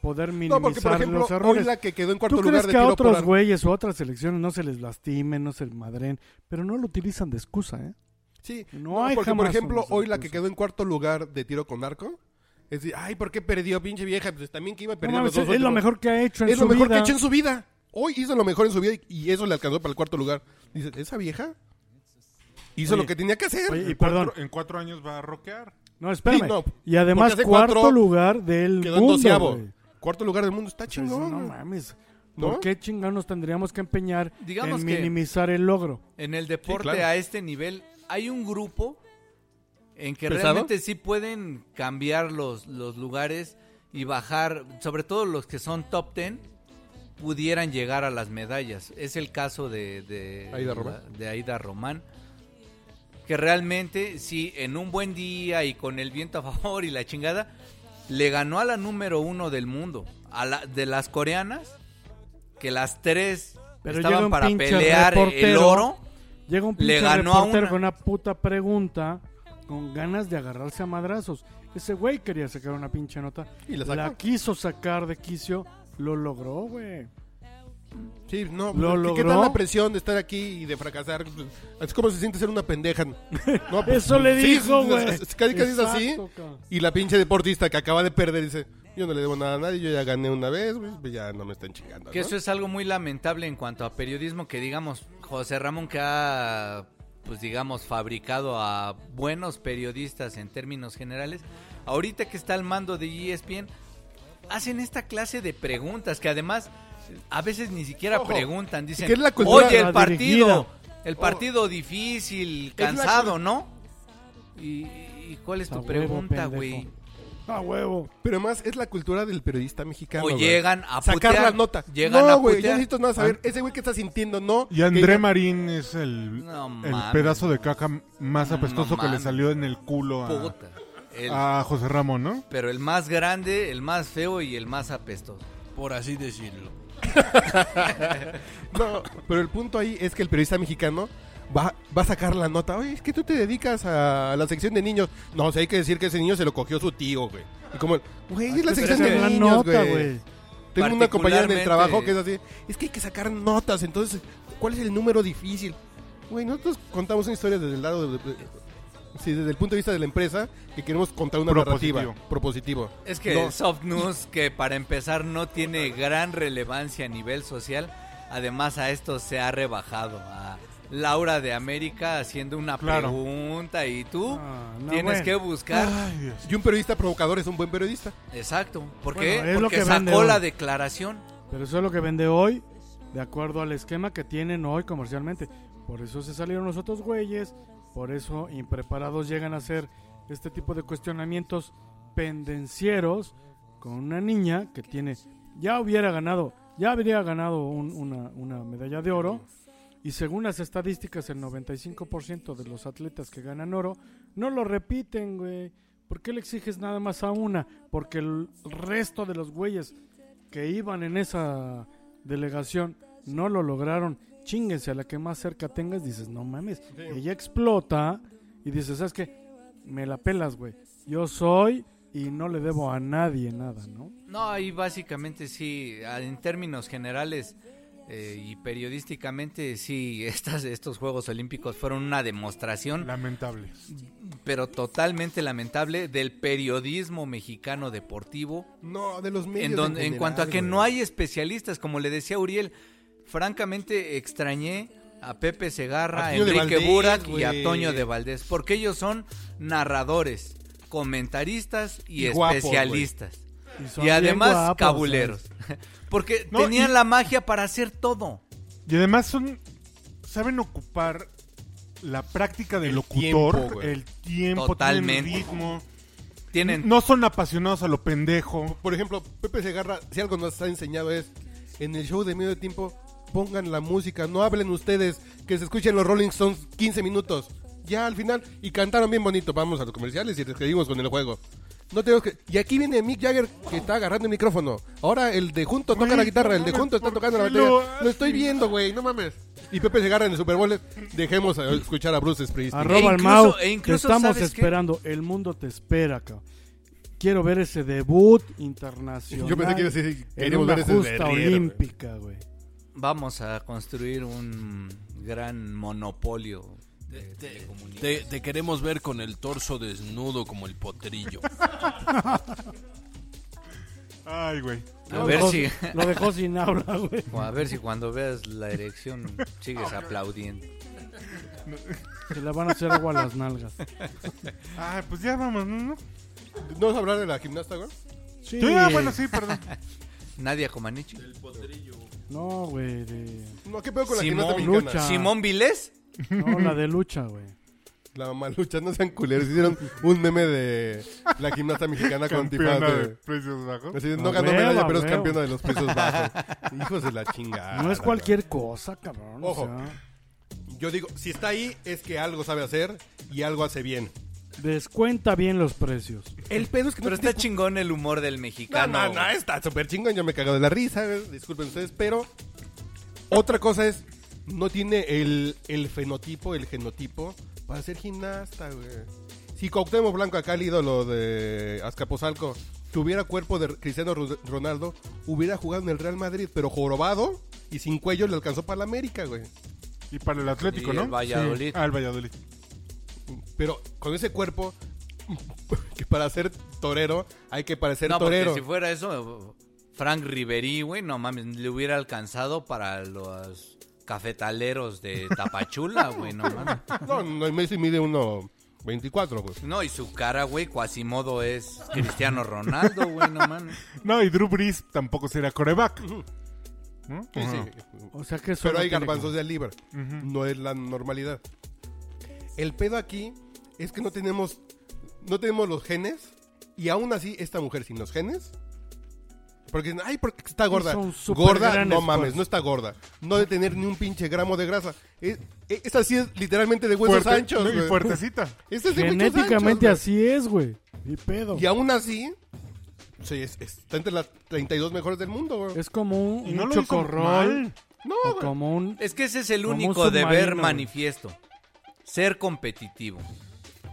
[SPEAKER 4] poder minimizar
[SPEAKER 1] No, porque por ejemplo,
[SPEAKER 4] los errores.
[SPEAKER 1] hoy la que quedó en cuarto
[SPEAKER 4] ¿Tú crees
[SPEAKER 1] lugar de
[SPEAKER 4] que a
[SPEAKER 1] tiro por
[SPEAKER 4] otros
[SPEAKER 1] arco-
[SPEAKER 4] güeyes o otras selecciones no se les lastimen, no se les madren? Pero no lo utilizan de excusa, ¿eh?
[SPEAKER 1] Sí,
[SPEAKER 4] No
[SPEAKER 1] no,
[SPEAKER 4] hay
[SPEAKER 1] porque por
[SPEAKER 4] jamás
[SPEAKER 1] ejemplo,
[SPEAKER 4] unos
[SPEAKER 1] hoy la que
[SPEAKER 4] recursos.
[SPEAKER 1] quedó en cuarto lugar de tiro con arco, es decir, ay, ¿por qué perdió pinche vieja? Pues también que iba a
[SPEAKER 4] No
[SPEAKER 1] perder
[SPEAKER 4] mames,
[SPEAKER 1] los dos
[SPEAKER 4] es, es lo
[SPEAKER 1] últimos.
[SPEAKER 4] mejor que ha hecho en
[SPEAKER 1] Es
[SPEAKER 4] su
[SPEAKER 1] lo mejor
[SPEAKER 4] vida.
[SPEAKER 1] que ha hecho en su vida. Hoy hizo lo mejor en su vida y, y eso le alcanzó para el cuarto lugar. Dices, esa vieja hizo
[SPEAKER 4] Oye,
[SPEAKER 1] lo que tenía que hacer.
[SPEAKER 4] Oye, y
[SPEAKER 3] Cuatro-
[SPEAKER 4] perdón,
[SPEAKER 3] en cuatro años va a rockear.
[SPEAKER 4] no, espérame.
[SPEAKER 1] Sí, no,
[SPEAKER 4] y además
[SPEAKER 1] porque hace
[SPEAKER 4] cuarto
[SPEAKER 1] cuatro
[SPEAKER 4] lugar del
[SPEAKER 1] Quedó en
[SPEAKER 4] mundo,
[SPEAKER 1] doceavo.
[SPEAKER 4] güey.
[SPEAKER 1] Cuarto lugar del mundo. Está
[SPEAKER 4] Pues,
[SPEAKER 1] chingón.
[SPEAKER 4] no
[SPEAKER 1] güey.
[SPEAKER 4] mames.
[SPEAKER 1] ¿No?
[SPEAKER 4] ¿Por qué chingados nos tendríamos que empeñar
[SPEAKER 5] Digamos
[SPEAKER 4] en
[SPEAKER 5] que-
[SPEAKER 4] minimizar el logro?
[SPEAKER 5] En el deporte
[SPEAKER 1] Sí, claro.
[SPEAKER 5] a este nivel hay un grupo en que
[SPEAKER 1] ¿Pesado?
[SPEAKER 5] realmente sí pueden cambiar los, los lugares y bajar, sobre todo los que son top ten, pudieran llegar a las medallas. Es el caso de, de,
[SPEAKER 1] Aida Román.
[SPEAKER 5] de Aida Román. Que realmente, sí, en un buen día y con el viento a favor y la chingada, le ganó a la número uno del mundo. A la, de las coreanas, que las tres
[SPEAKER 4] Pero llega
[SPEAKER 5] estaban
[SPEAKER 4] un
[SPEAKER 5] para
[SPEAKER 4] pinche
[SPEAKER 5] pelear el
[SPEAKER 4] reportero.
[SPEAKER 5] oro.
[SPEAKER 4] Llega un
[SPEAKER 5] Le
[SPEAKER 4] pinche
[SPEAKER 5] ganó a
[SPEAKER 4] reportero
[SPEAKER 5] una.
[SPEAKER 4] con una puta pregunta con ganas de agarrarse a madrazos. Ese güey quería sacar una pinche nota.
[SPEAKER 1] Y la
[SPEAKER 4] la,
[SPEAKER 1] sacó.
[SPEAKER 4] quiso sacar de quicio. Lo logró, güey.
[SPEAKER 1] Sí, no, ¿qué-
[SPEAKER 4] ¿Lo
[SPEAKER 1] ¿qué,
[SPEAKER 4] logró?
[SPEAKER 1] tal la presión de estar aquí y de fracasar? Pues, Es como se siente ser una pendeja.
[SPEAKER 4] *laughs*
[SPEAKER 1] No, pues,
[SPEAKER 4] Eso le
[SPEAKER 1] sí,
[SPEAKER 4] dijo,
[SPEAKER 1] sí,
[SPEAKER 4] güey.
[SPEAKER 1] es- es- Casi casi es así.
[SPEAKER 4] Exacto, cabrón.
[SPEAKER 1] Y la pinche deportista que acaba de perder dice, yo no le debo nada a nadie, yo ya gané una vez, güey, pues ya no me están chingando.
[SPEAKER 5] Que
[SPEAKER 1] ¿no?
[SPEAKER 5] eso es algo muy lamentable en cuanto a periodismo, que digamos, José Ramón que ha, pues digamos, fabricado a buenos periodistas en términos generales, ahorita que está al mando de E ESPN, hacen esta clase de preguntas que además a veces ni siquiera
[SPEAKER 1] Ojo,
[SPEAKER 5] preguntan, dicen,
[SPEAKER 1] que es la cultura
[SPEAKER 5] oye,
[SPEAKER 4] dirigida".
[SPEAKER 5] el partido, el partido difícil,
[SPEAKER 1] la
[SPEAKER 5] cansado, ¿no? ¿Y, y cuál es
[SPEAKER 4] A
[SPEAKER 5] tu
[SPEAKER 4] huevo,
[SPEAKER 5] pregunta,
[SPEAKER 4] pendejo.
[SPEAKER 5] güey?
[SPEAKER 4] A huevo.
[SPEAKER 1] Pero más es la cultura del periodista mexicano.
[SPEAKER 5] O
[SPEAKER 1] güey.
[SPEAKER 5] llegan a
[SPEAKER 1] sacar
[SPEAKER 5] putear,
[SPEAKER 1] la nota.
[SPEAKER 5] llegan
[SPEAKER 1] no,
[SPEAKER 5] a
[SPEAKER 1] güey, yo
[SPEAKER 5] putear. Ah.
[SPEAKER 1] necesito nada saber. Ese güey que está sintiendo, no.
[SPEAKER 3] Y André
[SPEAKER 1] que-
[SPEAKER 3] Marín es el,
[SPEAKER 5] No
[SPEAKER 3] el
[SPEAKER 5] mames.
[SPEAKER 3] pedazo de caca más apestoso que le
[SPEAKER 5] mames.
[SPEAKER 3] salió en el culo a,
[SPEAKER 5] Puta, el-
[SPEAKER 1] Ah.
[SPEAKER 3] a José Ramón, ¿no?
[SPEAKER 5] Pero el más grande, el más feo y el más apestoso.
[SPEAKER 6] Por así decirlo.
[SPEAKER 1] No, pero el punto ahí es que el periodista mexicano va, va a sacar la nota. Oye, es que tú te dedicas a la sección de niños. No, o sea, hay que decir que ese niño se lo cogió su tío, güey. Y como, güey, es la sección
[SPEAKER 4] Sacar
[SPEAKER 1] de
[SPEAKER 4] la
[SPEAKER 1] niños,
[SPEAKER 4] nota,
[SPEAKER 1] güey.
[SPEAKER 4] güey.
[SPEAKER 1] Tengo una compañera en el
[SPEAKER 5] Particularmente-
[SPEAKER 1] trabajo que es así. Es que hay que sacar notas, entonces, ¿cuál es el número difícil? Güey, nosotros contamos una historia desde el lado de- de- sí, desde el punto de vista de la empresa, que queremos contar una
[SPEAKER 3] Propositivo.
[SPEAKER 1] narrativa. Propositivo.
[SPEAKER 5] Es que
[SPEAKER 1] No.
[SPEAKER 5] el soft news, que para empezar no tiene gran relevancia a nivel social, además a esto se ha rebajado. A Laura de América haciendo una
[SPEAKER 3] Claro.
[SPEAKER 5] pregunta y tú
[SPEAKER 4] Ah, no,
[SPEAKER 5] tienes
[SPEAKER 4] bueno. Ah.
[SPEAKER 5] que buscar.
[SPEAKER 3] Ay, Dios.
[SPEAKER 1] Y un periodista provocador es un buen periodista.
[SPEAKER 5] Exacto. ¿Por
[SPEAKER 4] Bueno,
[SPEAKER 5] qué?
[SPEAKER 4] es lo
[SPEAKER 5] Porque
[SPEAKER 4] que vende
[SPEAKER 5] sacó
[SPEAKER 4] hoy.
[SPEAKER 5] la declaración.
[SPEAKER 4] Pero eso es lo que vende hoy, de acuerdo al esquema que tienen hoy comercialmente. Por eso se salieron los otros güeyes, por eso impreparados llegan a hacer este tipo de cuestionamientos pendencieros con una niña que tiene, ya hubiera ganado, ya habría ganado un- una, una medalla de oro. Y según las estadísticas, el 95% de los atletas que ganan oro no lo repiten, güey. ¿Por qué le exiges nada más a una? Porque el resto de los güeyes que iban en esa delegación no lo lograron, chinguense a la que más cerca tengas, dices, no mames, ella explota y dices, ¿sabes qué? Me la pelas, güey. Yo soy y no le debo a nadie nada, ¿no?
[SPEAKER 5] No, ahí básicamente sí, a- en términos generales eh, y periodísticamente sí, *laughs* estas, estos Juegos Olímpicos fueron una demostración
[SPEAKER 3] Lamentable.
[SPEAKER 5] pero totalmente lamentable del periodismo mexicano deportivo
[SPEAKER 1] No, de los medios.
[SPEAKER 5] en donde en
[SPEAKER 1] general,
[SPEAKER 5] cuanto a que
[SPEAKER 1] güey.
[SPEAKER 5] no hay especialistas como le decía Uriel francamente extrañé a Pepe Segarra,
[SPEAKER 1] A
[SPEAKER 5] a
[SPEAKER 1] Toño de
[SPEAKER 5] Enrique
[SPEAKER 1] Valdés,
[SPEAKER 5] Burak y
[SPEAKER 1] güey.
[SPEAKER 5] a Toño de Valdés porque ellos son narradores comentaristas y,
[SPEAKER 1] Y guapos, güey.
[SPEAKER 5] especialistas
[SPEAKER 4] son
[SPEAKER 5] Y
[SPEAKER 4] bien
[SPEAKER 5] además
[SPEAKER 4] guapos,
[SPEAKER 5] cabuleros.
[SPEAKER 4] ¿sabes?
[SPEAKER 5] *laughs* Porque
[SPEAKER 3] No,
[SPEAKER 5] tenían
[SPEAKER 3] y-
[SPEAKER 5] la magia para hacer todo.
[SPEAKER 3] Y además son. Saben ocupar la práctica del
[SPEAKER 1] El
[SPEAKER 3] locutor,
[SPEAKER 1] tiempo, güey.
[SPEAKER 3] el tiempo,
[SPEAKER 5] Totalmente.
[SPEAKER 3] tienen ritmo.
[SPEAKER 5] Tienen
[SPEAKER 3] No son apasionados a lo pendejo.
[SPEAKER 1] Por ejemplo, Pepe Segarra, si algo nos ha enseñado es, en el show de medio tiempo, pongan la música, no hablen ustedes, que se escuchen los Rolling Stones 15 minutos, ya al final, y cantaron bien bonito, vamos a los comerciales y seguimos con el juego. No tengo que... Y aquí viene Mick Jagger que está agarrando el micrófono. Ahora el de junto toca
[SPEAKER 3] Güey,
[SPEAKER 1] la guitarra, el de
[SPEAKER 3] mames,
[SPEAKER 1] junto está
[SPEAKER 3] ¿por
[SPEAKER 1] tocando la
[SPEAKER 3] qué lo
[SPEAKER 1] batería. Lo
[SPEAKER 3] haces?
[SPEAKER 1] estoy viendo, güey, no mames. Y Pepe Segarra en el Super Bowl, dejemos a- escuchar a Bruce Springsteen.
[SPEAKER 5] E
[SPEAKER 4] Arroba al
[SPEAKER 5] incluso-
[SPEAKER 4] Mau,
[SPEAKER 5] e
[SPEAKER 4] te
[SPEAKER 5] incluso,
[SPEAKER 4] estamos
[SPEAKER 5] ¿sabes qué?
[SPEAKER 4] esperando. El mundo te espera, cabrón. Quiero ver ese debut internacional.
[SPEAKER 1] Yo pensé que iba a decir,
[SPEAKER 4] en
[SPEAKER 1] queremos
[SPEAKER 4] una
[SPEAKER 1] ver ese
[SPEAKER 4] justa
[SPEAKER 1] berrier, güey.
[SPEAKER 4] olímpica, güey.
[SPEAKER 5] Vamos a construir un gran monopolio de telecomunicaciones.
[SPEAKER 6] Te, te queremos ver con el torso desnudo como el potrillo.
[SPEAKER 3] Ay, güey.
[SPEAKER 5] A
[SPEAKER 4] Lo
[SPEAKER 5] ver
[SPEAKER 4] dejó-
[SPEAKER 5] si
[SPEAKER 4] Lo dejó sin habla, güey.
[SPEAKER 5] a ver si cuando veas la erección sigues aplaudiendo.
[SPEAKER 4] Se la van a hacer agua a las nalgas.
[SPEAKER 3] Ay, pues ya vamos, ¿no?
[SPEAKER 1] ¿No vas a hablar de la gimnasta, güey?
[SPEAKER 4] Sí,
[SPEAKER 3] Sí, ah, bueno, sí, *laughs* perdón.
[SPEAKER 5] Nadia Comaneci.
[SPEAKER 4] No, güey. de-
[SPEAKER 1] No, ¿qué pedo con la
[SPEAKER 5] Simón
[SPEAKER 1] gimnasta mexicana?
[SPEAKER 4] Lucha.
[SPEAKER 5] Simón Vilés.
[SPEAKER 4] No, la de lucha,
[SPEAKER 1] *laughs*
[SPEAKER 4] güey.
[SPEAKER 1] La malucha, no sean culeros. Hicieron un meme de la gimnasta mexicana
[SPEAKER 4] *laughs*
[SPEAKER 1] con tifaz
[SPEAKER 3] Campeona
[SPEAKER 1] de...
[SPEAKER 3] de precios bajos.
[SPEAKER 1] Así de, no
[SPEAKER 4] A
[SPEAKER 1] ganó
[SPEAKER 4] huevo,
[SPEAKER 1] medalla,
[SPEAKER 4] a
[SPEAKER 1] pero es
[SPEAKER 4] huevo.
[SPEAKER 1] campeona de los
[SPEAKER 4] *laughs*
[SPEAKER 1] pesos bajos. Hijos de Ah, la chingada.
[SPEAKER 4] No es cualquier cosa, cabrón. o
[SPEAKER 1] Ojo.
[SPEAKER 4] sea,
[SPEAKER 1] Yo digo, si está ahí, es que algo sabe hacer y algo hace bien.
[SPEAKER 4] descuenta bien los precios.
[SPEAKER 1] El pedo es que
[SPEAKER 5] Pero está chingón el humor del
[SPEAKER 1] No,
[SPEAKER 5] mexicano.
[SPEAKER 1] no, no, está súper chingón. Yo me cago de la risa. eh, Disculpen ustedes, pero... Otra cosa es, no tiene el, el fenotipo, el genotipo para ser gimnasta, güey. Si Cuauhtémoc Blanco, acá el ídolo de Azcapotzalco, tuviera cuerpo de Cristiano Ro- Ronaldo, hubiera jugado en el Real Madrid, pero jorobado y sin cuello le alcanzó para la América, güey.
[SPEAKER 3] Y para el Atlético,
[SPEAKER 5] Y
[SPEAKER 3] ¿no?
[SPEAKER 5] el Valladolid.
[SPEAKER 3] Sí. Ah, el Valladolid.
[SPEAKER 1] Pero con ese cuerpo, *laughs* que para ser torero hay que parecer
[SPEAKER 5] No, porque
[SPEAKER 1] torero.
[SPEAKER 5] si fuera eso, Frank Riverí, güey, no mames, le hubiera alcanzado para los cafetaleros de Tapachula, güey, no mames.
[SPEAKER 1] No, no, Messi mide 1.24, güey.
[SPEAKER 5] No, y su cara, güey, Quasimodo es Cristiano Ronaldo, güey, no mames.
[SPEAKER 3] No, y Drew Brees tampoco será coreback. ¿No?
[SPEAKER 1] Sí, sí.
[SPEAKER 3] Ajá.
[SPEAKER 4] O sea que eso
[SPEAKER 1] Pero
[SPEAKER 4] no
[SPEAKER 1] hay
[SPEAKER 4] tiene
[SPEAKER 1] garbanzos de libre. No es la normalidad. El pedo aquí es que no tenemos no tenemos los genes y aún así esta mujer sin los genes porque dicen, ay, porque está gorda.
[SPEAKER 4] Hizo un súper
[SPEAKER 1] Gorda,
[SPEAKER 4] gran
[SPEAKER 1] no
[SPEAKER 4] esfuerzo.
[SPEAKER 1] mames, no está gorda. No de tener ni un pinche gramo de grasa. Es, es- esa sí es literalmente de huesos
[SPEAKER 3] Fuerte-
[SPEAKER 1] Pues anchos.
[SPEAKER 3] no, y
[SPEAKER 1] güey. *laughs*
[SPEAKER 3] fuertecita.
[SPEAKER 1] Esa es de
[SPEAKER 4] que-
[SPEAKER 1] huesos
[SPEAKER 4] Genéticamente
[SPEAKER 1] anchos,
[SPEAKER 4] así es, güey. Y pedo.
[SPEAKER 1] güey. Y aún así, sí, es- está entre las 32 mejores del mundo, güey.
[SPEAKER 4] Es como un,
[SPEAKER 3] Y
[SPEAKER 4] un
[SPEAKER 3] no lo hizo
[SPEAKER 4] chocorrol.
[SPEAKER 3] mal.
[SPEAKER 1] No,
[SPEAKER 4] O
[SPEAKER 1] güey.
[SPEAKER 4] como un.
[SPEAKER 5] Es que ese es el
[SPEAKER 4] Como un
[SPEAKER 5] único deber
[SPEAKER 4] submarino, güey.
[SPEAKER 5] manifiesto. Ser competitivo.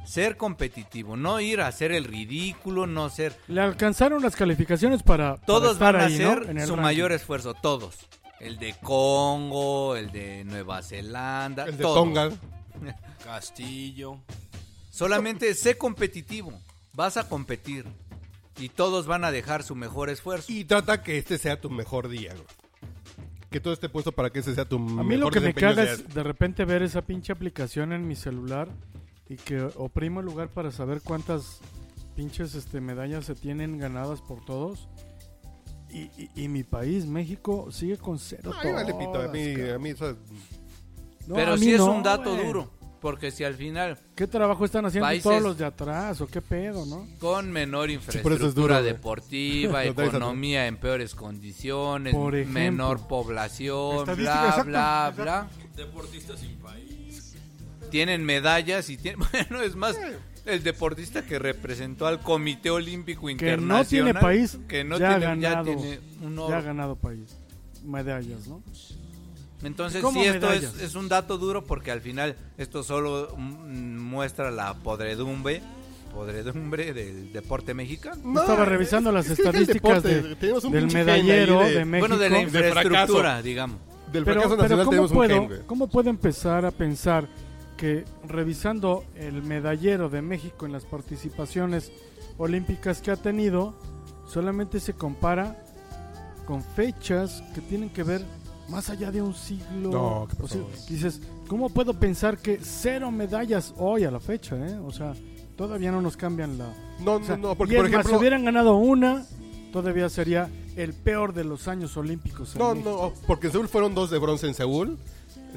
[SPEAKER 5] Ser competitivo, no ir a hacer el ridículo, no ser...
[SPEAKER 4] Le alcanzaron las calificaciones para. para
[SPEAKER 5] Todos
[SPEAKER 4] estar
[SPEAKER 5] van a
[SPEAKER 4] ahí, ¿no?
[SPEAKER 5] hacer
[SPEAKER 4] En el
[SPEAKER 5] su
[SPEAKER 4] ranking.
[SPEAKER 5] mayor esfuerzo, todos. El de Congo, el de Nueva Zelanda,
[SPEAKER 1] El de
[SPEAKER 5] todos.
[SPEAKER 1] Tonga.
[SPEAKER 6] *laughs* Castillo.
[SPEAKER 5] Solamente sé competitivo. Vas a competir. Y todos van a dejar su mejor esfuerzo.
[SPEAKER 1] Y trata que este sea tu mejor día, güey. Que todo esté puesto para que este sea tu
[SPEAKER 4] A
[SPEAKER 1] mejor
[SPEAKER 4] mí lo que me
[SPEAKER 1] desempeño
[SPEAKER 4] caga
[SPEAKER 1] sea-
[SPEAKER 4] es de repente ver esa pinche aplicación en mi celular y que oprimo el lugar para saber cuántas pinches este, medallas se tienen ganadas por todos. Y, y- y mi país, México, sigue con cero.
[SPEAKER 1] Ay, vale, pito, a
[SPEAKER 4] todas,
[SPEAKER 1] mí,
[SPEAKER 4] cabrón.
[SPEAKER 1] a mí eso-
[SPEAKER 4] No,
[SPEAKER 5] Pero
[SPEAKER 4] a
[SPEAKER 5] sí
[SPEAKER 4] mí
[SPEAKER 5] es
[SPEAKER 4] no,
[SPEAKER 5] un dato
[SPEAKER 4] güey.
[SPEAKER 5] duro. Porque si al final,
[SPEAKER 4] ¿Qué trabajo están haciendo
[SPEAKER 5] Países-
[SPEAKER 4] todos los de atrás o qué pedo, no?
[SPEAKER 5] con menor
[SPEAKER 1] por
[SPEAKER 5] infraestructura
[SPEAKER 1] eso es duro,
[SPEAKER 4] *laughs*
[SPEAKER 1] güey.
[SPEAKER 5] deportiva,
[SPEAKER 1] Lo traes a-
[SPEAKER 5] economía en peores condiciones,
[SPEAKER 4] Por ejemplo.
[SPEAKER 5] menor población,
[SPEAKER 3] Estadística,
[SPEAKER 5] bla,
[SPEAKER 3] exacto,
[SPEAKER 5] bla,
[SPEAKER 3] exacto.
[SPEAKER 5] bla.
[SPEAKER 6] Deportista sin país.
[SPEAKER 5] Tienen medallas y tienen... *laughs* Bueno, es más... El deportista que representó al Comité Olímpico
[SPEAKER 4] Que no
[SPEAKER 5] Internacional.
[SPEAKER 4] tiene país,
[SPEAKER 5] que no
[SPEAKER 4] ya,
[SPEAKER 5] tiene- ya
[SPEAKER 4] ganado,
[SPEAKER 5] tiene un
[SPEAKER 4] ya
[SPEAKER 5] oro.
[SPEAKER 4] ha ganado país. Medallas, ¿no?
[SPEAKER 5] Entonces,
[SPEAKER 4] ¿Cómo
[SPEAKER 5] sí, esto es,
[SPEAKER 4] medallas?
[SPEAKER 5] es un dato duro porque al final esto solo mm, muestra la podredumbre, podredumbre del deporte mexicano.
[SPEAKER 1] No,
[SPEAKER 4] Estaba revisando
[SPEAKER 1] es-
[SPEAKER 4] las
[SPEAKER 1] es que deja el
[SPEAKER 4] estadísticas
[SPEAKER 1] deporte,
[SPEAKER 4] de-
[SPEAKER 1] tenemos un
[SPEAKER 4] del
[SPEAKER 1] pinche gen ahí
[SPEAKER 4] medallero
[SPEAKER 1] de-
[SPEAKER 4] de, México.
[SPEAKER 5] Bueno, de la
[SPEAKER 1] de fracaso.
[SPEAKER 5] infraestructura, digamos.
[SPEAKER 1] Del
[SPEAKER 4] pero,
[SPEAKER 1] fracaso
[SPEAKER 4] pero
[SPEAKER 1] nacional
[SPEAKER 4] ¿cómo,
[SPEAKER 1] tenemos un
[SPEAKER 4] puedo,
[SPEAKER 1] gen, güey.
[SPEAKER 4] ¿cómo puedo empezar a pensar que revisando el medallero de México en las participaciones olímpicas que ha tenido, solamente se compara con fechas que tienen que ver más allá de un siglo?
[SPEAKER 1] No, ¿qué
[SPEAKER 4] O sea,
[SPEAKER 1] pasó?
[SPEAKER 4] dices, ¿cómo puedo pensar que cero medallas hoy a la fecha? eh? O sea, todavía no nos cambian la...
[SPEAKER 1] No,
[SPEAKER 4] o sea,
[SPEAKER 1] no, no, porque
[SPEAKER 4] y es
[SPEAKER 1] por
[SPEAKER 4] más, si
[SPEAKER 1] ejemplo,
[SPEAKER 4] hubieran ganado una, todavía sería el peor de los años olímpicos. en
[SPEAKER 1] No,
[SPEAKER 4] México.
[SPEAKER 1] no, porque en Seúl fueron dos de bronce en Seúl.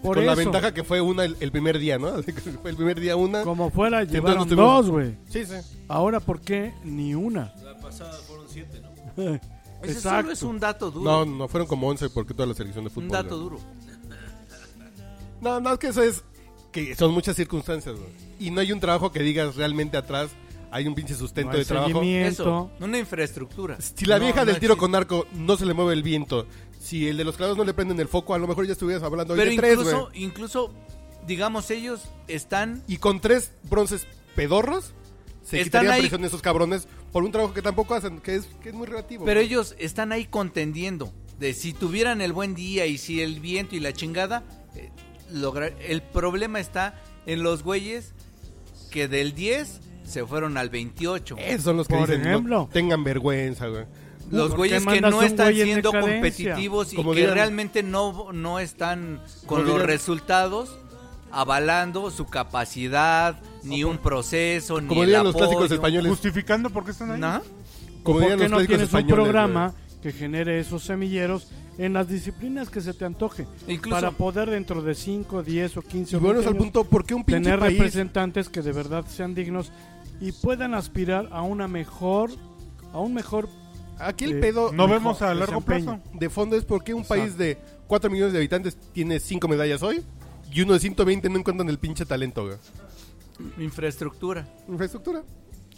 [SPEAKER 4] Por
[SPEAKER 1] con la
[SPEAKER 4] eso.
[SPEAKER 1] ventaja que fue una el, el primer día, ¿no? *laughs* Así que fue el primer día una.
[SPEAKER 4] Como fuera,
[SPEAKER 1] Entonces
[SPEAKER 4] llevaron
[SPEAKER 1] nos tuvimos-
[SPEAKER 4] dos, güey.
[SPEAKER 1] Sí, sí.
[SPEAKER 4] Ahora, ¿por qué ni una?
[SPEAKER 2] La pasada fueron siete,
[SPEAKER 4] *laughs*
[SPEAKER 2] ¿no?
[SPEAKER 5] Ese
[SPEAKER 4] Exacto.
[SPEAKER 5] solo es un dato duro.
[SPEAKER 1] No, no, fueron como 11 porque toda la selección de fútbol.
[SPEAKER 5] un dato
[SPEAKER 1] güey.
[SPEAKER 5] duro.
[SPEAKER 1] No, no, es que eso es que son muchas circunstancias, güey. Y no hay un trabajo que digas realmente atrás, hay un pinche sustento
[SPEAKER 4] No hay
[SPEAKER 1] de trabajo.
[SPEAKER 4] seguimiento.
[SPEAKER 5] Eso, una infraestructura.
[SPEAKER 1] Si la
[SPEAKER 5] No,
[SPEAKER 1] vieja
[SPEAKER 5] no
[SPEAKER 1] del tiro
[SPEAKER 5] existe.
[SPEAKER 1] con arco no se le mueve el viento, si el de los clavados no le prenden el foco, a lo mejor ya estuvieras hablando hoy
[SPEAKER 5] Pero
[SPEAKER 1] de tres, güey.
[SPEAKER 5] incluso, incluso, digamos, ellos están
[SPEAKER 1] Y con tres bronces pedorros, se
[SPEAKER 5] Están
[SPEAKER 1] quitarían
[SPEAKER 5] ahí-
[SPEAKER 1] presión esos cabrones por un trabajo que tampoco hacen, que es, que es muy relativo.
[SPEAKER 5] Pero ellos están ahí contendiendo. De si tuvieran el buen día y si el viento y la chingada. eh, logra- El problema está en los güeyes que del 10 se fueron al 28.
[SPEAKER 1] Esos son los que
[SPEAKER 4] Por
[SPEAKER 1] dicen, no
[SPEAKER 4] ejemplo.
[SPEAKER 1] tengan vergüenza, güey.
[SPEAKER 5] Los
[SPEAKER 4] ¿por
[SPEAKER 5] güeyes
[SPEAKER 4] qué
[SPEAKER 5] que
[SPEAKER 4] mandas
[SPEAKER 5] no
[SPEAKER 4] un
[SPEAKER 5] están
[SPEAKER 4] güey en
[SPEAKER 5] siendo
[SPEAKER 4] decadencia?
[SPEAKER 5] competitivos y
[SPEAKER 1] Como
[SPEAKER 5] que
[SPEAKER 1] dirían-
[SPEAKER 5] realmente no, no están con
[SPEAKER 1] Como
[SPEAKER 5] los
[SPEAKER 1] dirían-
[SPEAKER 5] resultados avalando su capacidad, ni un proceso, ni
[SPEAKER 1] Como
[SPEAKER 5] el
[SPEAKER 1] dirían los
[SPEAKER 5] apoyo.
[SPEAKER 1] clásicos españoles,
[SPEAKER 3] Justificando por qué están ahí.
[SPEAKER 5] Ajá.
[SPEAKER 1] como
[SPEAKER 4] ¿Por
[SPEAKER 1] dirían
[SPEAKER 4] qué
[SPEAKER 1] los
[SPEAKER 4] no
[SPEAKER 1] clásicos
[SPEAKER 4] tienes un
[SPEAKER 1] españoles.
[SPEAKER 4] programa que genere esos semilleros en las disciplinas que se te antoje?
[SPEAKER 5] Incluso-
[SPEAKER 4] Para poder dentro de 5, 10 o 15
[SPEAKER 1] Y
[SPEAKER 4] o
[SPEAKER 1] bueno,
[SPEAKER 4] 20
[SPEAKER 1] al
[SPEAKER 4] años
[SPEAKER 1] punto, ¿por qué un pinche
[SPEAKER 4] tener
[SPEAKER 1] país?
[SPEAKER 4] representantes que de verdad sean dignos y puedan aspirar a una mejor a un mejor
[SPEAKER 1] Aquí el
[SPEAKER 4] Eh,
[SPEAKER 1] pedo
[SPEAKER 3] No vemos a largo
[SPEAKER 4] desempeño.
[SPEAKER 3] plazo.
[SPEAKER 1] de fondo es por qué un país de 4 millones de habitantes tiene 5 medallas hoy y uno de 120 no encuentran el pinche talento, güey.
[SPEAKER 5] Infraestructura.
[SPEAKER 1] Infraestructura.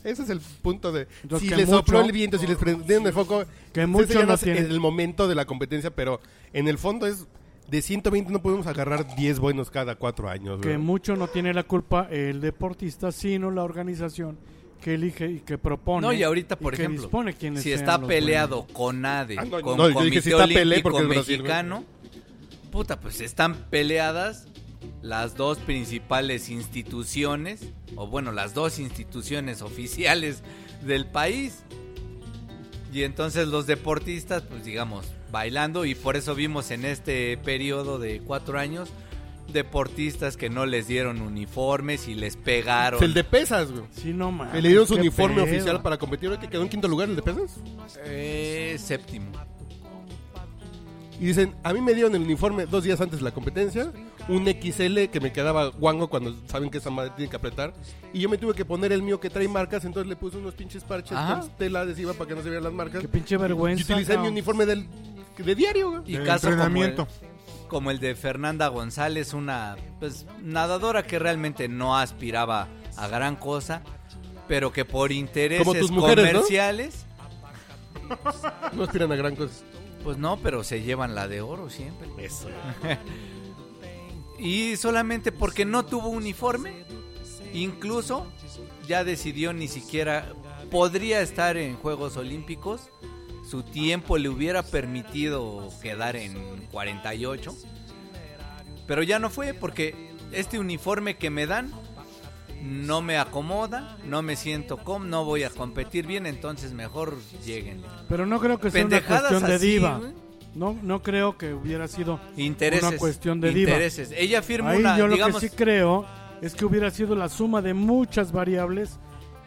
[SPEAKER 1] Ese es el punto de...
[SPEAKER 4] Yo
[SPEAKER 1] si
[SPEAKER 4] que
[SPEAKER 1] les
[SPEAKER 4] mucho-
[SPEAKER 1] sopló el viento, si les prendieron el foco... pues
[SPEAKER 4] Que
[SPEAKER 1] ese
[SPEAKER 4] mucho
[SPEAKER 1] ya
[SPEAKER 4] no
[SPEAKER 1] es
[SPEAKER 4] tiene.
[SPEAKER 1] el momento de la competencia, pero en el fondo es... De 120 no podemos agarrar 10 buenos cada 4 años,
[SPEAKER 4] que
[SPEAKER 1] güey.
[SPEAKER 4] mucho no tiene la culpa el deportista sino la organización que elige y que propone
[SPEAKER 5] No, y ahorita, por
[SPEAKER 4] y que
[SPEAKER 5] ejemplo,
[SPEAKER 4] dispone quiénes
[SPEAKER 5] si
[SPEAKER 4] sean
[SPEAKER 5] está
[SPEAKER 4] los
[SPEAKER 5] peleado con ADE,
[SPEAKER 1] Ah, no,
[SPEAKER 5] con
[SPEAKER 1] no, yo
[SPEAKER 5] Comité
[SPEAKER 1] dije si está Pelé
[SPEAKER 5] Olímpico
[SPEAKER 1] porque es Brasil, güey.
[SPEAKER 5] Mexicano, puta, pues están peleadas las dos principales instituciones, o bueno, las dos instituciones *laughs* oficiales del país. Y entonces los deportistas, pues digamos, bailando, y por eso vimos en este periodo de cuatro años deportistas que no les dieron uniformes y les pegaron.
[SPEAKER 1] Es el de pesas, güey.
[SPEAKER 4] buenos. Sí, no mames,
[SPEAKER 1] Que le dieron su
[SPEAKER 4] Ah, qué
[SPEAKER 1] uniforme
[SPEAKER 4] pedo.
[SPEAKER 1] oficial para competir, ahora que quedó en quinto lugar el de pesas.
[SPEAKER 5] Eh, séptimo.
[SPEAKER 1] Y dicen, a mí me dieron el uniforme dos días antes de la competencia, un XL que me quedaba guango cuando saben que esa madre tiene que apretar, y yo me tuve que poner el mío que trae marcas, entonces le puse unos pinches parches
[SPEAKER 5] Ajá.
[SPEAKER 1] con tela adhesiva para que no se vieran las marcas.
[SPEAKER 4] qué pinche
[SPEAKER 1] Y
[SPEAKER 4] vergüenza
[SPEAKER 1] utilicé mi
[SPEAKER 4] cabrón.
[SPEAKER 1] uniforme del, de diario, güey.
[SPEAKER 5] Y
[SPEAKER 3] De
[SPEAKER 5] caso como el-
[SPEAKER 3] entrenamiento.
[SPEAKER 5] como el de Fernanda González, una pues, nadadora que realmente no aspiraba a gran cosa, pero que por intereses
[SPEAKER 1] Como tus mujeres, ¿no?
[SPEAKER 5] comerciales,
[SPEAKER 1] No aspiran a gran cosa.
[SPEAKER 5] pues no, pero se llevan la de oro siempre. *laughs* y solamente porque no tuvo uniforme, incluso ya decidió ni siquiera podría estar en Juegos Olímpicos. Su tiempo le hubiera permitido quedar en 48. Pero ya no fue porque este uniforme que me dan no me acomoda, no me siento com, no voy a competir bien, entonces mejor lleguen.
[SPEAKER 4] pero no creo que sea una cuestión de diva no no creo que hubiera sido
[SPEAKER 5] Intereses.
[SPEAKER 4] una cuestión de diva
[SPEAKER 5] intereses. Ella firma
[SPEAKER 4] Ahí
[SPEAKER 5] una,
[SPEAKER 4] yo
[SPEAKER 5] digamos,
[SPEAKER 4] lo que sí creo es que hubiera sido la suma de muchas variables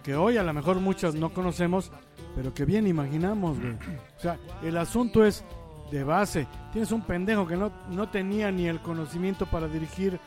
[SPEAKER 4] que hoy a lo mejor muchas no conocemos, pero que bien imaginamos, güey. O sea, el asunto es de base. Tienes un pendejo que no, no tenía ni el conocimiento para dirigir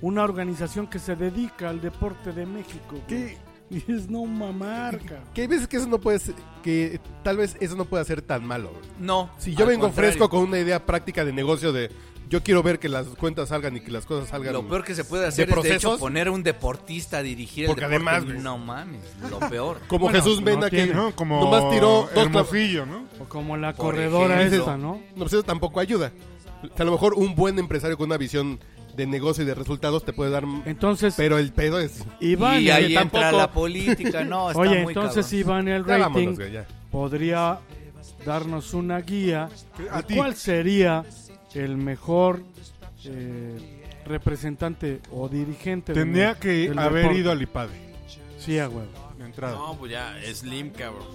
[SPEAKER 4] una organización que se dedica al deporte de México. güey.
[SPEAKER 1] Que,
[SPEAKER 4] Y es
[SPEAKER 1] *laughs*
[SPEAKER 4] no mamar, cabrón.
[SPEAKER 1] que hay veces que eso no puede ser- que tal vez eso no pueda ser tan malo, güey.
[SPEAKER 5] no.
[SPEAKER 1] Si yo
[SPEAKER 5] al
[SPEAKER 1] vengo
[SPEAKER 5] contrario.
[SPEAKER 1] fresco con una idea práctica de negocio de yo quiero ver que las cuentas salgan y que las cosas salgan.
[SPEAKER 5] Lo peor que se puede hacer
[SPEAKER 1] de
[SPEAKER 5] es, de hecho,
[SPEAKER 1] procesos.
[SPEAKER 5] poner a un deportista a dirigir
[SPEAKER 1] Porque
[SPEAKER 5] el deporte.
[SPEAKER 1] además, güey.
[SPEAKER 5] No mames, lo
[SPEAKER 4] *laughs*
[SPEAKER 5] peor.
[SPEAKER 1] Como
[SPEAKER 4] Bueno,
[SPEAKER 1] Jesús
[SPEAKER 4] no
[SPEAKER 1] Mena
[SPEAKER 4] tiene,
[SPEAKER 1] que
[SPEAKER 3] ¿no? Como
[SPEAKER 1] nomás tiró dos clavos.
[SPEAKER 3] Hermosillo, ¿no?
[SPEAKER 4] O como la
[SPEAKER 5] Por
[SPEAKER 4] corredora
[SPEAKER 5] ejemplo.
[SPEAKER 4] esta, ¿no?
[SPEAKER 1] No, pues eso tampoco ayuda. A lo mejor un buen empresario con una visión de negocio y de resultados te puede dar.
[SPEAKER 4] Entonces,
[SPEAKER 1] Pero el pedo es.
[SPEAKER 4] Iván,
[SPEAKER 5] y ahí
[SPEAKER 1] que
[SPEAKER 5] entra
[SPEAKER 1] tampoco-
[SPEAKER 5] la política,
[SPEAKER 4] *laughs*
[SPEAKER 5] no, está
[SPEAKER 4] oye,
[SPEAKER 5] muy
[SPEAKER 4] entonces
[SPEAKER 5] cabrón.
[SPEAKER 4] Iván el
[SPEAKER 1] Ya
[SPEAKER 4] rating
[SPEAKER 1] vámonos, güey, ya.
[SPEAKER 4] podría darnos una guía
[SPEAKER 3] Que- a
[SPEAKER 4] de
[SPEAKER 3] ti.
[SPEAKER 4] cuál sería el mejor eh, representante o dirigente del-
[SPEAKER 3] Tendría que
[SPEAKER 4] del
[SPEAKER 3] haber
[SPEAKER 4] deporte.
[SPEAKER 3] ido al IPADE.
[SPEAKER 4] sí a huevo.
[SPEAKER 3] De
[SPEAKER 1] Ah.
[SPEAKER 3] entrada.
[SPEAKER 6] No, pues ya, Slim, cabrón.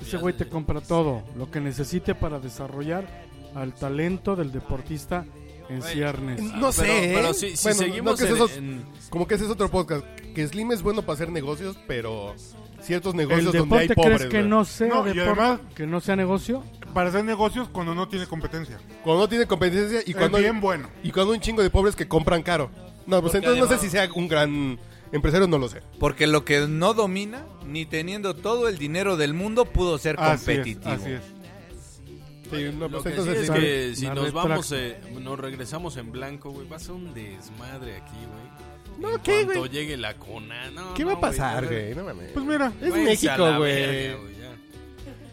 [SPEAKER 4] ese güey te compra todo lo que necesite para desarrollar al talento del deportista en ciernes
[SPEAKER 1] No sé, ¿eh?
[SPEAKER 6] Pero si, si
[SPEAKER 1] Bueno,
[SPEAKER 6] seguimos
[SPEAKER 1] no, que es
[SPEAKER 6] en-
[SPEAKER 1] esos-
[SPEAKER 6] en-
[SPEAKER 1] Como que ese es otro podcast. que Slim es bueno para hacer negocios, pero ciertos
[SPEAKER 4] ¿El
[SPEAKER 1] negocios donde hay
[SPEAKER 4] deporte
[SPEAKER 1] pobres.
[SPEAKER 4] crees que
[SPEAKER 1] güey.
[SPEAKER 4] no sea
[SPEAKER 3] No, y
[SPEAKER 4] deporte?
[SPEAKER 3] además-
[SPEAKER 4] ¿Que no sea negocio?
[SPEAKER 3] Para hacer negocios cuando no tiene competencia.
[SPEAKER 1] Cuando no tiene competencia y
[SPEAKER 3] Es
[SPEAKER 1] cuando,
[SPEAKER 3] Eh, bien bueno.
[SPEAKER 1] y cuando un chingo de pobres que compran caro. No, pues entonces no sé si sea un gran empresario, no lo sé.
[SPEAKER 5] Porque lo que no domina, ni teniendo todo el dinero del mundo, pudo ser
[SPEAKER 3] Así es,
[SPEAKER 5] competitivo.
[SPEAKER 3] así es.
[SPEAKER 1] Sí, no,
[SPEAKER 6] Lo
[SPEAKER 1] pues
[SPEAKER 6] que sí
[SPEAKER 1] entonces
[SPEAKER 6] es
[SPEAKER 1] sí.
[SPEAKER 6] que si
[SPEAKER 4] la
[SPEAKER 6] nos
[SPEAKER 4] retracto.
[SPEAKER 6] vamos, eh, nos regresamos en blanco, güey, va a ser un desmadre aquí, güey.
[SPEAKER 1] No,
[SPEAKER 6] En
[SPEAKER 1] ¿qué,
[SPEAKER 6] cuanto
[SPEAKER 1] güey?
[SPEAKER 6] llegue la cona, no,
[SPEAKER 1] ¿Qué va
[SPEAKER 6] no,
[SPEAKER 1] a pasar,
[SPEAKER 6] ya,
[SPEAKER 1] güey? No mames.
[SPEAKER 3] Pues mira,
[SPEAKER 1] es
[SPEAKER 6] váyanse a
[SPEAKER 1] México,
[SPEAKER 6] la verga,
[SPEAKER 1] güey.
[SPEAKER 6] ya.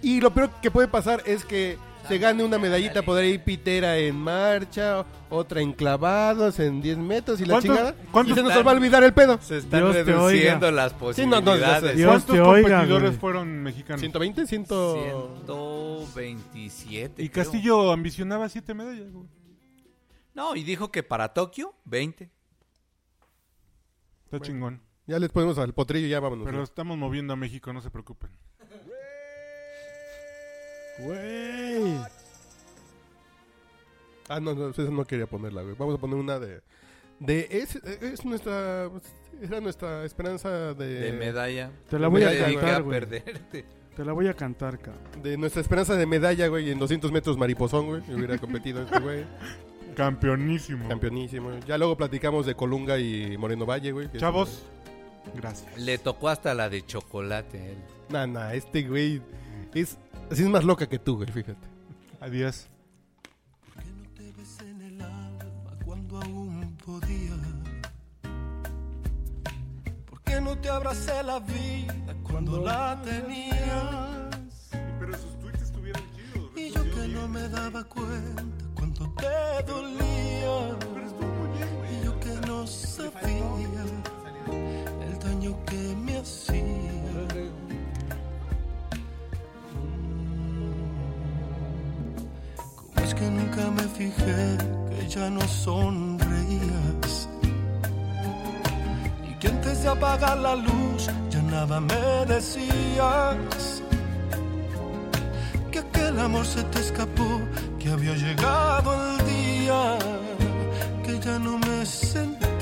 [SPEAKER 1] Y lo peor que puede pasar es que se gane una medallita por ahí pitera en marcha, otra en clavados, en 10 metros y la
[SPEAKER 3] ¿Cuántos-
[SPEAKER 1] chingada.
[SPEAKER 3] cuántos
[SPEAKER 1] Y se nos
[SPEAKER 5] están?
[SPEAKER 1] va a olvidar el pedo.
[SPEAKER 5] Se están
[SPEAKER 4] Dios te
[SPEAKER 5] reduciendo
[SPEAKER 4] oiga.
[SPEAKER 5] las
[SPEAKER 1] Sí, no, no, ya sé.
[SPEAKER 5] posibilidades.
[SPEAKER 4] Dios
[SPEAKER 3] ¿cuántos
[SPEAKER 4] te oiga,
[SPEAKER 3] competidores
[SPEAKER 4] güey.
[SPEAKER 3] fueron mexicanos?
[SPEAKER 1] 120, 100...
[SPEAKER 5] 127.
[SPEAKER 3] Y
[SPEAKER 5] creo.
[SPEAKER 3] Castillo ambicionaba siete medallas, güey.
[SPEAKER 5] No, y dijo que para Tokio, 20.
[SPEAKER 3] Está chingón.
[SPEAKER 1] Ya les ponemos al potrillo, ya vámonos.
[SPEAKER 3] Pero
[SPEAKER 1] ¿no?
[SPEAKER 3] estamos moviendo a México, no se preocupen.
[SPEAKER 4] Güey.
[SPEAKER 1] Ah, no, no, esa no quería ponerla, güey. Vamos a poner una de... de es, es nuestra... Era nuestra esperanza de...
[SPEAKER 5] De medalla.
[SPEAKER 4] Eh, Te la voy a
[SPEAKER 5] Me dediqué
[SPEAKER 4] cantar,
[SPEAKER 5] a
[SPEAKER 4] güey.
[SPEAKER 5] perderte.
[SPEAKER 4] Te la voy a cantar, cabrón.
[SPEAKER 1] de nuestra esperanza de medalla, güey, en 200 metros mariposón, güey. que Hubiera competido este
[SPEAKER 3] *laughs*
[SPEAKER 1] güey.
[SPEAKER 3] Campeonísimo.
[SPEAKER 1] Campeonísimo. Ya luego platicamos de Colunga y Moreno Valle, güey. que es-
[SPEAKER 3] Chavos, gracias.
[SPEAKER 5] Le tocó hasta la de chocolate. ¿eh? él.
[SPEAKER 1] Nah, nah, este güey es, sí es más loca que tú, güey, fíjate.
[SPEAKER 3] Adiós.
[SPEAKER 8] que no te besé en el alma cuando aún podía. ¿Por qué no te abracé la vida cuando la tenías?
[SPEAKER 3] Pero sus tweets estuvieron chidos.
[SPEAKER 8] Y yo que no me daba cuenta cuánto te dolía. Y yo que no sabía el daño que me hacía. Mm. ¿Cómo es que nunca me fijé que ya no sonreías? Y que antes de apagar la luz ya nada me decías que aquel amor se te escapó, que había llegado el día, que ya no me sentía.